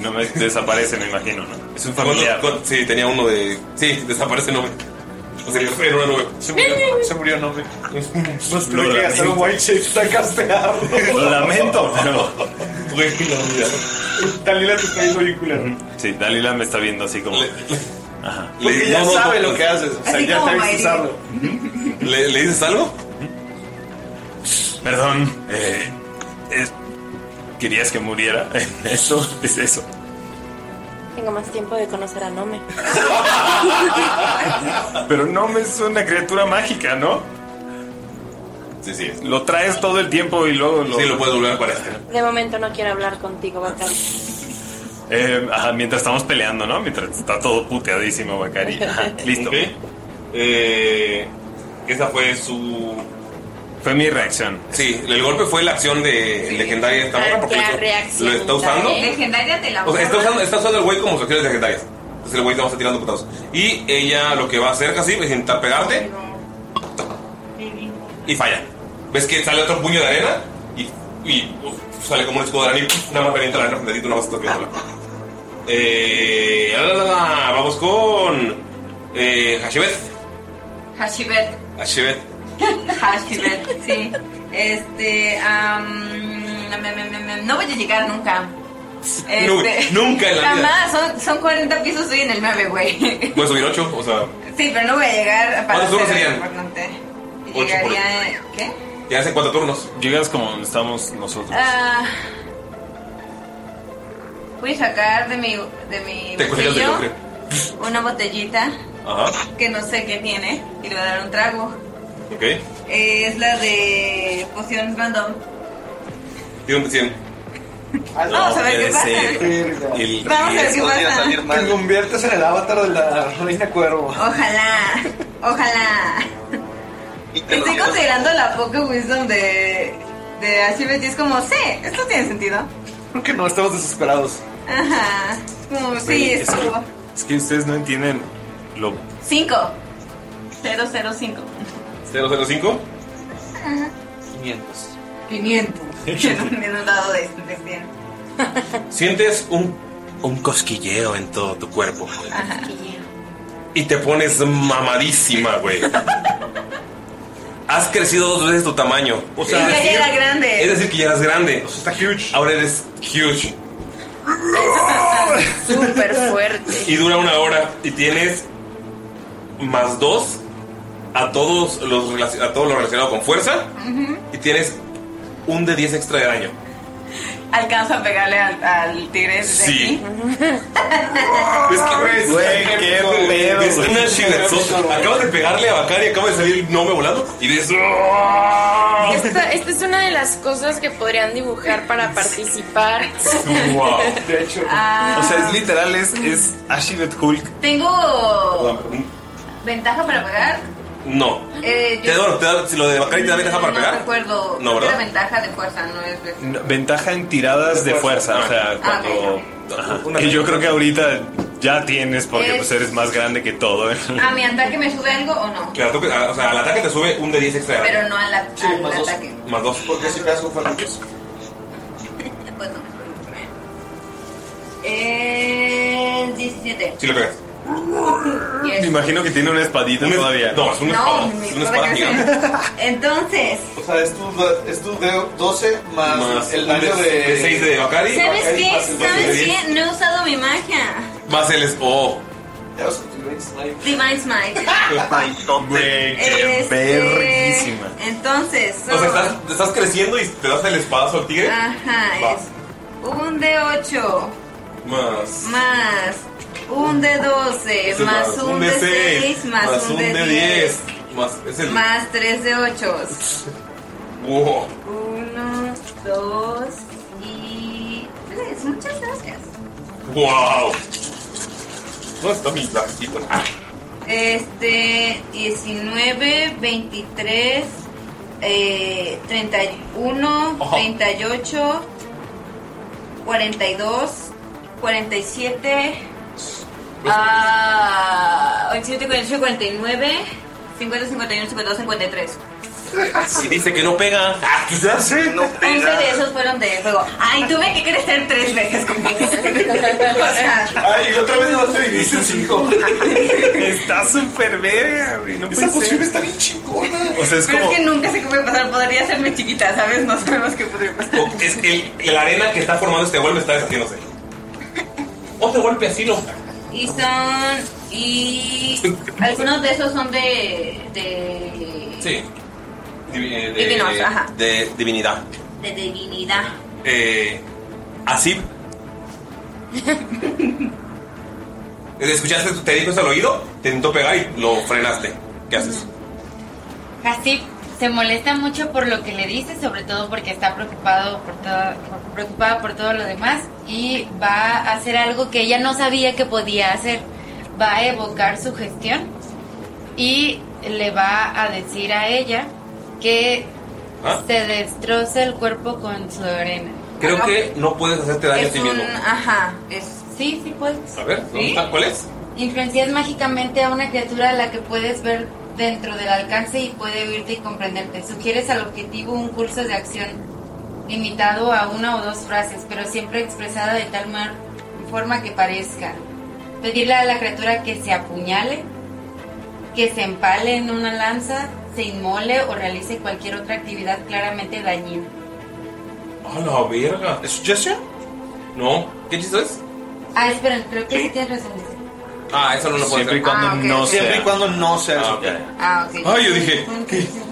No me desaparece, me imagino, ¿no? Es un familiar. sí, tenía uno de. Sí, desaparece Nome. O sea, era una nube. Se murió, se murió Nome. No es que gastar un white shape está casteado. Lo lamento, pero. Dalila te está viendo bien culero. Sí, Dalila me está viendo así como. Ajá. Porque ya sabe lo que haces. O sea, Así ya como te viste Mayrin. usarlo. ¿Le, le dices algo? Perdón, eh, es- querías que muriera. Eso es eso. Tengo más tiempo de conocer a Nome. Pero Nome es una criatura mágica, ¿no? Sí, sí. Lo traes todo el tiempo y luego lo. Sí, lo puedes volver a aparecer. De momento no quiero hablar contigo, Bacari. Eh, ajá, mientras estamos peleando, ¿no? Mientras está todo puteadísimo, Bacari. Ajá, listo. Eh, esa fue su. Fue mi reacción. Sí, el golpe fue la acción de legendaria de esta morra porque Ah, La lo- reacción. lo está usando. Legendaria de la O sea, está morra. usando, está usando el güey como sus acciones legendarias. Entonces el güey te va a estar tirando putados. Y ella lo que va a hacer casi es intentar pegarte y falla. Ves que sale otro puño de arena y, y, uf, sale como un escudo de arena y puf, nada más revienta la arena frente una vasita viéndola. Eh, la, la, la, la, vamos con eh, Hashibet. Hashibet. Hashibet. Hashibet, sí. Este. am, no, me- me- me- me- no voy a llegar nunca. Este, Nu- nunca en la vida. Jamás, son, son 40 pisos, estoy en el 9, güey. Sí, Voy a subir 8, o sea, pero no voy a llegar para ¿Cuántos turnos ser serían? importante. por- Llegaría. eh, ¿Qué? ya hace cuatro turnos. Llegas como donde estamos nosotros. Ah, voy a sacar de mi, de mi Te cuelgas bolsillo del una botellita Ajá, que no sé qué tiene y le voy a dar un trago. ok. Es la de poción random. Tira un 100. Vamos a ver qué pasa. Vamos a ver qué pasa. Te conviertes en el avatar de la reina cuervo. Ojalá, ojalá. Estoy considerando la poca wisdom de, de Ashibet y es como, sí, esto tiene sentido. Porque no estamos desesperados. Ajá. Como, sí, Güey, es que- estuvo. Es que ustedes no entienden lo. 5. 005. 005. Ajá. 500. 500. En un dado de, de 100. Sientes un, un cosquilleo en todo tu cuerpo. Ajá. Y te pones mamadísima, güey. Has crecido dos veces tu tamaño. O Y ya era grande. Es decir, que ya eras grande. está huge. Ahora eres huge. Súper fuerte. Y dura una hora. Y tienes más dos a todos los relaci- a todo lo relacionado con fuerza. Ujú. Y tienes un de 10 extra de daño. Alcanza a pegarle al, al tigre desde Sí. aquí. Es que, güey, qué pedo. Es una shiverzota. Acabas de pegarle a Bacari, acaba de salir el nome volando y dices. "Oh". Esta, esta es una de las cosas que podrían dibujar para participar. Wow. De hecho. Ah. O sea, es literal, es, es Ashibet Hulk. Tengo Perdón, ventaja para pegar. No. Eh, Te da, te da- si lo de Bacari te da ventaja para no pegar. recuerdo. No, Creo que ¿verdad? Era ventaja de fuerza, no es de No, Ventaja en tiradas de fuerza, o sea, Ah, cuando... Ajá. Que yo creo que ahorita ya tienes porque Es- pues eres más grande que todo. ¿eh? ¿A Ah, mi ataque me sube algo o no? Claro, tú que- o sea, al ataque te sube un de 10 extra de daño. Pero no al, a- al ataque. Más dos. Porque si pegas con fuerza. Pues no. Eh, 17. Si le pegas. Yes. Me imagino que tiene una espadita todavía. No, es una No, espada, mi es una espada espada crece. Entonces, O sea, es tu, es tu dedo 12 más, Más el un daño de- de. de seis de Bacari. ¿sabes Bacari qué? pasa el ¿Sabes 10. qué? No he usado mi magia. Más el es. Oh. Divine Smite. Güey, Este, verguísima. Entonces, O sea, son- estás, estás creciendo y te das el espadazo al tigre. Ajá, Va. es un de 8 Más. más un de 12 Este más un de 6 más un de 10. Más, es el. Más 3 de 8. Wow. 1, 2 y 3. Muchas gracias. ¡Wow! ¿Dónde está mi lacito? Ah, Este, 19, 23, eh, 31, 38, 42, 47, ah, 87, 48, 49, 50, 51, 52, 53. Si dice que no pega. Ah, ¿qué se hace? No 11 de esos fueron de juego. Ay, tuve que crecer tres veces con O sea, Ay, otra vez no te dice cinco. Está súper verga, güey. No Pues, puede ser. está bien chingona. O sea, es Pero como. es que nunca sé qué puede pasar. Podría hacerme chiquita, ¿sabes? No sabemos qué podría pasar. Es el, el arena que está formando este golpe está deshaciéndose. Otro golpe así lo. Y son. Y. Algunos de esos son de. de. Sí. Divi- eh, de, Divinos, ajá. de divinidad. de divinidad. Eh, así. ¿Escuchaste? Te dijo eso al oído, te intentó pegar y lo frenaste. ¿Qué haces? Hasib se molesta mucho por lo que le dice, sobre todo porque está preocupado por todo, preocupada por todo lo demás y va a hacer algo que ella no sabía que podía hacer. Va a evocar su gestión y le va a decir a ella que ¿Ah? se destroce el cuerpo con su arena. Creo que no puedes hacerte daño a ti mismo. ajá, sí, sí puedes. A ver, ¿dónde está? ¿cuál es? Influencias mágicamente a una criatura a la que puedes ver dentro del alcance y puede oírte y comprenderte. Sugieres al objetivo un curso de acción limitado a una o dos frases, pero siempre expresada de tal ma- forma que parezca. Pedirle a la criatura que se apuñale, que se empale en una lanza, se inmole o realice cualquier otra actividad claramente dañina. ¡A ¡Ah, la verga! ¿Es suggestion? No. ¿Qué chiste es? Ah, esperen, creo que sí tienes razón. Ah, eso no lo puedes Siempre hacer. y cuando Ah, ok, no ok. sea. Siempre y cuando no sea. Ah, ok. Ay, yo dije.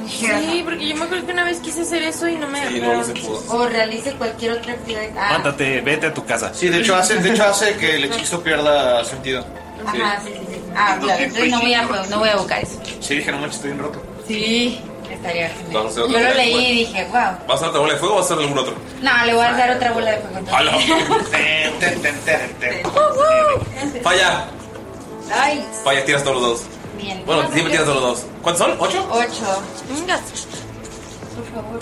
Sí, porque yo me acuerdo que una vez quise hacer eso y no me Sí, no, agarraron. no se pudo. O realice cualquier otra actividad. Ah, Mátate, vete a tu casa. Sí, de hecho hace, de hecho hace que el hechizo pierda sentido. Ajá, sí, sí, sí. Ah, claro, entonces no voy a, no voy a buscar eso. Sí, dije, no manches, estoy bien roto. Sí, estaría genial. Vamos a hacer Yo otra lo bola de leí fuego. y dije, wow. ¿Vas a hacer otra bola de fuego o vas a hacer algún otro? No, le voy a dar otra bola de fuego. entonces. ¡A la Falla, Ay, falla, tiras todos los dos. bien. Bueno, siempre tiras todos los dos. ¿Cuántos son? ¿Ocho? Ocho. Venga. Por favor.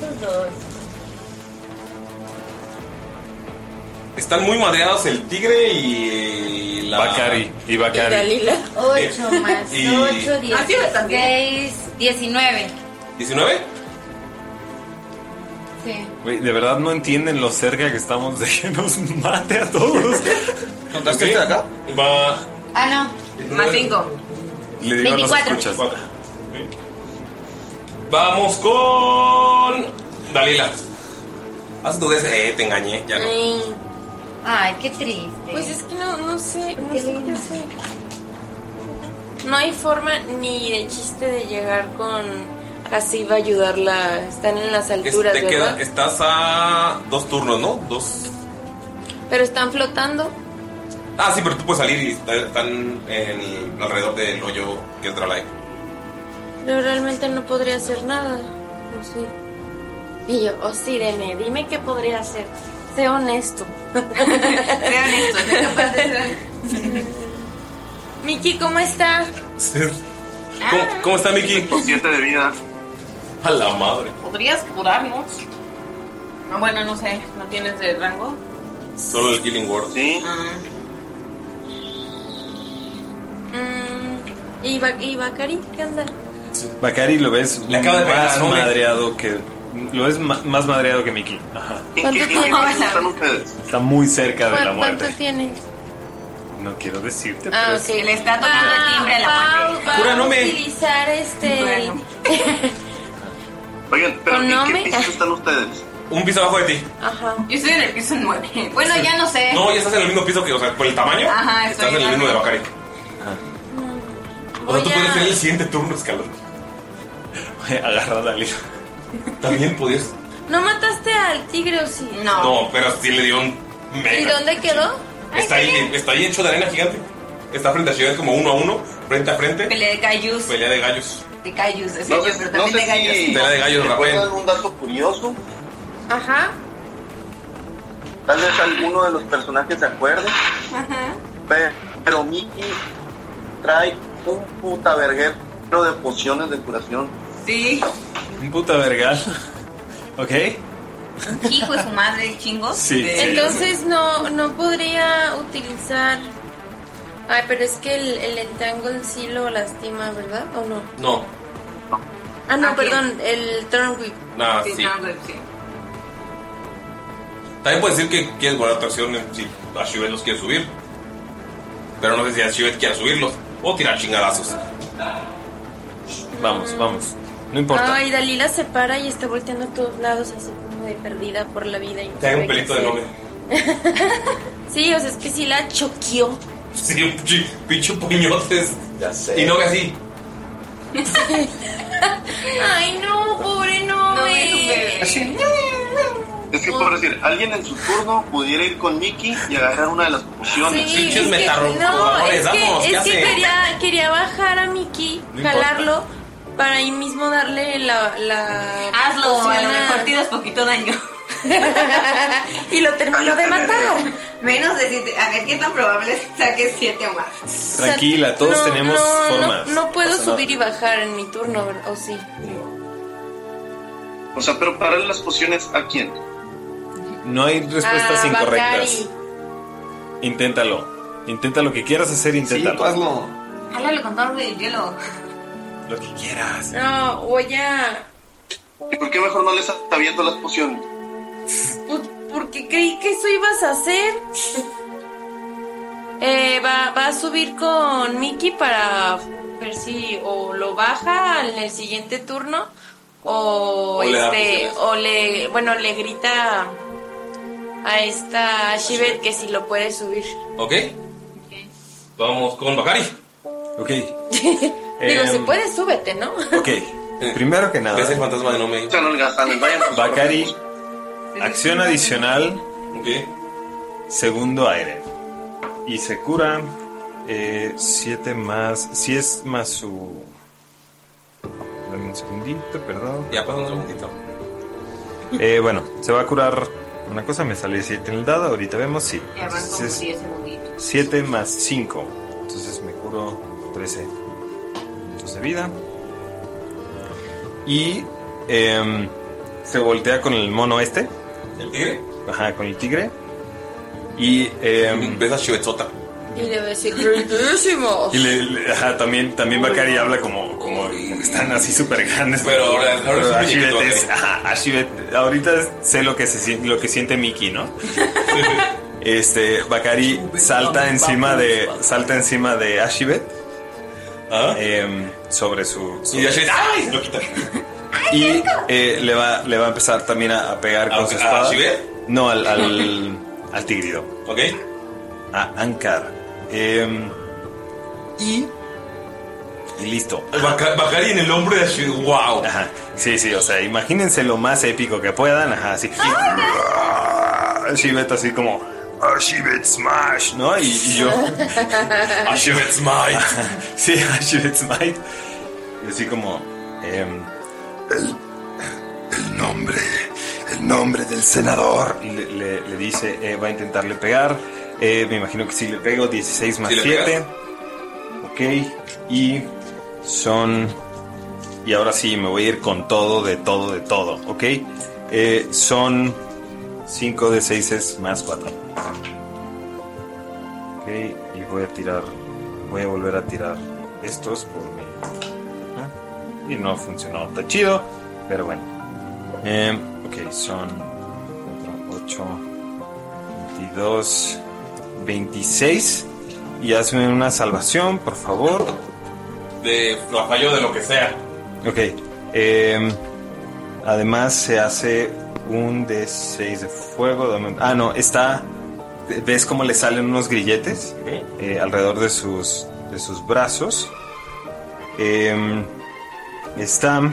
¿Cuántos dos? Están muy madreados el tigre y la. Bacari. Y Bacari. Ocho más Y- ocho, diez, Ah, sí, bastante. seis, diecinueve. ¿19? Sí. Güey, de verdad no entienden lo cerca que estamos de que nos mate a todos. ¿Contaste este de acá? Va. Ah, no. Más cinco. Le digo a 24. los escuchas. Vamos con. Dalila. Haz tu des. Eh, te engañé, ya no. Ay, qué triste. Pues es que no, no sé, no sé qué hacer. No hay forma ni de chiste de llegar con así va a ayudarla. Están en las Es- alturas, te ¿verdad? queda, estás a dos turnos, ¿no? Dos. Pero están flotando. Ah, sí, pero tú puedes salir y está- están en- alrededor del hoyo que es Dralai. Yo realmente no podría hacer nada. ¿o sí? Y yo, oh Sirene, dime qué podría hacer. Sé honesto. sé honesto, sé capaz de ser. Miki, ¿cómo está? ¿Cómo, cómo está Miki? Siete de vida. A la madre. ¿Podrías curarnos? No, bueno, no sé, ¿no tienes de rango? Solo el Killing Word. Sí. Ah. Mm, ¿y, Ba- ¿Y Bacari? ¿Qué onda? Bacari lo ves acaba de pegar, más ¿no? madreado que. Lo ves ma- más madreado que Mickey. Ajá. ¿Cuánto tienes? Está muy cerca de la ¿Cuán- ¿Cuánto muerte. tienes? No quiero decirte. Ah, pero ok. sí. Le está tocando el timbre a la muerte. Va, a Cúranome. utilizar este... Oigan, pero Bueno, ¿en me- qué piso están ustedes? Un piso abajo de ti. Ajá. Yo estoy en el piso 9. Bueno, ya no sé. No, ya estás en el mismo piso que, o sea, por el tamaño. Ajá, estás estoy en el en mismo de la- Bacari. O sea, tú Voy a- puedes ser el siguiente turno escalón. Agarra a Dalila. También podías. ¿No mataste al tigre o sí? No, pero sí le dio un ¿Y mega. dónde quedó? Está ahí, está ahí hecho de arena gigante. Está frente a Shivet como uno a uno. frente a frente. Pelea de gallos. Pelea de gallos. De gallos, decía No yo, sé, pero no también sé de gallos. si Tela de gallos, recuerdan Rafael. un dato curioso. Ajá. Tal vez alguno de los personajes se acuerde. Ajá. pe- Pero Mickey trae un puta verguero de pociones de curación. Sí. Un puta vergal. ¿Ok? Hijo de su madre, chingos. Sí, sí. Entonces no, no podría utilizar. Ay, pero es que el, el entangle sí lo lastima, ¿verdad? ¿O no? No, Ah, no, perdón, el turn whip. Ah, No, sí. También puedes decir que quieres guardar tu acción en- si a Shivet los quieres subir. Pero no sé si a Shivet quiera subirlos o tirar chingadazos. Pues, Vamos, vamos. No importa. Ay, Dalila se para y está volteando a todos lados así como de perdida por la vida. Y no Te hago sabe un qué pelito de hacer. lome. Sí, o sea, es que sí la choqueó. Sí, un chi- pinche puñotes. Ya sé. Y no que así. Ay, no, pobre no. Así. Es que por decir, alguien en su turno pudiera ir con Mickey y agarrar una de las pociones. Sí, es que- no, es que, es que quería, quería bajar a Mickey, No importa. jalarlo, para ahí mismo darle la. la Hazlo, poción a lo mejor tiras poquito daño. y lo terminó de matar. Menos de siete. A ver qué tan probable es que saque siete o más. Tranquila, todos tenemos no, formas. No, no puedo Pasa nada. subir y bajar en mi turno, ¿ver- ¿o sí? O sea, pero para las pociones a quién? No hay respuestas Ah, incorrectas. Bakari. Inténtalo. Intenta lo que quieras hacer, inténtalo. Háblale con todo el hielo. Lo que quieras. No, voy a. ¿Y por qué mejor no les está viendo las pociones? Pues, Porque creí que eso ibas a hacer. Eh, va, va a subir con Mickey para ver si o lo baja en el siguiente turno o, O le da este misiones. o le bueno le grita a esta Shivet que si lo puede subir. ¿Ok? Vamos con Bakari. Ok. Digo, Em, si puedes súbete, ¿no? Ok. Primero que nada. Ves el Eh, fantasma de Nome. Bakari. Acción adicional. Segundo aire. Y se cura. 7 más. Si es más su. Dame un segundito, perdón. Ya, pasa un segundito. Eh, bueno, se va a curar. Una cosa me sale 7 en el dado, ahorita vemos, sí. Ya van como Entonces, 10 segunditos. 7 más 5. Entonces me curo 13 puntos de vida. Y em, se voltea con el mono este. ¿El tigre? Ajá, con el tigre. Y. em, Ves a Shivetsota. Y le va a decir grandísimo. Y le, le- ajá, también, también Bakari habla como, como que están así súper grandes. Pero ahora- ahora es un Ashibet muñequito, es- ajá, Ashibet- ahorita sé lo que, se, sien- lo que siente Mickey, ¿no? Este, Bakari salta encima de, salta encima de Ashibet. em, sobre su... Ah. Y Ashibet, ¡ay! Lo quita. Y eh, le, va, le va a empezar también a, a pegar con su espada. Ashibet? No, al, al, al tigrido. ¿Ok? A Ankar. Em, y y listo. Bajar y en el hombro de Ashibet. ¡Wow! Ajá. Sí, sí, o sea, imagínense lo más épico que puedan. Ajá, así. Ashibet así como. Ashibet Smash, ¿no? Y, y yo. Ashibet Smite. sí, Ashibet Smite. Y así como. em, El nombre del senador. y le, le- le dice, eh, va a intentarle pegar. Eh, me imagino que si le pego, 16 más Sí, le 7. Ok, y son... Y ahora sí, me voy a ir con todo, de todo, de todo, ¿ok? Eh, son 5 de 6 más 4. Ok, y voy a tirar... Voy a volver a tirar estos por mi... Ajá. Y no funcionó tan chido, pero bueno. Em, ok, son 8, 22, 26. Y hazme una salvación, por favor. De Rafael de lo que sea. Ok. em, además se hace un de 6 de fuego. dame un- Ah, no, está... ¿Ves cómo le salen unos grilletes eh, alrededor de sus, de sus brazos? Em, está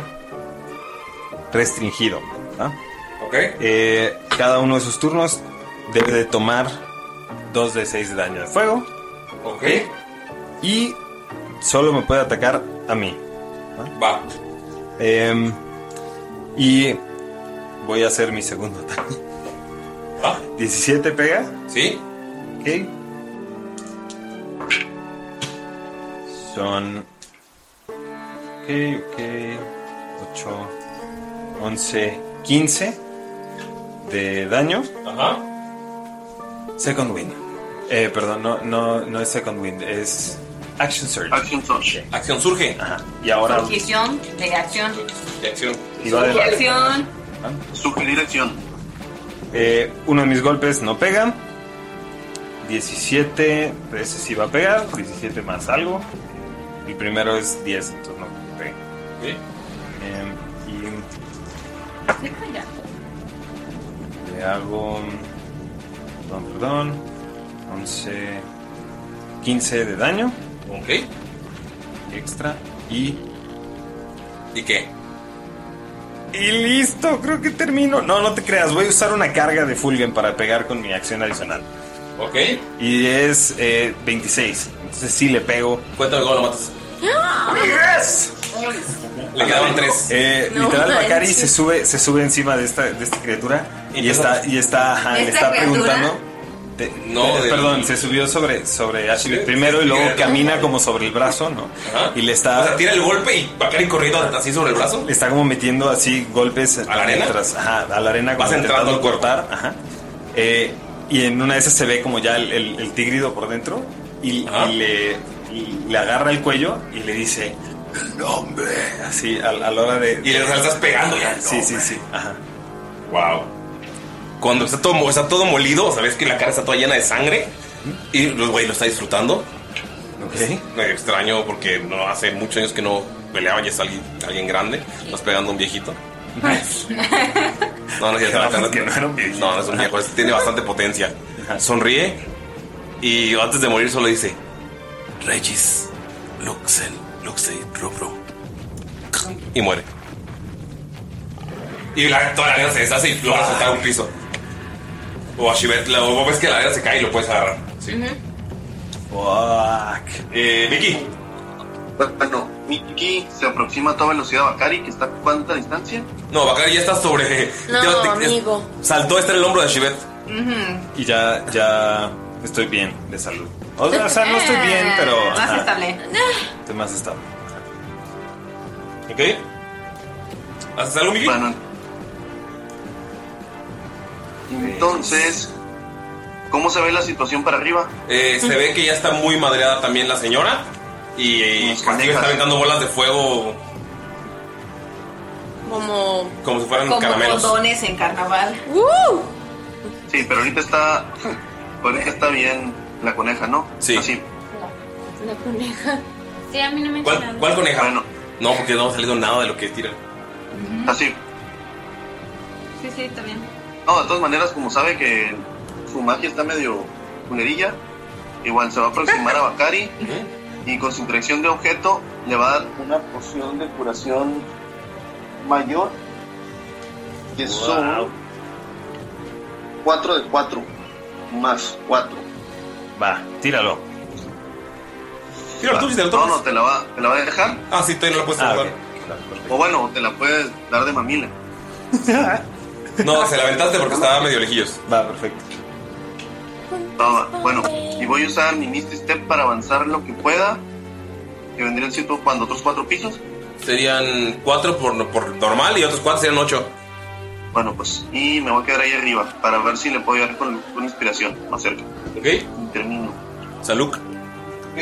restringido. ¿ah? ¿Ok? Eh, cada uno de sus turnos debe de tomar 2 de 6 de daño de fuego. ¿Ok? Y solo me puede atacar a mí. Va. Em, y voy a hacer mi segundo ataque. 17 pega. Sí. Ok. Son. Ok, ok. 8, 11, 15 de daño. Ajá. Second Wind. Eh, perdón, no, no, no es Second Wind, es Action Surge. Action Surge. Acción surge. Ajá. Y ahora Sugestión de acción. de acción. y va de- ¿Ah? Acción. Sugerir acción. Eh, uno de mis golpes no pega. 17, pero ese sí va a pegar. 17 más algo. El primero es 10, entonces no pega. Eh, y le hago. Perdón, perdón. 11, 15 de daño. Ok. Extra. Y. ¿Y qué? Y listo, creo que termino. No, no te creas, voy a usar una carga de Fulgen para pegar con mi acción adicional. Ok. Y es eh, 26. Entonces sí le pego. ¿Cuánto luego lo matas? ¡Yes! Le quedaban tres. Eh, No literal, manches. Bakari se sube, se sube encima de esta, de esta criatura y está, y está, ajá, ¿De le esta está criatura? preguntando. de- No, de- del- perdón, se subió sobre, sobre Ashley primero y luego Criatura. camina como sobre el brazo, ¿no? Ajá. Y le está. O sea, tira el golpe y Bakari corriendo así sobre el brazo. Le está como metiendo así golpes la arena? mientras- ajá, a la arena como Vas entrando intentando al cuerpo. cortar. Ajá. Eh, y en una de esas se ve como ya el, el- el tigrido por dentro y, y le, y le agarra el cuello y le dice: ¡El hombre! Así a, a la hora de. Y le o sea, le estás pegando ya. Ah, Sí, sí, sí. Ajá. Wow. Cuando está todo, mo- está todo molido, sabes que la cara está toda llena de sangre y los güey lo está disfrutando. Es medio extraño porque no hace muchos años que no peleaba y es alguien, alguien grande. Estás pegando a un viejito. No, no es cierto, no, no, no es un viejo, es- tiene bastante potencia. Sonríe y antes de morir solo dice: Regis, Luxel, Luxel, Rubro. Y muere. Y la, toda la arena se deshace y logra soltar un piso. O a Shivet, la- o ves que la arena se cae y lo puedes agarrar. Fuck. Eh, Vicky. Bueno, ah, Mickey se aproxima a toda velocidad a Bakari, que está a cuánta distancia. No, Bakari ya está sobre. No, amigo. Saltó este en el hombro de Shivet. Ujú. Y ya, ya estoy bien de salud. O sea, o sea, no estoy bien, pero. Eh, Ah, Más ajá, estable. Ah, estoy más estable. ¿Ok? ¿Haces algo, Miguel? Bueno. Entonces, ¿cómo se ve la situación para arriba? Eh, se ve que ya está muy madreada también la señora. Y, y Castillo está aventando bolas de fuego Como, como si fueran como caramelos. condones en carnaval. Sí, pero ahorita está. Ahorita está bien la coneja, ¿no? Sí. La coneja. Sí, a mí no me ¿Cuál, encanta. cuál coneja? No, porque no ha salido nada de lo que tira. Así. Sí, sí, está bien. No, de todas maneras, como sabe que su magia está medio culerilla, igual se va a aproximar a Bakari y con su dirección de objeto le va a dar una poción de curación mayor que son 4 de 4 más 4. Va, tíralo. Tíralo tú, si te lo No, no, te la va, te la va a dejar. Ah, sí, todavía no la puedes ah, O bueno, te la puedes dar de mamila. No, se la aventaste porque estaba medio lejillos. Va, perfecto. Toma, bueno, y voy a usar mi Misty Step para avanzar lo que pueda. Que vendrían siendo cuando otros cuatro pisos. Serían cuatro por, por normal y otros cuatro serían ocho. Bueno, pues, y me voy a quedar ahí arriba para ver si le puedo llegar con, con inspiración más cerca. ¿Ok? Y termino. Salud. Ok,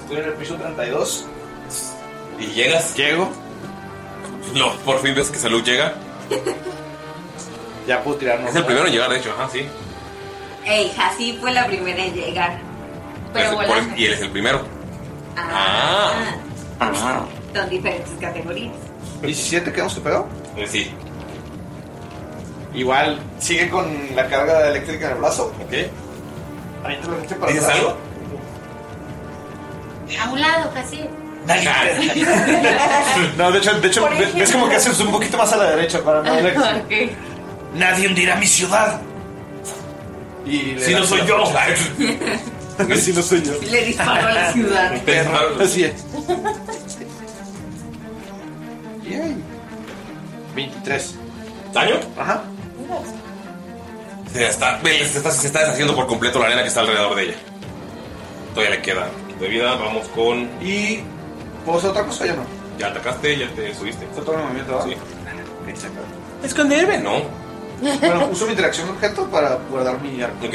estoy en el piso 32. ¿Y llegas? Llego. No, por fin ves que Salud llega. Ya puedo tirar. Es el primero en llegar, de hecho. Ajá, sí. Ey, así fue la primera en llegar. Es Pero el- volando. por- y él es el primero. Ah. Ah. Son diferentes categorías. 17 quedamos que pegó. Sí. Igual, sigue con la carga eléctrica en el brazo. Ok. ¿Dices algo? A un lado, casi. No, de hecho, de hecho ve- ves como que haces un poquito más a la derecha para Ah, no ver. Nadie hundirá mi ciudad. Y Si no soy yo. Así no soy yo. Le disparó a la ciudad. Así es. Bien. 23. ¿Daño? Ajá. Se está, se, está, se está deshaciendo por completo la arena que está alrededor de ella. Todavía le queda de vida. Vamos con. ¿Y puedo hacer otra cosa o ya no? Ya atacaste, ya te subiste. ¿Fue todo el movimiento? ¿verdad? Sí. ¿Esconderme? No. Bueno, uso mi interacción objeto para guardar mi arco. Ok.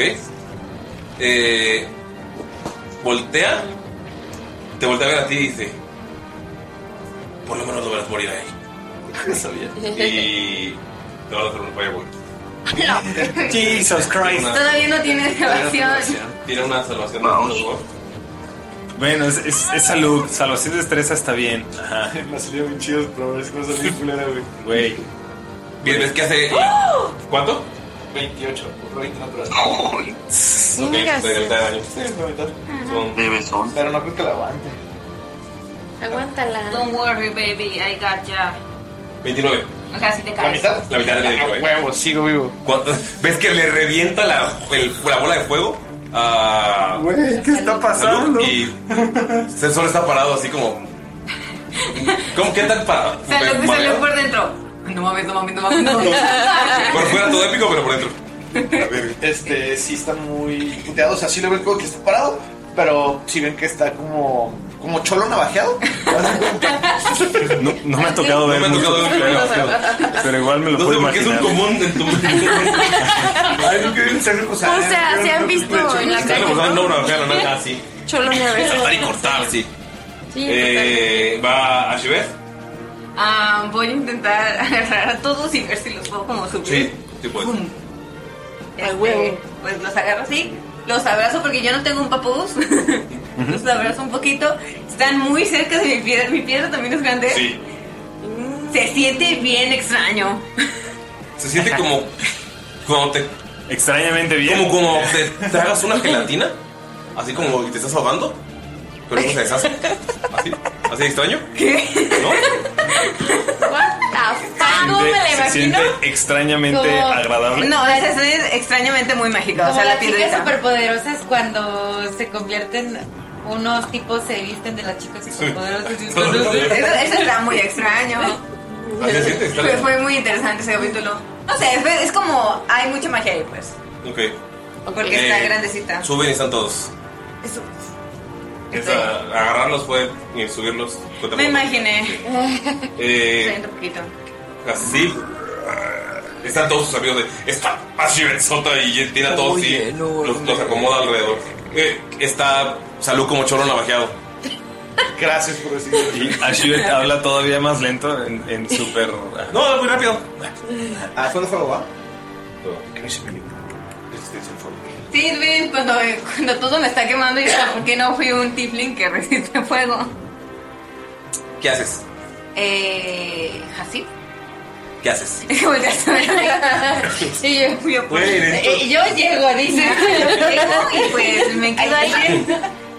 Eh, voltea. Te voltea a ver a ti y dice: Por lo menos lo verás morir ahí. sabía. Y te vas a hacer un firewall. No. Jesus Christ. Todavía no tiene salvación. Tiene una salvación. No, no. Bueno, es, es- es salud. Salvación de destreza está bien. Ajá. Me ha salido bien chido, pero es que me salió culera, güey. Güey. Bien, ¿ves qué hace? eh, ¿Cuánto? 28. Otro 20 natural. Ok, te da mitad de daño. Sí, me va a evitar. Son- Pero no creo que la aguante. Aguántala. Don't worry, baby. I got ya. 29. O sea, si te caes. La mitad ¿eh? de Ah, huevo, sigo vivo. ¿Ves que le revienta la, el- la bola de fuego? Ah, Güey, ¿qué está pasando? Y se solo está parado así como. ¿Cómo qué tal parado? O sea, lo que salió Mareado. por dentro. No mames, no mames, no mames. No. mames. Por fuera todo épico, pero por dentro. Este, sí está muy puteado. O sea, sí lo ven como que está parado, pero si ven que está como, como cholo navajeado. No, no me ha tocado ver. mucho, pero, pero igual me lo puedo imaginar. es un común en tu Ay, no quiero ser O sea, se han visto en la calle. Estamos dando una fea, ¿no? ¿no? Así. Cholo Nieves. Saltar y cortar, sí. Sí, Eh, va a Shiver. Ah, voy a intentar agarrar a todos y ver si los puedo como subir. Sí, sí puedes. Pum. Este, Pues los agarro así, los abrazo porque yo no tengo un papús. los abrazo un poquito. Están muy cerca de mi piedra. Mi piedra también es grande. Mm, Sí. Se siente bien extraño. Se siente como. Como te. Extrañamente bien. Como como te tragas una gelatina. Así como y te estás ahogando. Pero no se deshace. Así. Así de extraño. What the fuck? Ah, ¿Cómo me la Se imagino? siente extrañamente Como- agradable. No, esa es extrañamente muy mágica. O Como sea, la las chicas piedrita. superpoderosas cuando se convierten, unos tipos se visten de las chicas superpoderosas. Eso, eso está muy extraño. Así se siente Fue, extraño. fue muy interesante ese capítulo. No sé, fue- es como hay mucha magia ahí, pues. Ok. Porque está Eh, grandecita. Suben y están todos. Eso- Esa- agarrarlos fue y subirlos. fue Me tampoco. imaginé. Eh, Siento un poquito. así. ah, Están todos sus amigos de. Está Shiver sota y tiene a todos y los, los acomoda alrededor. Eh, está Salud como chorro navajeado. Gracias por decirlo. Y Ashivet habla todavía más lento en, en super. No, muy rápido. Ah, fue de fuego, ¿va? Sí, ven, cuando, cuando todo me está quemando, yo digo, ¿por qué no fui un tiefling que resiste fuego? ¿Qué haces? Eh. Así. ¿Qué haces? Es que volteaste a verme. Y yo fui a Güey, esto- Y yo llego, dice. Llego y pues me quedo ahí.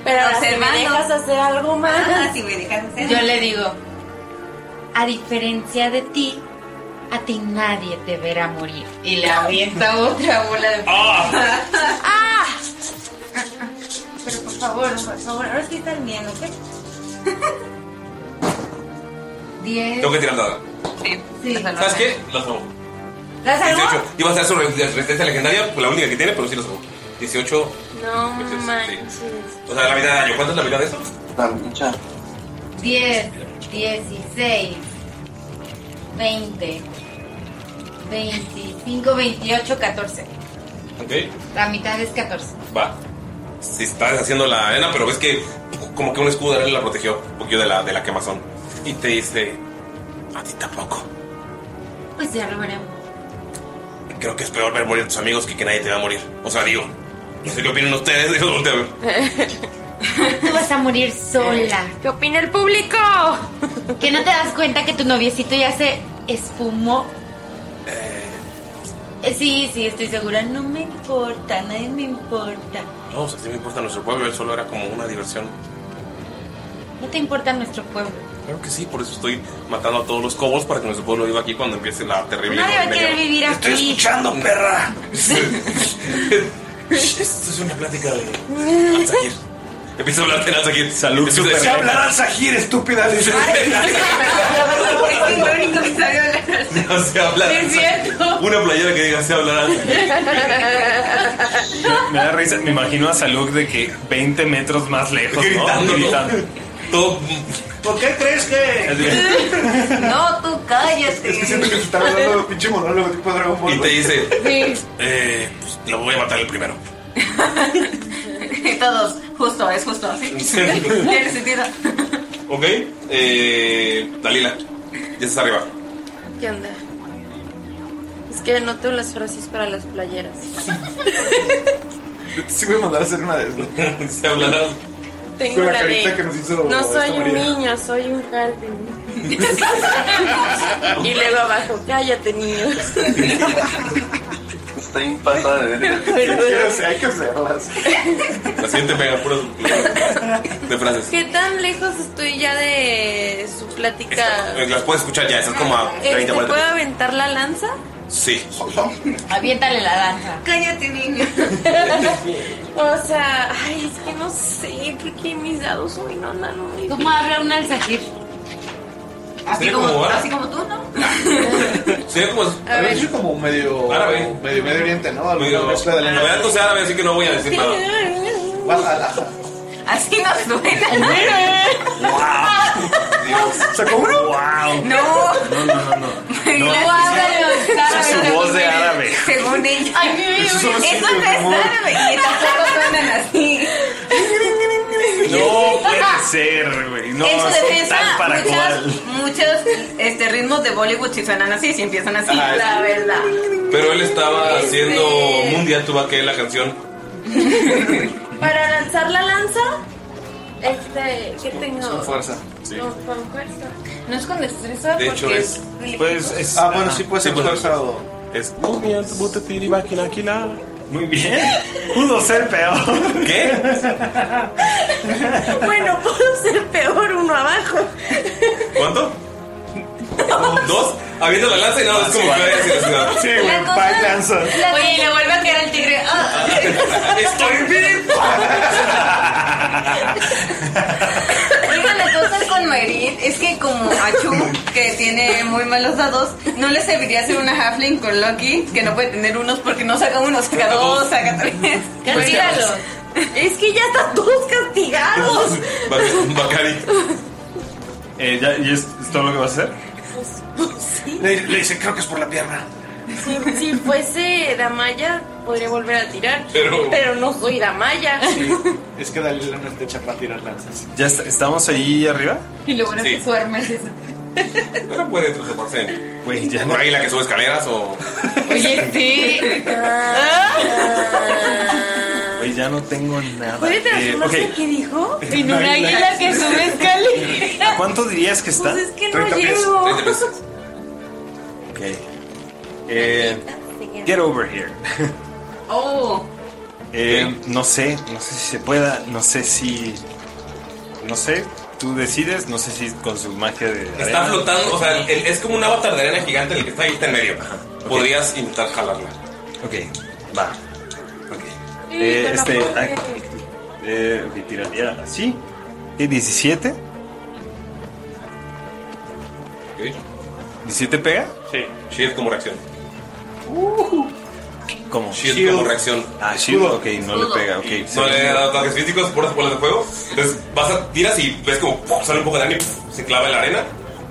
Pero Ah, Ahora, si me dejas hacer algo más. si me dejas hacer Yo le digo, a diferencia de ti, a ti nadie te verá morir. Y le avienta otra bola de ¡Ah! Pero por favor, por favor, ahora sí están bien, ¿ok? Diez. Tengo que tirar nada. Sí, sí. ¿Sabes qué? Los hago. ¿La salvó? 18. Iba a hacer su re- resistencia legendaria, pues la única que tiene, pero sí los hago. 18. No manches. O sea, la mitad de daño. ¿Cuánto es la mitad de eso? La lucha. 10, 16, 20, 25, 28, 14. Ok. La mitad es 14. Va. Si está deshaciendo la arena, pero ves que como que un escudo de arena la protegió un poquillo de la, de la quemazón. Y te dice, a ti tampoco. Pues ya lo veremos. Creo que es peor ver morir a tus amigos que que nadie te va a morir. O sea, digo, no sé qué opinan ustedes, digo, voltea a ver. Tú vas a morir sola. ¿Qué opina el público? ¿Que no te das cuenta que tu noviecito ya se esfumó? Eh, Sí, sí, estoy segura. No me importa, nadie me importa. No, o sea, sí me importa nuestro pueblo, él solo era como una diversión. No te importa nuestro pueblo. Claro que sí, por eso estoy matando a todos los cobos para que nuestro pueblo viva aquí cuando empiece la terrible. Nadie va a guerra. querer vivir aquí. perra! Shh, Esto es una plática de. Empieza a hablar de Nazahir. Salud, Se hablará Zahir, estúpida. le dice. No se habla. Es cierto. Una playera que diga se hablará. Me da risa, me imagino a Saluk de que 20 metros más lejos, ¿no? Gritando. Todo ¿Por qué crees que.? No, tú cállate. Es que siento que se está hablando de pinche monólogo tipo Dragon Ball. Y te dice, Sí. eh, pues, lo voy a matar el primero. Y todos, justo, es justo, sí. Tiene sentido. Ok, eh, Dalila, ya estás arriba. ¿Qué onda? Es que anoto las frases para las playeras. Sí, voy a mandar a hacer una de esas. Se hablará. Tengo Con la una carita de- que nos hizo. No esta soy un María. niño, soy un jardín. y luego abajo, cállate, niños. Está impasada de verga. Quiero hacer- Hay que hacerlas. La siguiente pega puras de frases. ¿Qué tan lejos estoy ya de su plática? Eh, Las puedes escuchar ya, estás como a Este, 30 ¿Puedo vueltas. aventar la lanza? Sí. Aviéntale la lanza. Cállate, niño. o sea, ay, es que no sé, porque mis dados hoy no andan muy ¿Cómo habla un alzajir? Sería como árabe. como tú, ¿no? Sería como. A ver, yo como medio. Árabe. Medio Medio Oriente, ¿no? Alguna mezcla de La verdad no sé árabe, así que no voy a decir nada. Guadalajara. Así nos suena. ¿Sacó uno? No. No, ¡Wow! no, no. no. No. Esa es su voz de árabe. Según ella. Eso solo eso sirve, no mi es amor. árabe. Y tampoco suenan así. No puede ser, güey. No, en su es defensa, tal para muchas, cual. muchos este, ritmos de Bollywood si suenan así, si empiezan así, Ajá, la sí. verdad. Pero él estaba haciendo Mundial Tuba, que es la canción. Para lanzar la lanza, este, ¿qué tengo? fuerza. Sí. No, con fuerza. No es con destreza, De hecho porque es. Pues es- Ah, bueno, sí puede ser fuerza Es. Muy bien, Butetiri, Bakilaquila. Muy bien. Pudo ser peor. ¿Qué? bueno, puedo ser peor uno abajo. ¿Cuánto? ¿Dos? Habiendo la lanza y nada, es como que vaya hacia la ciudad. Ah, Sí, güey, Pac lanza. Oye, y le vuelve a quedar el tigre. Ah. Estoy bien. Híjole, cosas con Merit es que como Achu, que tiene muy malos dados, no le serviría hacer una halfling con Loki, que no puede tener unos porque no saca uno, saca dos, saca tres. Castígalo. Es que ya están todos castigados. Bacari. Eh, ¿ya, ¿Y es, es todo lo que vas a hacer? Pues, Le, le dice, creo que es por la pierna. Si, si fuese Damaya, podría volver a tirar. Pero- no soy Damaya. Es que Dalila no está hecha para tirar lanzas. ¿Ya est- estamos ahí arriba? Y lo bueno Sí. es que su arma es esa. Pero puede transformarse. Güey, ya. ¿Por ahí la que sube escaleras o.? Oye, sí. Ah. Güey, ya no tengo nada. ¿Puede Eh, transformarse ok, qué dijo? En una águila que sube escalera. ¿a ¿cuánto dirías que está? Pues es que no 30 pies, llego. 30 pies. Ok. Eh, get over here. Oh. Eh, no sé, no sé si se pueda, no sé si. No sé, tú decides, no sé si con su magia de. Está arena. flotando, o sea, el- el- es como un avatar de arena gigante el que está ahí está en medio. Podrías intentar jalarla. Ok, va. Ok. Eh, este. ah, eh, ok, tiraría así. ¿Qué? 17. ¿17 pega? Sí. Shield como reacción. ¿Cómo? Shield, como reacción. Ah, shield, ok, no le pega, ok. No le he dado ataques físicos por las bolas de fuego. Entonces vas a tiras y ves como ¡pum! sale un poco de arena y ¡pum! se clava en la arena.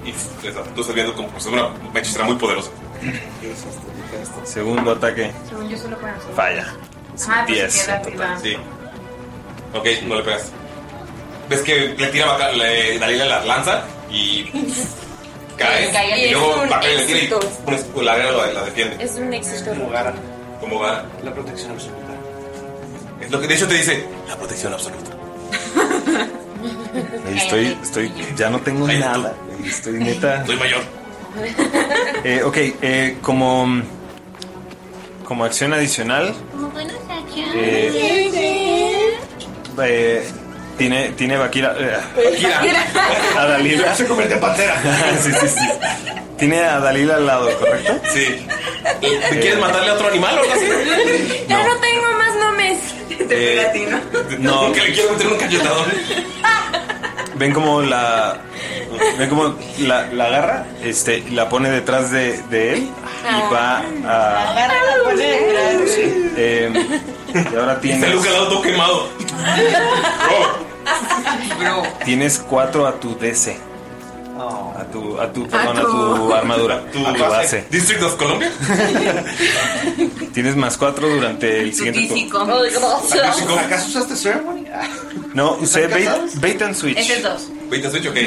Y ¡pum! te estás- tú estás viendo como pues, es una hechicera muy poderosa. Segundo ataque. Según yo solo para nosotros. Falla. Ah, pues 10. se queda arriba. Sí. Ok, no le pegas. Ves que le tira Baca- le, Dalila la lanza y cae. Y cae y al- luego Es un Bacari le tira y éxito. ¡pum! es- la arena la, la defiende. Es un éxito. Como va. La protección absoluta. Es lo que de hecho te dice, la protección absoluta. Ahí Estoy, estoy, ya no tengo nada. Estoy neta. Soy mayor. Eh, ok, eh, como, como acción adicional, eh, tiene, tiene Bakira. eh, a Dalila. Se convierte en pantera. sí, sí, sí. Tiene a Dalila al lado, ¿correcto? Eh, Sí. ¿Quieres matarle a otro animal o algo así? Ya no tengo más nombres. Te pega a ti, ¿no? No, Eh, que le quiero meter un cachetadón. ven como la ven como la, la agarra este y la pone detrás de, de él y va a Agárrala por detrás. eh, y ahora Está tienes Luke al lado todo quemado. tienes cuatro a tu DC a tu a tu perdón, a tu- tu armadura a tu Oh. A tu base District of Columbia. tienes más cuatro durante el siguiente turno Físico. ¿Acaso usaste Ceremony? Ah, no usé bait, bait and switch Ese es dos. Ahorita switch, ok.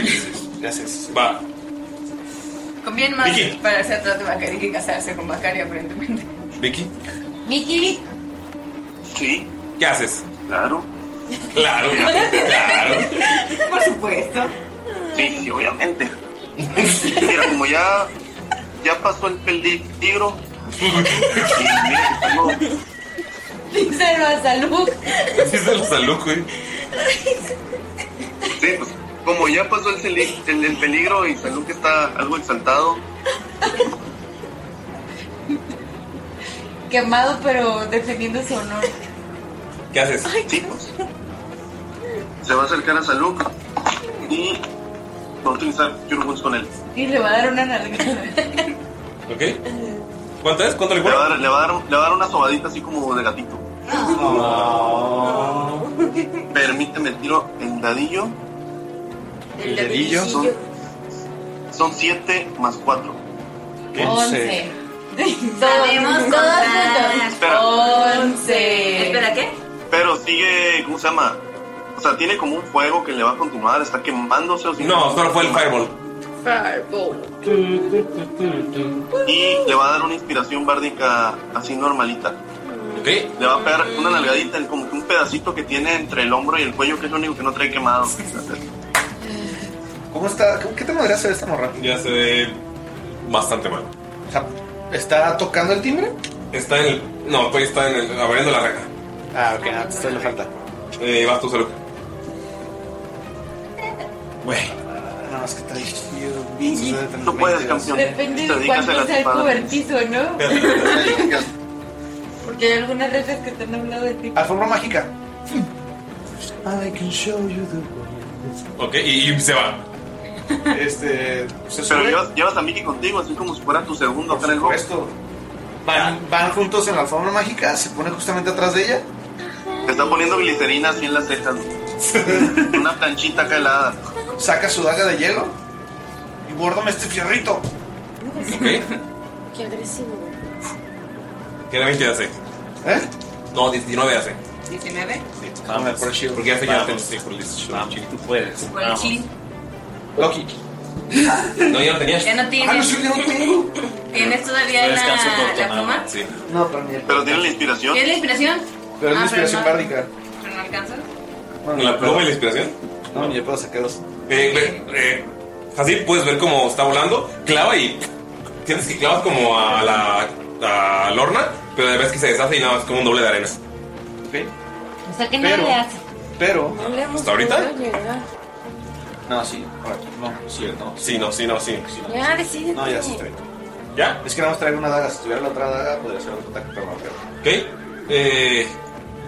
Gracias. Va. Conviene más Vicky. para hacer trato de Bacari que casarse con Bacari, aparentemente. Vicky. Vicky. Sí. ¿Qué haces? Claro. Claro. Claro. Por supuesto. Sí, sí, obviamente. Mira, como ya, ya pasó el peligro. y mira que tengo- Díselo a salud. Dice el salud, güey. Sí, pues, como ya pasó el, celi- el- el peligro y Salud que está algo exaltado, Quemado, pero defendiendo su honor. ¿Qué haces? Sí, pues, se va a acercar a Salud y va a utilizar Cure Wounds con él. Y le va a dar una nalgada. ¿Ok? ¿Cuánto es? ¿Cuánto le va a dar, le, va a dar, le va a dar una sobadita así como de gatito. Ah. Permíteme, tiro el dadillo. El dedillo. Son, son siete más cuatro. Once. Sabemos contar. Espera. Once. Espera, ¿qué? Pero sigue, ¿cómo se llama? O sea, tiene como un fuego que le va a continuar, está quemándose o sin- No, solo fue el fireball. Y le va a dar una inspiración bárdica así normalita. ¿Qué? Le va a pegar una nalgadita, el- como que un pedacito que tiene entre el hombro y el cuello, que es lo único que no trae quemado. ¿Cómo está? ¿Qué te podría hacer esta morra? Ya se ve bastante mal. O sea, ¿está tocando el timbre? Está en el. No, pues está en el. abriendo la reja. Ah, ok, ah, esto le falta. Eh, vas tú, salud. Güey. Ah, No, es que está Y chido. tú puedes, campeón. Depende de dedicas a cuánto la sea el espada. cobertizo, ¿no? Porque hay algunas redes que te han hablado de ti. Alfombra mágica. I can show you the Ok, y, y se va. Este. Se Pero sube. llevas, llevas a Mickey contigo, así como si fuera tu segundo acá en el box. Van, van juntos en la alfombra mágica, se pone justamente atrás de ella. Te está poniendo glicerina así en las cejas. Una planchita acá helada. Saca su daga de hielo. Y bórdame este fierrito. Ok. Qué agresivo. ¿Qué era 20 de AC? ¿Eh? No, 19 de AC. 19. Vamos, Ah, por el Porque ya se ya tengo sí, por el Vamos, tú puedes. Por el chile. Loki. No, ya no tenías. Ya no tienes. ¿Tienes todavía la, la pluma? Sí. No, pero ni el- Ah, Pero tiene la inspiración. ¿Tienes la inspiración? Pero es Ah, la inspiración pero no- bárdica. Pero no alcanzas. ¿La pluma y la inspiración? No, ni yo puedo sacar dos. Eh, ve- eh, así puedes ver cómo está volando, clava y tienes que clavas como a la a Lorna, pero de vez que se deshace y nada más como un doble de arena. O sea que Pero- no le hace. Pero. No le hemos ¿Hasta ahorita? podido llegar. No, sí. A ver, no, sí, no. Sí, no, sí, no, sí. Ya, decídete. No, ya sí estoy. ¿Ya? Es que nada más traigo una daga. Si tuviera la otra daga, podría ser otro ataque, pero no creo. ¿Ok? Eh,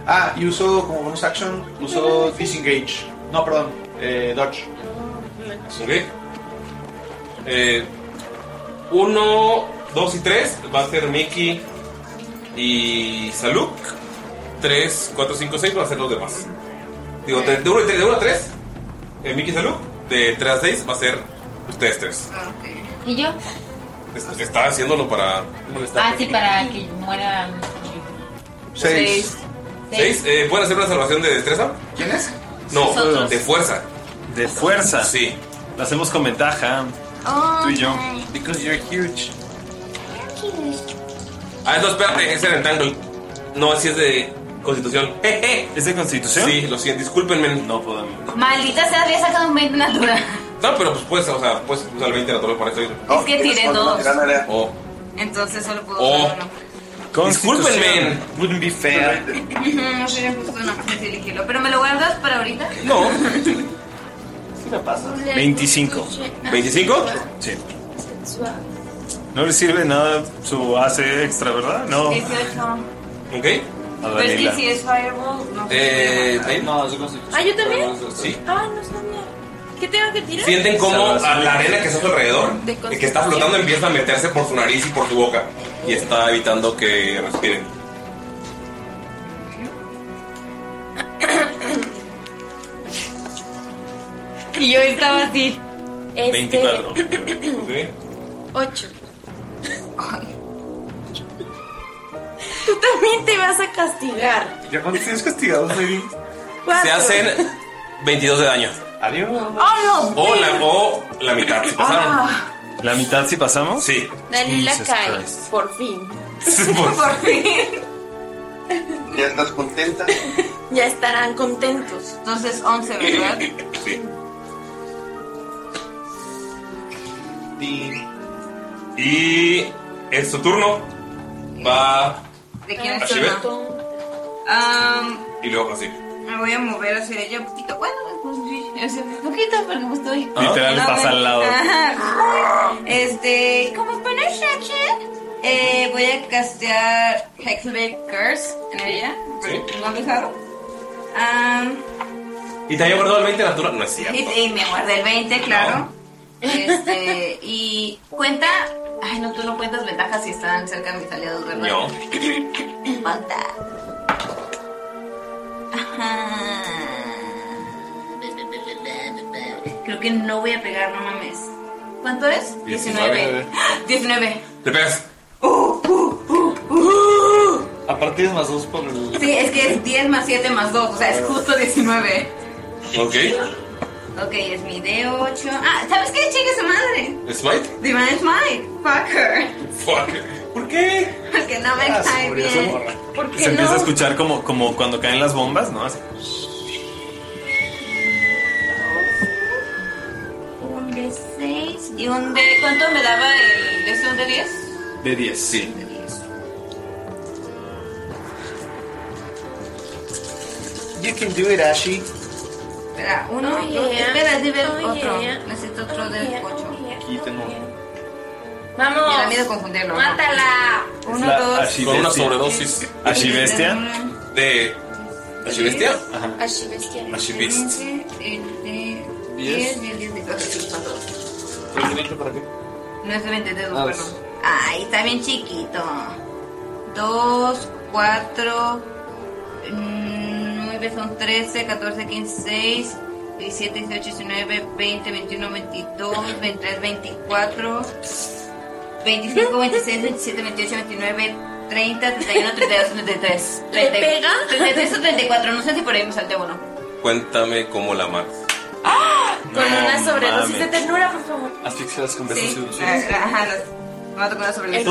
Ah, y uso como bonus action, uso disengage. No, perdón, eh, dodge. ok. Eh, uno, dos y tres va a ser Mickey y Saluk. Tres, cuatro, cinco, seis va a ser los demás. Digo, de, de uno, de uno a tres, eh, Mickey y Saluk. De tres a seis va a ser ustedes tres. Ah, ¿Y yo? Es- Está haciéndolo para molestar. Ah, sí, para que muera. Seis. Seis. Seis, eh, ¿Pueden hacer una salvación de destreza? ¿Quién es? No, Nosotros. de fuerza. de fuerza sí lo hacemos con ventaja tú y yo because you're huge Ah, no, espérate, es el entangle. No, así es de constitución. ¿Es de constitución? Sí, lo siento, discúlpenme. No pues, podemos. Maldita sea, había sacado un 20 natural. No, pero pues puedes, o sea, puedes usar el 20 natural para eso. es que tiré dos. Oh. Entonces solo puedo Oh. usar uno. Discúlpenme. Wouldn't be fair. No sería justo una presencia elegirlo. Pero me lo guardas para ahorita. No. ¿Qué me pasa? 25 ¿25? sí no le sirve nada su AC extra verdad no 18. Ok. A Pues Pero es que Dalila. si es Fireball, no. Eh, no, es de constitución. Ah, yo también. Sí. Ah, no sabía. ¿Qué tengo que tirar? Sienten como a la arena que está a su alrededor, De el que está flotando, empieza a meterse por su nariz y por su boca. Y está evitando que respiren. Y yo estaba así. Este, 24. 8. Tú también te vas a castigar. ¿Ya cuántos tienes castigados, Lady? Se Cuatro. hacen 22 de daño. Adiós. ¡Oh, no! O la, o la mitad, si pasaron. Ah, ¿La mitad si pasamos? Sí. Dalila Jesus cae, Christ. por fin. Por- fin. ¿Ya estás contenta? Ya estarán contentos. Entonces, 11, ¿verdad? Y es su turno. Va ¿De quién a es Shivet turno? Am, y luego así. Me voy a mover hacia ella un poquito. Bueno, pues sí, hacia un poquito porque me estoy. Literal, No, pasa me- al lado. Ajá. Este, como penetración, eh, voy a castear Hexblade Curse en ella. Sí. ¿No me dejaron? Am, Y te había guardado el 20 natural. No es y, cierto. y me guardé el 20, claro. Este, y cuenta. Ay, no, tú no cuentas ventajas si están cerca de mis aliados, ¿verdad? No. Cuenta. Ajá. Creo que no voy a pegar, no mames. ¿Cuánto Ah, es? 19. 19. Te pegas. uh. Aparte es más dos por el. Sí, es que es 10 más 7 más 2, o sea, es justo 19. Ok. Ok, es mi D8. Ah, ¿sabes qué? Chingue su madre. Smite. Divine Smite. Fucker. Fuck. ¿Por qué? Porque no me cae bien. ¿Por qué Ah, Se empieza a no? escuchar como, como cuando caen las bombas, ¿no? Así. Un D6 y un D. ¿Cuánto me daba el de un D10? De 10, sí. You can do it, Ashi. Espera, uno. Oh, dos, yeah. Espera, es nivel Oh, 8. yeah. Necesito otro D8. Aquí tengo. Vamos. Me da miedo confundirlo. ¿no? Mátala. Uno, La dos. Ashibestia. Con una sobredosis. Ashibestia. De. ¿Ashibestia? Ajá. Así bestia. Ashibist. eh, Diez, diez, diez, diez. Ok, sí, cuatro. para qué? No es de 20 dedos, Ah, perdón. Ay, está bien chiquito. Dos, cuatro, mm, nueve, son 13, 14, 15, 6, 17, 18, 19, 20, 21, 22, 23, 24, 25, 26, 27, 28, 29, 30, 31, 32, 33. ¿Le pega? 33 o 34, no sé si por ahí me salté uno. Cuéntame cómo la matas. ¡Ah! Con No una sobredosis mames. de ternura, por favor. Asfixia las Sí, Ah, ajá, las mato con una sobredosis.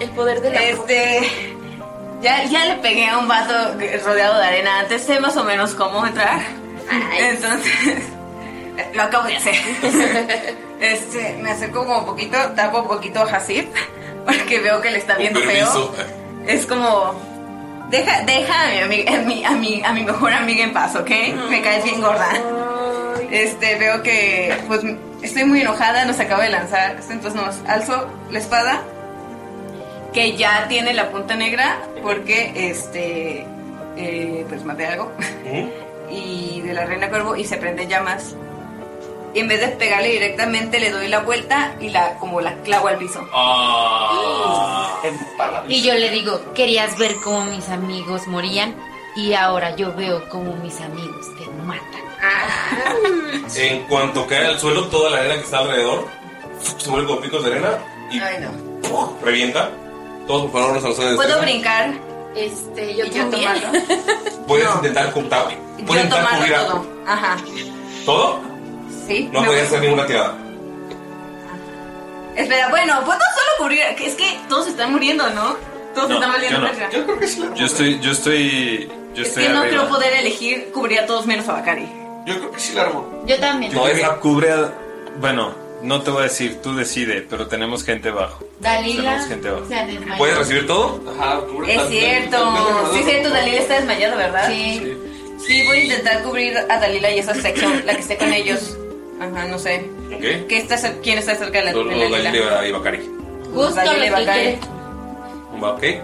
el poder de la Este. Ya, ya le pegué a un vato rodeado de arena. Antes sé más o menos cómo entrar. Entonces. Lo acabo de hacer. Este, me acerco como poquito, tapo un poquito a Hasib. Porque veo que le está viendo feo. Es como. Deja, deja a, mi, amiga- a, mi, a, mi, a mi mejor amiga en paz, ¿ok? Me caes bien gorda. Este, veo que. Pues estoy muy enojada, nos acabo de lanzar. Entonces, nos alzo la espada que ya tiene la punta negra porque este eh, pues maté algo y de la reina cuervo y se prende llamas y en vez de pegarle directamente le doy la vuelta y la como la clavo al piso Ah. Y yo le digo, querías ver cómo mis amigos morían y ahora yo veo cómo mis amigos te matan. En cuanto cae al suelo, toda la arena que está alrededor se vuelve con picos de arena, Ay, no. revienta. Todos por favor nos alzan de puedo destreza. brincar Este, yo y yo también. tomarlo Puedes intentar juntar. yo Puedes intentar tomarlo cubrir a- todo ajá todo. sí No me- podías hacer ninguna tirada. espera bueno puedo solo cubrir es que todos están muriendo no todos No, están valiendo yo no. verga. yo creo que sí Yo estoy, yo estoy, yo es estoy que no creo arriba. poder elegir cubrir a todos menos a Bakari yo creo que sí la armo Yo también. No, esa cubre a... Bueno, no te voy a decir, tú decide, pero tenemos gente abajo. Dalila Tenemos gente abajo. se ha desmayado. ¿Puedes recibir todo? Ajá, Es cierto, sí es cierto, Dalila está desmayada, ¿verdad? Sí. Sí, voy a intentar cubrir a Dalila y esa sección, la que esté con ellos. Ajá, no sé. Ok. ¿Qué está, cer- ¿Quién está cerca de la Solo de Dalila? Dalila y Bakari. Dalila y Bakari. Va, ok. Eh,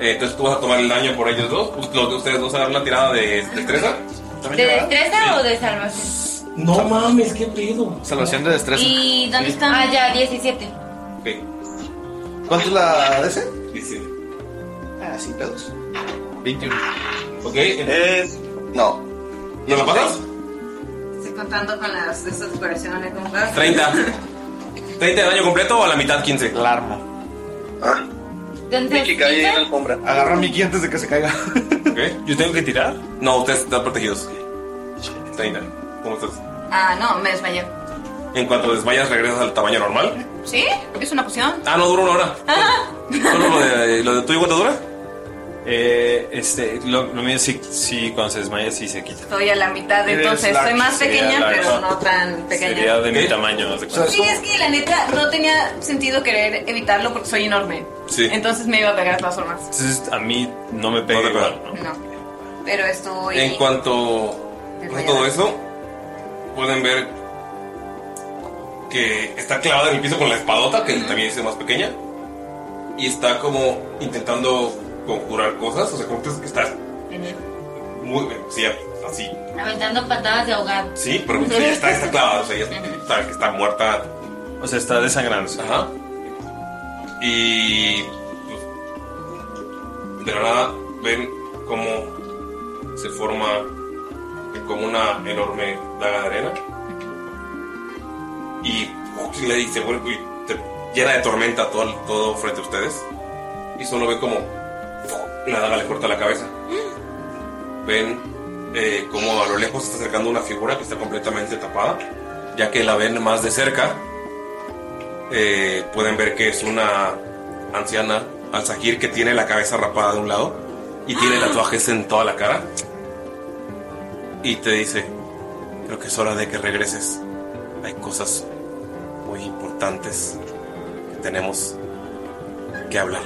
entonces tú vas a tomar el daño por ellos dos. Pues, Los de ustedes dos a dar una tirada de destreza. ¿De destreza o de salvación? No mames, qué pedo. Salvación de destreza. ¿Y dónde están? Ah, ya, 17. ¿Cuánto es la DC? 17. Ah, sin pedos. Eh, 21. Ok. Es. No. ¿No la pasas? Estoy contando con las de estas decoraciones. ¿cómo vas? 30. ¿30 de daño completo o a la mitad 15? La arma. Mickey cae en la alfombra. Agarra a Mickey antes de que se caiga. ¿Yo tengo que tirar? No, ustedes están protegidos. 30. ¿Cómo estás? Ah, no, me desmayé. En cuanto desmayas, regresas al tamaño normal. ¿Sí? ¿Es una poción? Ah, no, dura una hora. Ah, ¿Solo lo de, lo de tuyo cuánto dura? Eh, este, lo, lo mío sí, sí, cuando se desmaya sí se quita. estoy a la mitad, Eres entonces large, soy más sería pequeña, large. pero no tan pequeña. Sería de mi tamaño, haz de cuenta. Sí, es que la neta no tenía sentido querer evitarlo porque soy enorme. Sí. Entonces me iba a pegar de todas formas. Entonces a mí no me pega igual. No. Pero estoy. En cuanto a todo eso, pueden ver que está clavada en el piso con la espadota, que también es más pequeña, y está como intentando conjurar cosas, o sea, como que está muy, sí, así, Aventando patadas de ahogado. sí, pero sí, está, está clavada, o sea, ya está, está muerta. O sea, está desangrándose. Ajá. Y pues, de la nada ven cómo se forma como una enorme daga de arena y uf, le dice vuelve y te llena de tormenta todo, todo frente a ustedes y solo ve como uf, la daga le corta la cabeza ven eh, como a lo lejos se está acercando una figura que está completamente tapada ya que la ven más de cerca eh, pueden ver que es una anciana al Sahir que tiene la cabeza rapada de un lado y tiene tatuajes en toda la cara. Y te dice, creo que es hora de que regreses. Hay cosas muy importantes que tenemos que hablar.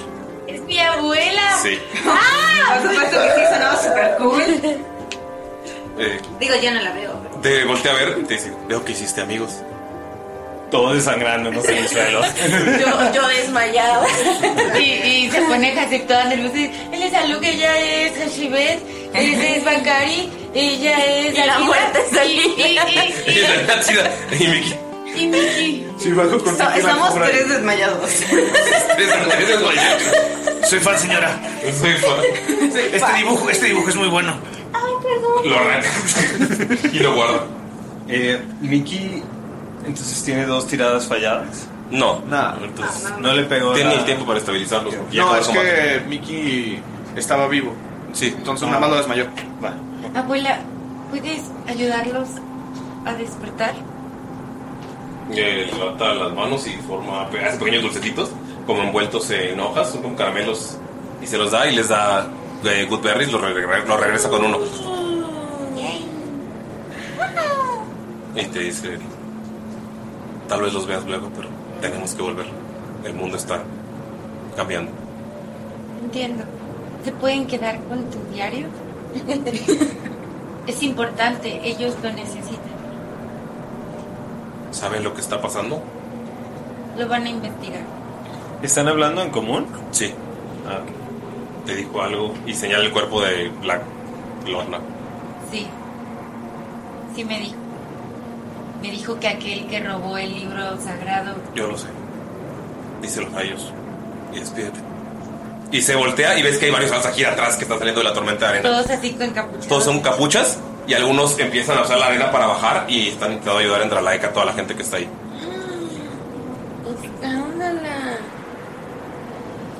¡Es mi abuela! Sí. ¡Ah! Por supuesto que sí, sonaba súper cool. Eh, Digo, yo no la veo. te voltea a ver y te dice, veo que hiciste amigos. Todo desangrando, no sé, mis suelos. Yo, yo desmayada. Y, y se pone casi toda nerviosa. y dice, Él es Alu, que ella es Hashibet, él es Bakari, ella es. Y la Akira, muerte es y- y- Y la Natsida- y Miki, y- y Miki. Sí, bajo con So- estamos tres desmayados. Soy fan, señora. Soy fan. Este dibujo, este dibujo es muy bueno. Ay, perdón. Lo arranca. y lo guarda. Eh, Mickey, entonces tiene dos tiradas falladas. No. Entonces, no le pegó. Tiene la- el tiempo para estabilizarlo. Ya no, acabó es el que Mickey estaba vivo. Sí. Entonces nada más lo desmayó. Va. Abuela, ¿puedes ayudarlos a despertar? Eh, levanta las manos y forma hace pequeños dulcecitos, como envueltos en hojas, son como caramelos, y se los da y les da eh, good berries, lo, regre- lo regresa con uno. Y te dice, tal vez los veas luego, pero tenemos que volver. El mundo está cambiando. Entiendo. ¿Se pueden quedar con tu diario? es importante, ellos lo necesitan. ¿Saben lo que está pasando? Lo van a investigar. ¿Están hablando en común? Sí. Ah, Te dijo algo y señala el cuerpo de Black Lorna. Sí. Sí me dijo. Me dijo que aquel que robó el libro sagrado. Yo lo sé. Dice los rayos. Y despídete. Y se voltea y ves que hay varios alzajir atrás que están saliendo de la tormenta de arena. Todos así con capucha. Todos son capuchas y algunos empiezan a usar la arena para bajar y están intentando ayudar en Dralaika a toda la gente que está ahí. Ándala.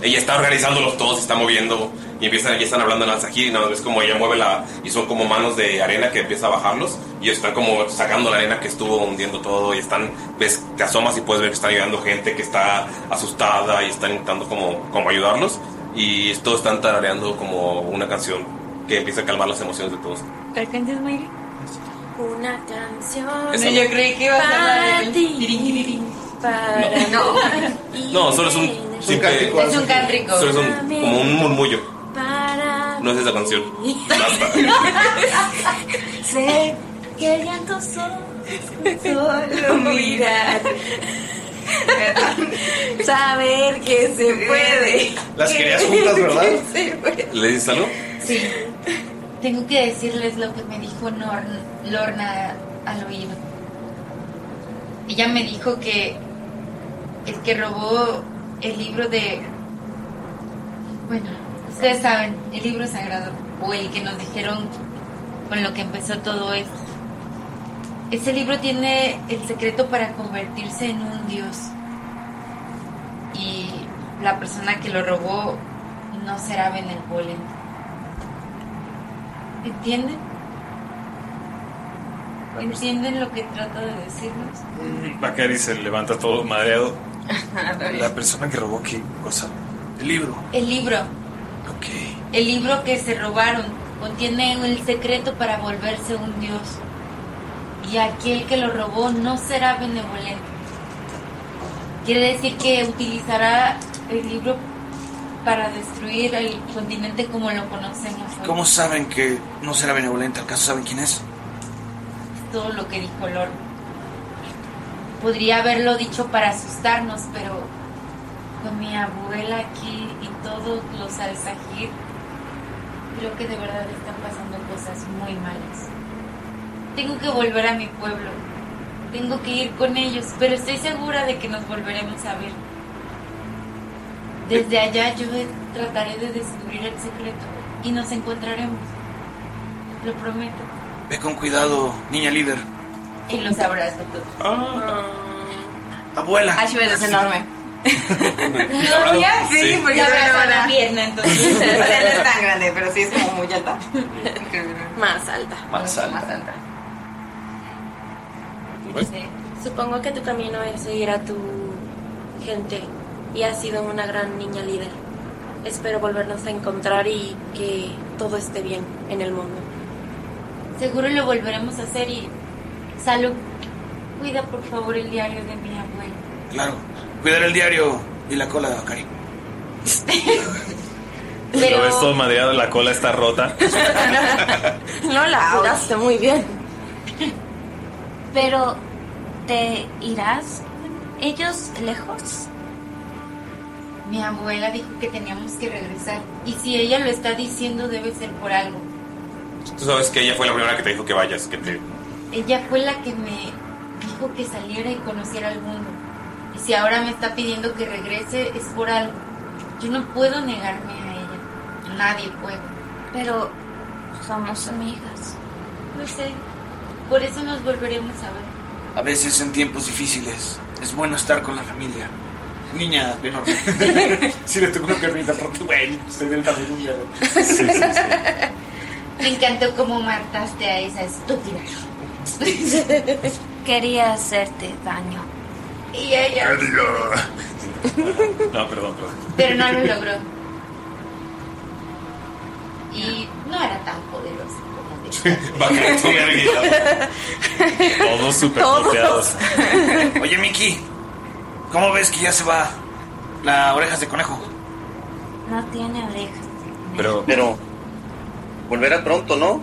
Ella está organizándolos todos, se está moviendo y empiezan, ya están hablando en alzajir y nada más ves como ella mueve la... y son como manos de arena que empieza a bajarlos y están como sacando la arena que estuvo hundiendo todo y están... ves, te asomas y puedes ver que están llegando gente que está asustada y están intentando como, como ayudarlos y todos están tarareando como una canción que empieza a calmar las emociones de todos. ¿La canción Mayra? Una canción. Esa- Yo creí que iba a ser la de- Para No. No, solo es un... simple- Es un cántrico. Solo es un- como un murmullo, Para. no es esa canción. Basta. sé que el llanto solo. Solo mirar. Saber que se puede. Las querías juntas, ¿verdad? ¿Le dices algo? Sí. Tengo que decirles lo que me dijo Nor- Lorna al oído. Ella me dijo que el que robó el libro de... Bueno, ustedes saben, el libro sagrado, o el que nos dijeron con lo que empezó todo esto. Ese libro tiene el secreto para convertirse en un dios. Y la persona que lo robó no será benevolente. ¿Entienden? ¿Entienden lo que trato de decirnos? Bacari Mm, se levanta todo madreado. La persona que robó qué cosa? El libro. El libro. El libro que se robaron contiene el secreto para volverse un dios. Y aquel que lo robó no será benevolente. Quiere decir que utilizará el libro para destruir el continente como lo conocemos. hoy. ¿Cómo saben que no será benevolente? ¿Al caso saben quién es? Es todo lo que dijo Lord. Podría haberlo dicho para asustarnos, pero con mi abuela aquí y todos los alzajir, creo que de verdad están pasando cosas muy malas. Tengo que volver a mi pueblo. Tengo que ir con ellos, pero estoy segura de que nos volveremos a ver. Desde allá yo trataré de descubrir el secreto y nos encontraremos. Lo prometo. Ve con cuidado, niña líder. Y los abrazo todos. Abuela. Ashbel es enorme. Claro. No, ya sí, Sí. porque Ya yo abraza veo la pierna, entonces. o sea, no es tan grande, pero sí es como muy alta. Más alta. Más alta. Más alta. Pues, Sí. Supongo que tu camino es seguir a tu gente y has sido una gran niña líder. Espero volvernos a encontrar y que todo esté bien en el mundo. Seguro lo volveremos a hacer y... Salud, cuida por favor el diario de mi abuela. Claro. Cuidar el diario y la cola de Bacari. Lo ves todo madreado, la cola está rota. No la hablaste muy bien. Pero, ¿te irás con ellos lejos? Mi abuela dijo que teníamos que regresar. Y si ella lo está diciendo, debe ser por algo. Tú sabes que ella fue la primera que te dijo que vayas, que te... Ella fue la que me dijo que saliera y conociera al mundo. Y si ahora me está pidiendo que regrese, es por algo. Yo no puedo negarme a ella. Nadie puede. Pero somos amigas. No sé. Por eso nos volveremos a ver. A veces en tiempos difíciles es bueno estar con la familia. Niña de enorme. si le tocó una piernita rota, güey, se ve el tamaño de un dedo. Me encantó cómo mataste a esa estúpida. Quería hacerte daño. Y ella. No, perdón, perdón. Pero no lo logró. Y no era tan poderosa como dice. Bacari, tú, verguita. Todos súper Todos. bloqueados. Oye, Miki, ¿cómo ves que ya se va la orejas de conejo? No tiene orejas. Pero, pero volverá pronto, ¿no?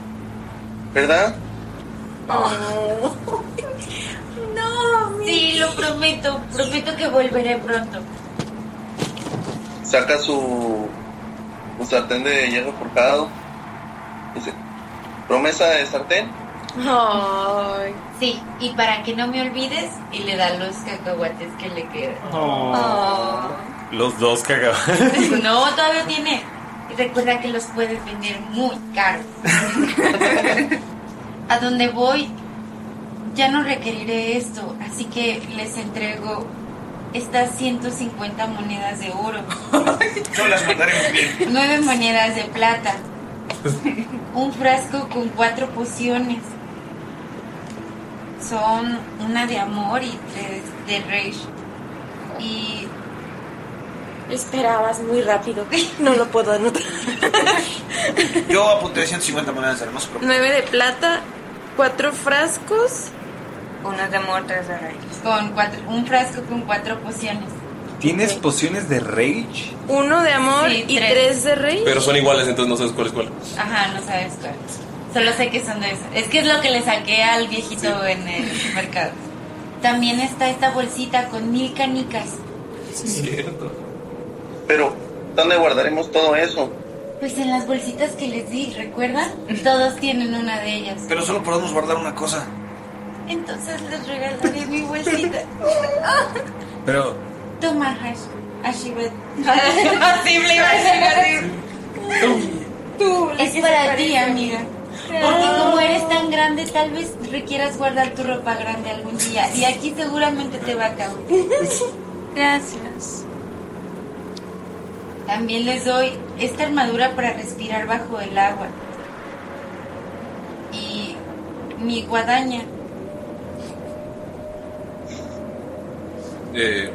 ¿Verdad? No, sí, lo prometo. Prometo que volveré pronto. Saca su, su sartén de hierro forjado. Dice, promesa de sartén. Sí, y para que no me olvides, y le da los cacahuates que le quedan. Los dos cagaban. No, todavía tiene. Y recuerda que los puedes vender muy caros. A donde voy, ya no requeriré esto, así que les entrego estas 150 monedas de oro, No las mandaremos bien. 9 monedas de plata, un frasco con cuatro pociones. Son una de amor y tres de rage. Y Esperabas muy rápido. No lo puedo anotar. Yo apunté 150 monedas de hermoso, pero Nueve de plata, cuatro frascos. Unas de muertes de rey. con cuatro, un frasco con cuatro pociones. ¿Tienes pociones de rage? Uno de amor Sí, y tres. tres de rey. Pero son iguales, entonces no sabes cuál es cuál. Ajá, no sabes cuál. Solo sé que son de esas. Es que es lo que le saqué al viejito en el mercado. También está esta bolsita con mil canicas. Es cierto. Pero, ¿dónde guardaremos todo eso? Pues en las bolsitas que les di, ¿recuerdan? Todos tienen una de ellas. Pero solo podemos guardar una cosa. Entonces les regalaré mi bolsita. Pero, Toma, Hash. Ashibet. Imposible, iba a decir Tú, que es se para ti, parece. amiga. Porque Ah. como eres tan grande, tal vez requieras guardar tu ropa grande algún día. Y aquí seguramente te va a caber. Gracias. También les doy esta armadura para respirar bajo el agua. Y mi guadaña. Eh,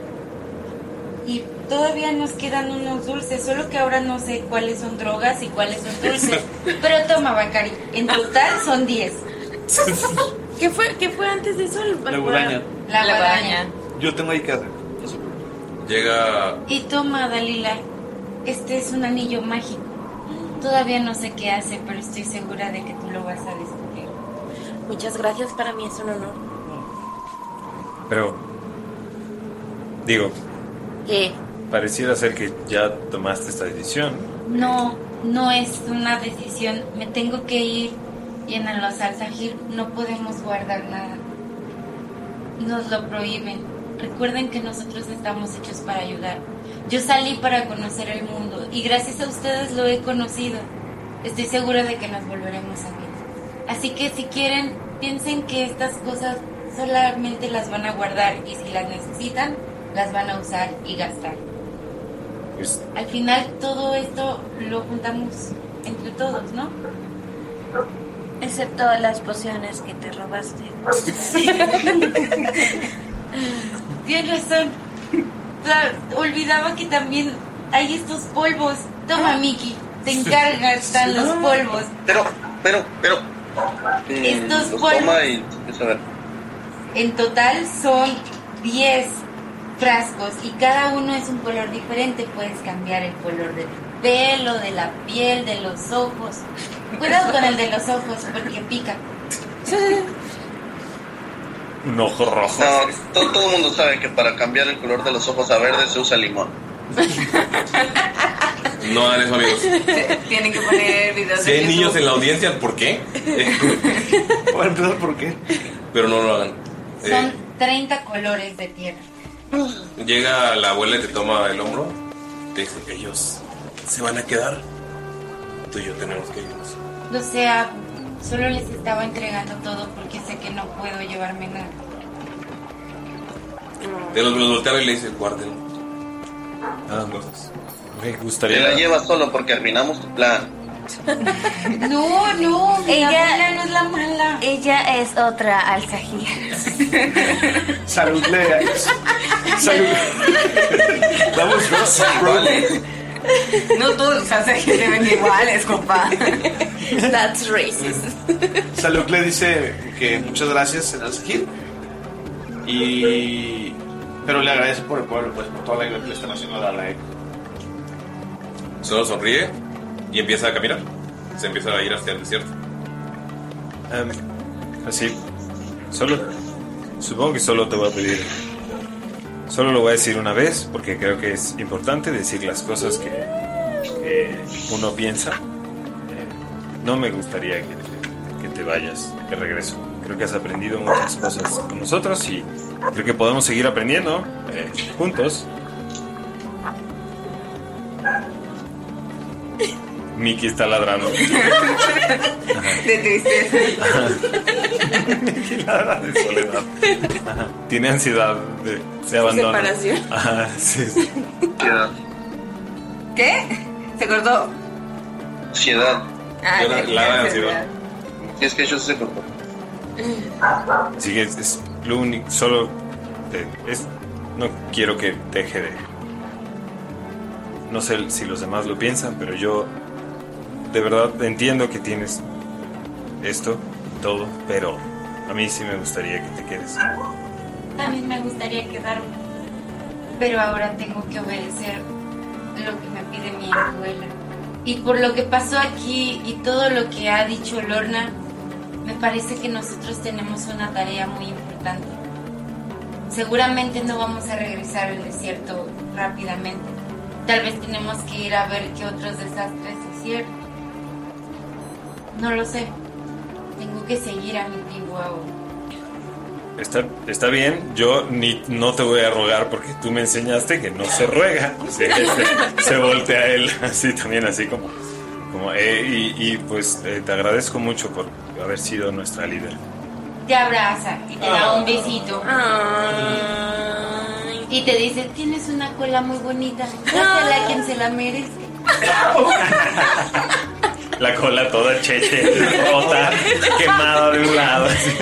Y todavía nos quedan unos dulces, solo que ahora no sé cuáles son drogas y cuáles son dulces. Pero toma, Bacari, en total son 10. ¿Qué fue, ¿Qué fue antes de eso? El- La guadaña. La La guadaña. Yo tengo ahí casa. Llega. Y toma, Dalila, este es un anillo mágico. Todavía no sé qué hace, pero estoy segura de que tú lo vas a descubrir. Muchas gracias, para mí es un honor. pero. Digo, ¿Qué? pareciera ser que ya tomaste esta decisión. No, no es una decisión. Me tengo que ir y en el Alzajir no podemos guardar nada. Nos lo prohíben. Recuerden que nosotros estamos hechos para ayudar. Yo salí para conocer el mundo y gracias a ustedes lo he conocido. Estoy segura de que nos volveremos a ver. Así que si quieren, piensen que estas cosas solamente las van a guardar y si las necesitan, las van a usar y gastar. Pues, Al final todo esto lo juntamos entre todos, ¿no? Excepto las pociones que te robaste. Tienes razón. Ta- Olvidaba que también hay estos polvos. Ah. Toma, Miki, te encargan están los polvos. Pero, pero, pero. Mm, Estos los polvos. toma y empieza a ver. En total son 10 frascos y cada uno es un color diferente. Puedes cambiar el color del pelo, de la piel, de los ojos. Cuidado con el de los ojos porque pica. Un ojo rojo. No, to- todo el mundo sabe que para cambiar el color de los ojos a verde se usa limón. No hagan eso, amigos. Tienen que poner videos Si de hay niños YouTube. en la audiencia, ¿por qué? Para empezar, ¿por qué? Pero no lo hagan. Son Eh, 30 colores de tierra. llega la abuela y te toma el hombro. Te dice, ellos se van a quedar. Tú y yo tenemos que irnos. O sea, solo les estaba entregando todo porque sé que no puedo llevarme nada. Te los volteaba y le dice, guárdenlo. Ah, no. Me Te la gustaría. llevas solo porque arruinamos tu plan. No, Oh, no, mi abuela no es la mala. Ella es otra alzajía. Salud, Lea. Salud. Damos dos. No todos los alzajes se ven iguales, compa. That's racist. Saluk le dice que muchas gracias en Alzheimer y pero le agradece por el pueblo, pues por toda la ayuda que le están haciendo a Dalae. Solo sonríe y empieza a caminar. Se empieza a ir hacia el desierto. Em, así. Solo. Supongo que solo te voy a pedir. Solo lo voy a decir una vez porque creo que es importante decir las cosas que, que uno piensa. Eh, No me gustaría que, que te vayas, que regreso. Creo que has aprendido muchas cosas con nosotros y creo que podemos seguir aprendiendo eh, juntos. Mickey está ladrando. De tristeza. Nada de soledad. Ajá. Tiene ansiedad de, de abandono. Separación. Ajá, sí, sí. ¿Qué? Se cortó. Ansiedad. Ah, Yo la- sí, la sí, de ansiedad. Y es que yo sé por Así que es, es lo único. Solo. te- es, no quiero que deje de. No sé si los demás lo piensan, pero yo. De verdad entiendo que tienes. Esto, todo, pero. A mí sí me gustaría que te quedes. También me gustaría quedarme. Pero ahora tengo que obedecer lo que me pide mi abuela. Y por lo que pasó aquí y todo lo que ha dicho Lorna, me parece que nosotros tenemos una tarea muy importante. Seguramente no vamos a regresar al desierto rápidamente. Tal vez tenemos que ir a ver qué otros desastres hicieron. No lo sé. Tengo que seguir a mi tío Ao. Está, está bien, yo ni, no te voy a rogar porque tú me enseñaste que no se ruega. Se, se- se voltea él así también, así como... como eh, y, y, pues eh, te agradezco mucho por haber sido nuestra líder. Te abraza y te da un besito. Y te dice, tienes una cola muy bonita. Dásela a quien se la merece. La cola toda cheche, rota, quemada de un lado. así.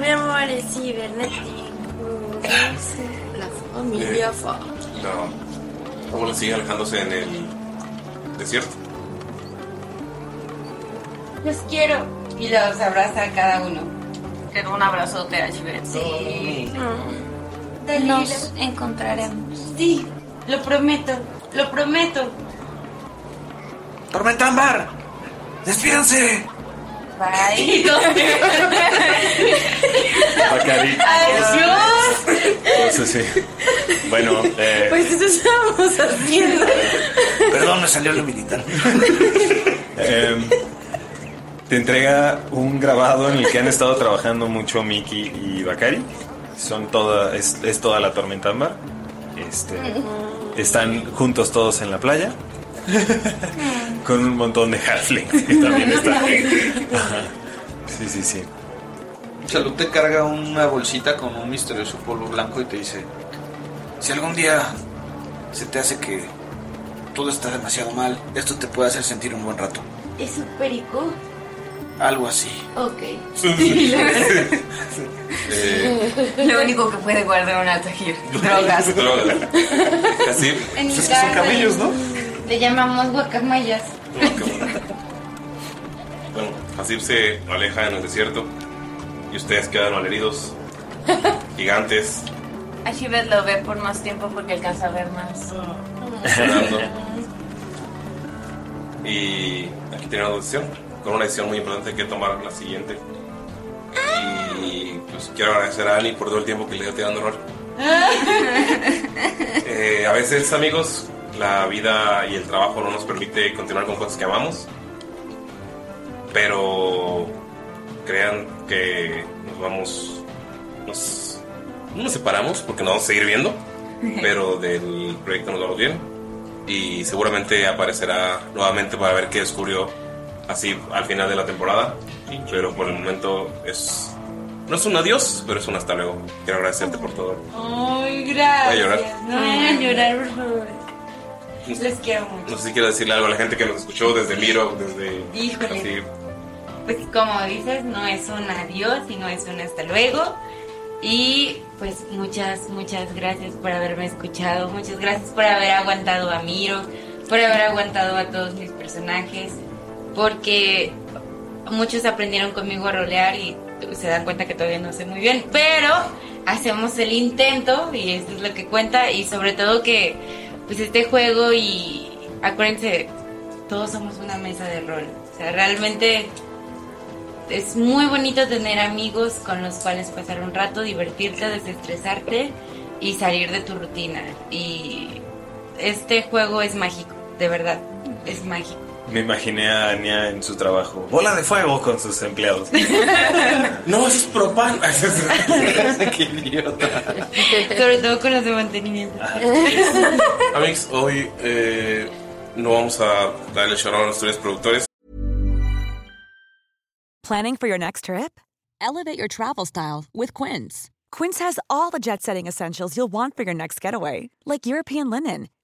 Mi amor es cibernético. La familia fa. No. ¿Cómo le sigue alejándose en el desierto? Los quiero. Y los abraza a cada uno. Te doy un abrazote a Chivet. Sí. Nos encontraremos. Sí, lo prometo, lo prometo. ¡Tormenta Ámbar! ¡Despídanse! Bye. Bacardí. ¡Adiós! Entonces, sí. Bueno, eh, Pues eso estábamos haciendo. Perdón, me salió lo militar. Em, te entrega un grabado en el que han estado trabajando mucho Miki y Bakari. Son toda, es, es toda la tormenta ámbar. Este, están juntos todos en la playa. Con un montón de halflings que también están. Ajá. Sí, sí, sí. Salud te carga una bolsita con un misterioso polvo blanco y te dice: Si algún día se te hace que todo está demasiado mal, esto te puede hacer sentir un buen rato. ¿Es un perico? Algo así. Ok. Eh, Lo único que puede guardar un altajir. Drogas. Drogas. Así. En mi Pues Es que son casa camellos, ¿no? Le llamamos guacamayas. Bueno, Hasib se aleja en el desierto y ustedes quedan malheridos, gigantes, A Chivet lo ve por más tiempo porque alcanza a ver más. llorando. Y aquí tienen una decisión, con una decisión muy importante que tomar la siguiente. Y pues quiero agradecer a Ani por todo el tiempo que le dio tirando rol. Eh, a veces, amigos, la vida y el trabajo no nos permite continuar con cosas que amamos. Pero crean que nos vamos. Nos, no nos separamos porque nos vamos a seguir viendo. Pero del proyecto nos vamos bien. Y seguramente aparecerá nuevamente para ver qué descubrió así al final de la temporada. Pero por el momento es. No es un adiós, pero es un hasta luego. Quiero agradecerte por todo. Ay, Voy a gracias. llorar. No me hagan llorar, por favor. Les quiero mucho. No sé si quiero decirle algo a la gente que nos escuchó desde Miro, desde. Híjole. así. Pues como dices, no es un adiós, sino es un hasta luego. Y pues muchas, muchas gracias por haberme escuchado, muchas gracias por haber aguantado a Miro, por haber aguantado a todos mis personajes, porque muchos aprendieron conmigo a rolear y se dan cuenta que todavía no sé muy bien, pero hacemos el intento y esto es lo que cuenta y sobre todo que pues este juego y acuérdense, todos somos una mesa de rol, o sea, realmente es muy bonito tener amigos con los cuales pasar un rato, divertirte, desestresarte y salir de tu rutina. Y este juego es mágico, de verdad, es mágico. Me imaginé a Ania en su trabajo. Bola de fuego con sus empleados. no, es propano. Qué idiota. Sobre todo con los de mantenimiento. Amigos, hoy eh, no vamos a darle shout out a nuestros productores. Planning for your next trip? Elevate your travel style with Quince. Quince has all the jet setting essentials you'll want for your next getaway, like European linen,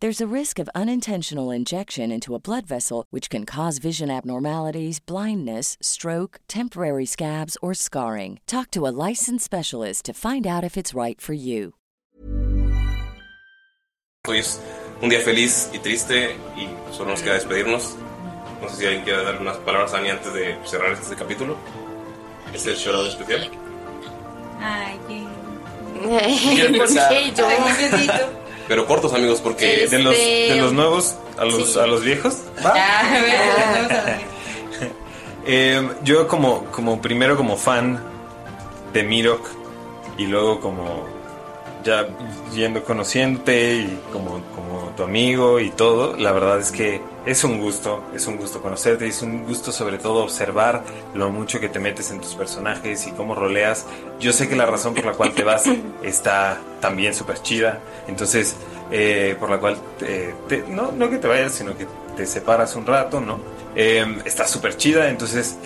There's a risk of unintentional injection into a blood vessel, which can cause vision abnormalities, blindness, stroke, temporary scabs, or scarring. Talk to a licensed specialist to find out if it's right for you. Hoy es un día feliz y triste y solo nos queda despedirnos. No sé si alguien quiere dar unas palabras a Ani antes de cerrar este capítulo. Este es el shoutout especial. Ay, qué. ¿Por qué yo? Ay, qué bonito. Pero cortos, amigos, porque De los, de los nuevos a los, a los viejos. Ah, bueno, vamos a ver. Eh, yo como, como primero como fan de Mirok y luego como ya yendo conociéndote y como, como tu amigo y todo, la verdad es que es un gusto, es un gusto conocerte, es un gusto sobre todo observar lo mucho que te metes en tus personajes y cómo roleas. Yo sé que la razón por la cual te vas está también súper chida, entonces eh, por la cual eh, te- no, no que te vayas, sino que te separas un rato, ¿no? Eh, está súper chida, entonces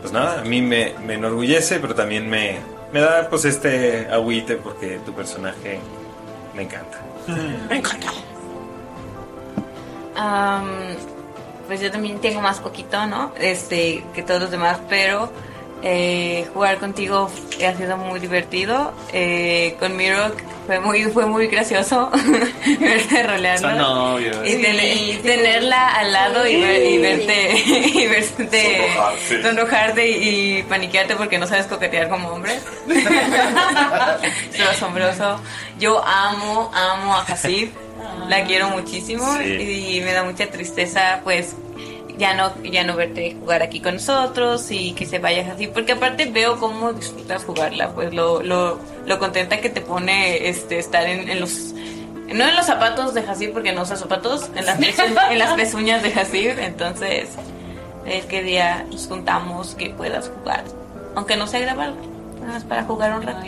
pues nada, a mí me, me enorgullece, pero también me, me da pues este agüite porque tu personaje me encanta. Me encanta. Am, pues yo también tengo más poquito, ¿no? Este, que todos los demás, pero eh, jugar contigo ha sido muy divertido. Eh, con Mirok fue muy, fue muy gracioso verte roleando. Son novios. Y tener- tenerla al lado y, ver- y verte, y verte Sonrojarse. sonrojarte y, y paniquearte porque no sabes coquetear como hombre. Lo asombroso. Yo amo, amo a Hasib. La quiero muchísimo Sí. y me da mucha tristeza, pues ya no ya no verte jugar aquí con nosotros y que se vayas así porque aparte veo cómo disfrutas jugarla pues lo, lo, lo contenta que te pone este estar en, en los no en los zapatos de Hasib porque no usa zapatos en las pezuñas, en las pezuñas de Hasib entonces el que día nos juntamos que puedas jugar aunque no sea grabar nada más para jugar un rato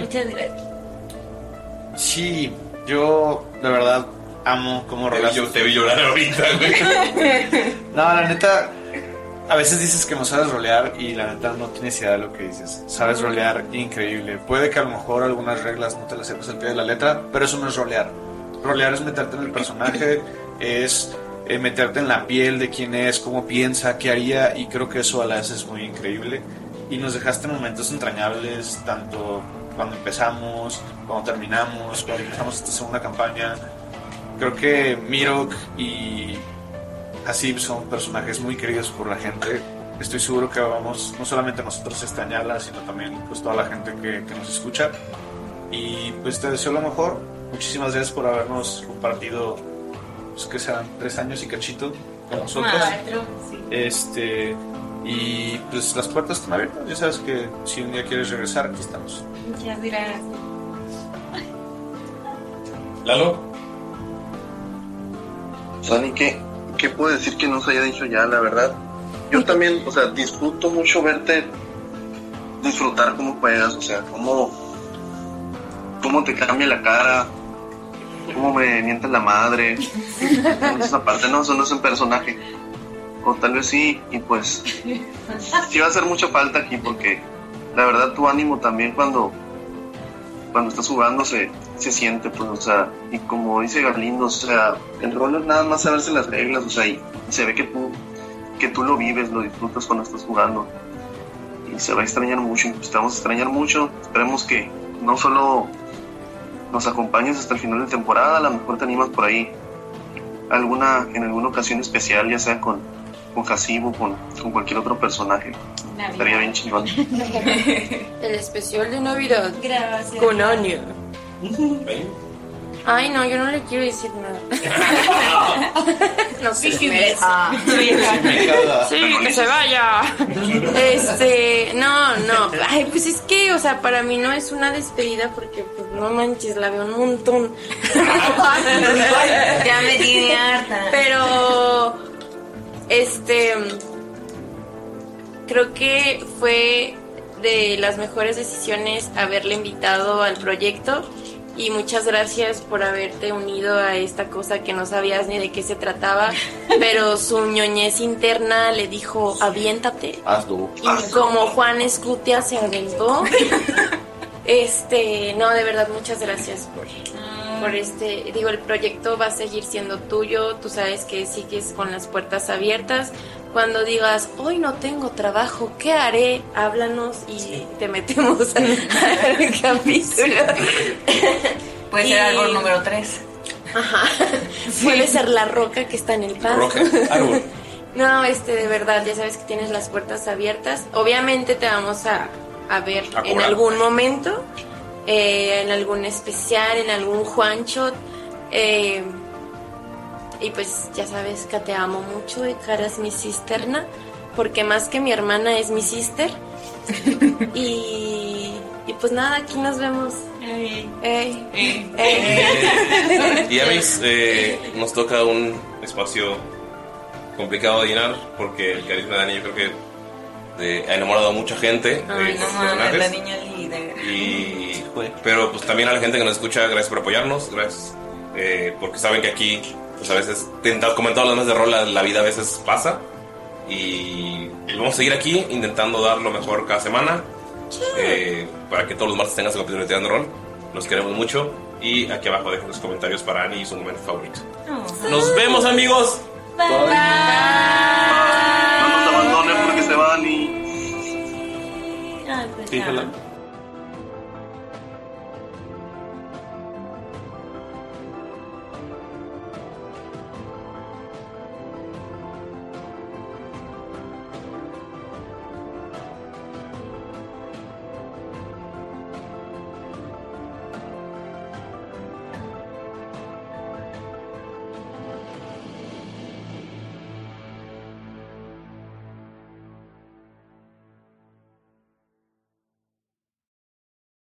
muchas gracias Sí, yo de verdad amo cómo rolas. Yo te vi llorar ahorita, güey. No, la neta, a veces dices que no sabes rolear y la neta no tienes idea de lo que dices. Sabes rolear increíble. Puede que a lo mejor algunas reglas no te las sepas al pie de la letra, pero eso no es rolear. Rolear es meterte en el personaje, es eh, meterte en la piel de quién es, cómo piensa, qué haría y creo que eso a la vez es muy increíble. Y nos dejaste momentos entrañables, tanto cuando empezamos, cuando terminamos, cuando empezamos esta segunda campaña. Creo que Mirok y Hasib son personajes muy queridos por la gente. Estoy seguro que vamos, no solamente nosotros a extrañarla, sino también pues, toda la gente que, que nos escucha. Y pues te deseo lo mejor. Muchísimas gracias por habernos compartido, pues, que sean tres años y cachito con nosotros. Cuatro, sí. Este, y pues las puertas están abiertas. Ya sabes que si un día quieres regresar, aquí estamos. muchas gracias Lalo. Sani, ¿qué, ¿qué puedo decir que no se haya dicho ya, la verdad? Yo también, o sea, disfruto mucho verte disfrutar cómo juegas, o sea, cómo, cómo te cambia la cara, cómo me mientas la madre. Esa parte no, eso no es un personaje. O tal vez sí, y pues sí va a hacer mucha falta aquí porque la verdad tu ánimo también cuando cuando estás jugando se, se siente pues o sea y como dice Galindo o sea el rol es nada más saberse las reglas o sea y se ve que tú que tú lo vives lo disfrutas cuando estás jugando y se va a extrañar mucho, pues, te vamos a extrañar mucho. Esperemos que no solo nos acompañes hasta el final de temporada, a lo mejor te animas por ahí alguna, en alguna ocasión especial, ya sea con, con Hasib o con, con cualquier otro personaje. Estaría bien chingón. El especial de Navidad. Gracias. Con Anya. Ay, no, yo no le quiero decir nada. no sé Sí, qué me- ah. Sí, que se vaya. Este, no, no. Ay, pues es que, o sea, para mí no es una despedida porque, pues, no manches, la veo un montón. Ya me tiene harta. Pero, este, creo que fue de las mejores decisiones haberle invitado al proyecto y muchas gracias por haberte unido a esta cosa que no sabías ni de qué se trataba, pero su ñoñez interna le dijo, aviéntate. Hazlo. Y como Juan Escutia se aventó, este, no, de verdad, muchas gracias por, por este, digo, el proyecto va a seguir siendo tuyo, tú sabes que sigues con las puertas abiertas. Cuando digas, hoy no tengo trabajo, ¿qué haré? Háblanos y te metemos al capítulo. Puede ser árbol número 3. Ajá. Puede ser la roca que está en el pasto. Roca, árbol. No, este, de verdad, ya sabes que tienes las puertas abiertas. Obviamente te vamos a, a ver A en cobrar. algún momento, eh, en algún especial, en algún Juanchot. eh, y pues ya sabes que te amo mucho y que eres mi cisterna, porque más que mi hermana es mi sister. y, y pues nada, aquí nos vemos. Ey. Ey. Y ya veis, eh, nos toca un espacio complicado de llenar porque el carisma de Dani yo creo que eh, ha enamorado a mucha gente eh, de Ay, no los mames, la personajes. niña líder. Y, pero pues también a la gente que nos escucha, gracias por apoyarnos, gracias eh, porque saben que aquí, pues a veces, tenta- como en todas las mesas de rol, la, la vida a veces pasa y vamos a seguir aquí intentando dar lo mejor cada semana eh, para que todos los martes tengan su capítulo de Tirando Rol. Los queremos mucho y aquí abajo dejen los comentarios para Annie y su momento favorito. Nos vemos amigos. No nos abandonen porque se van y... Ay, pues, Sí, ya. Ah. jala.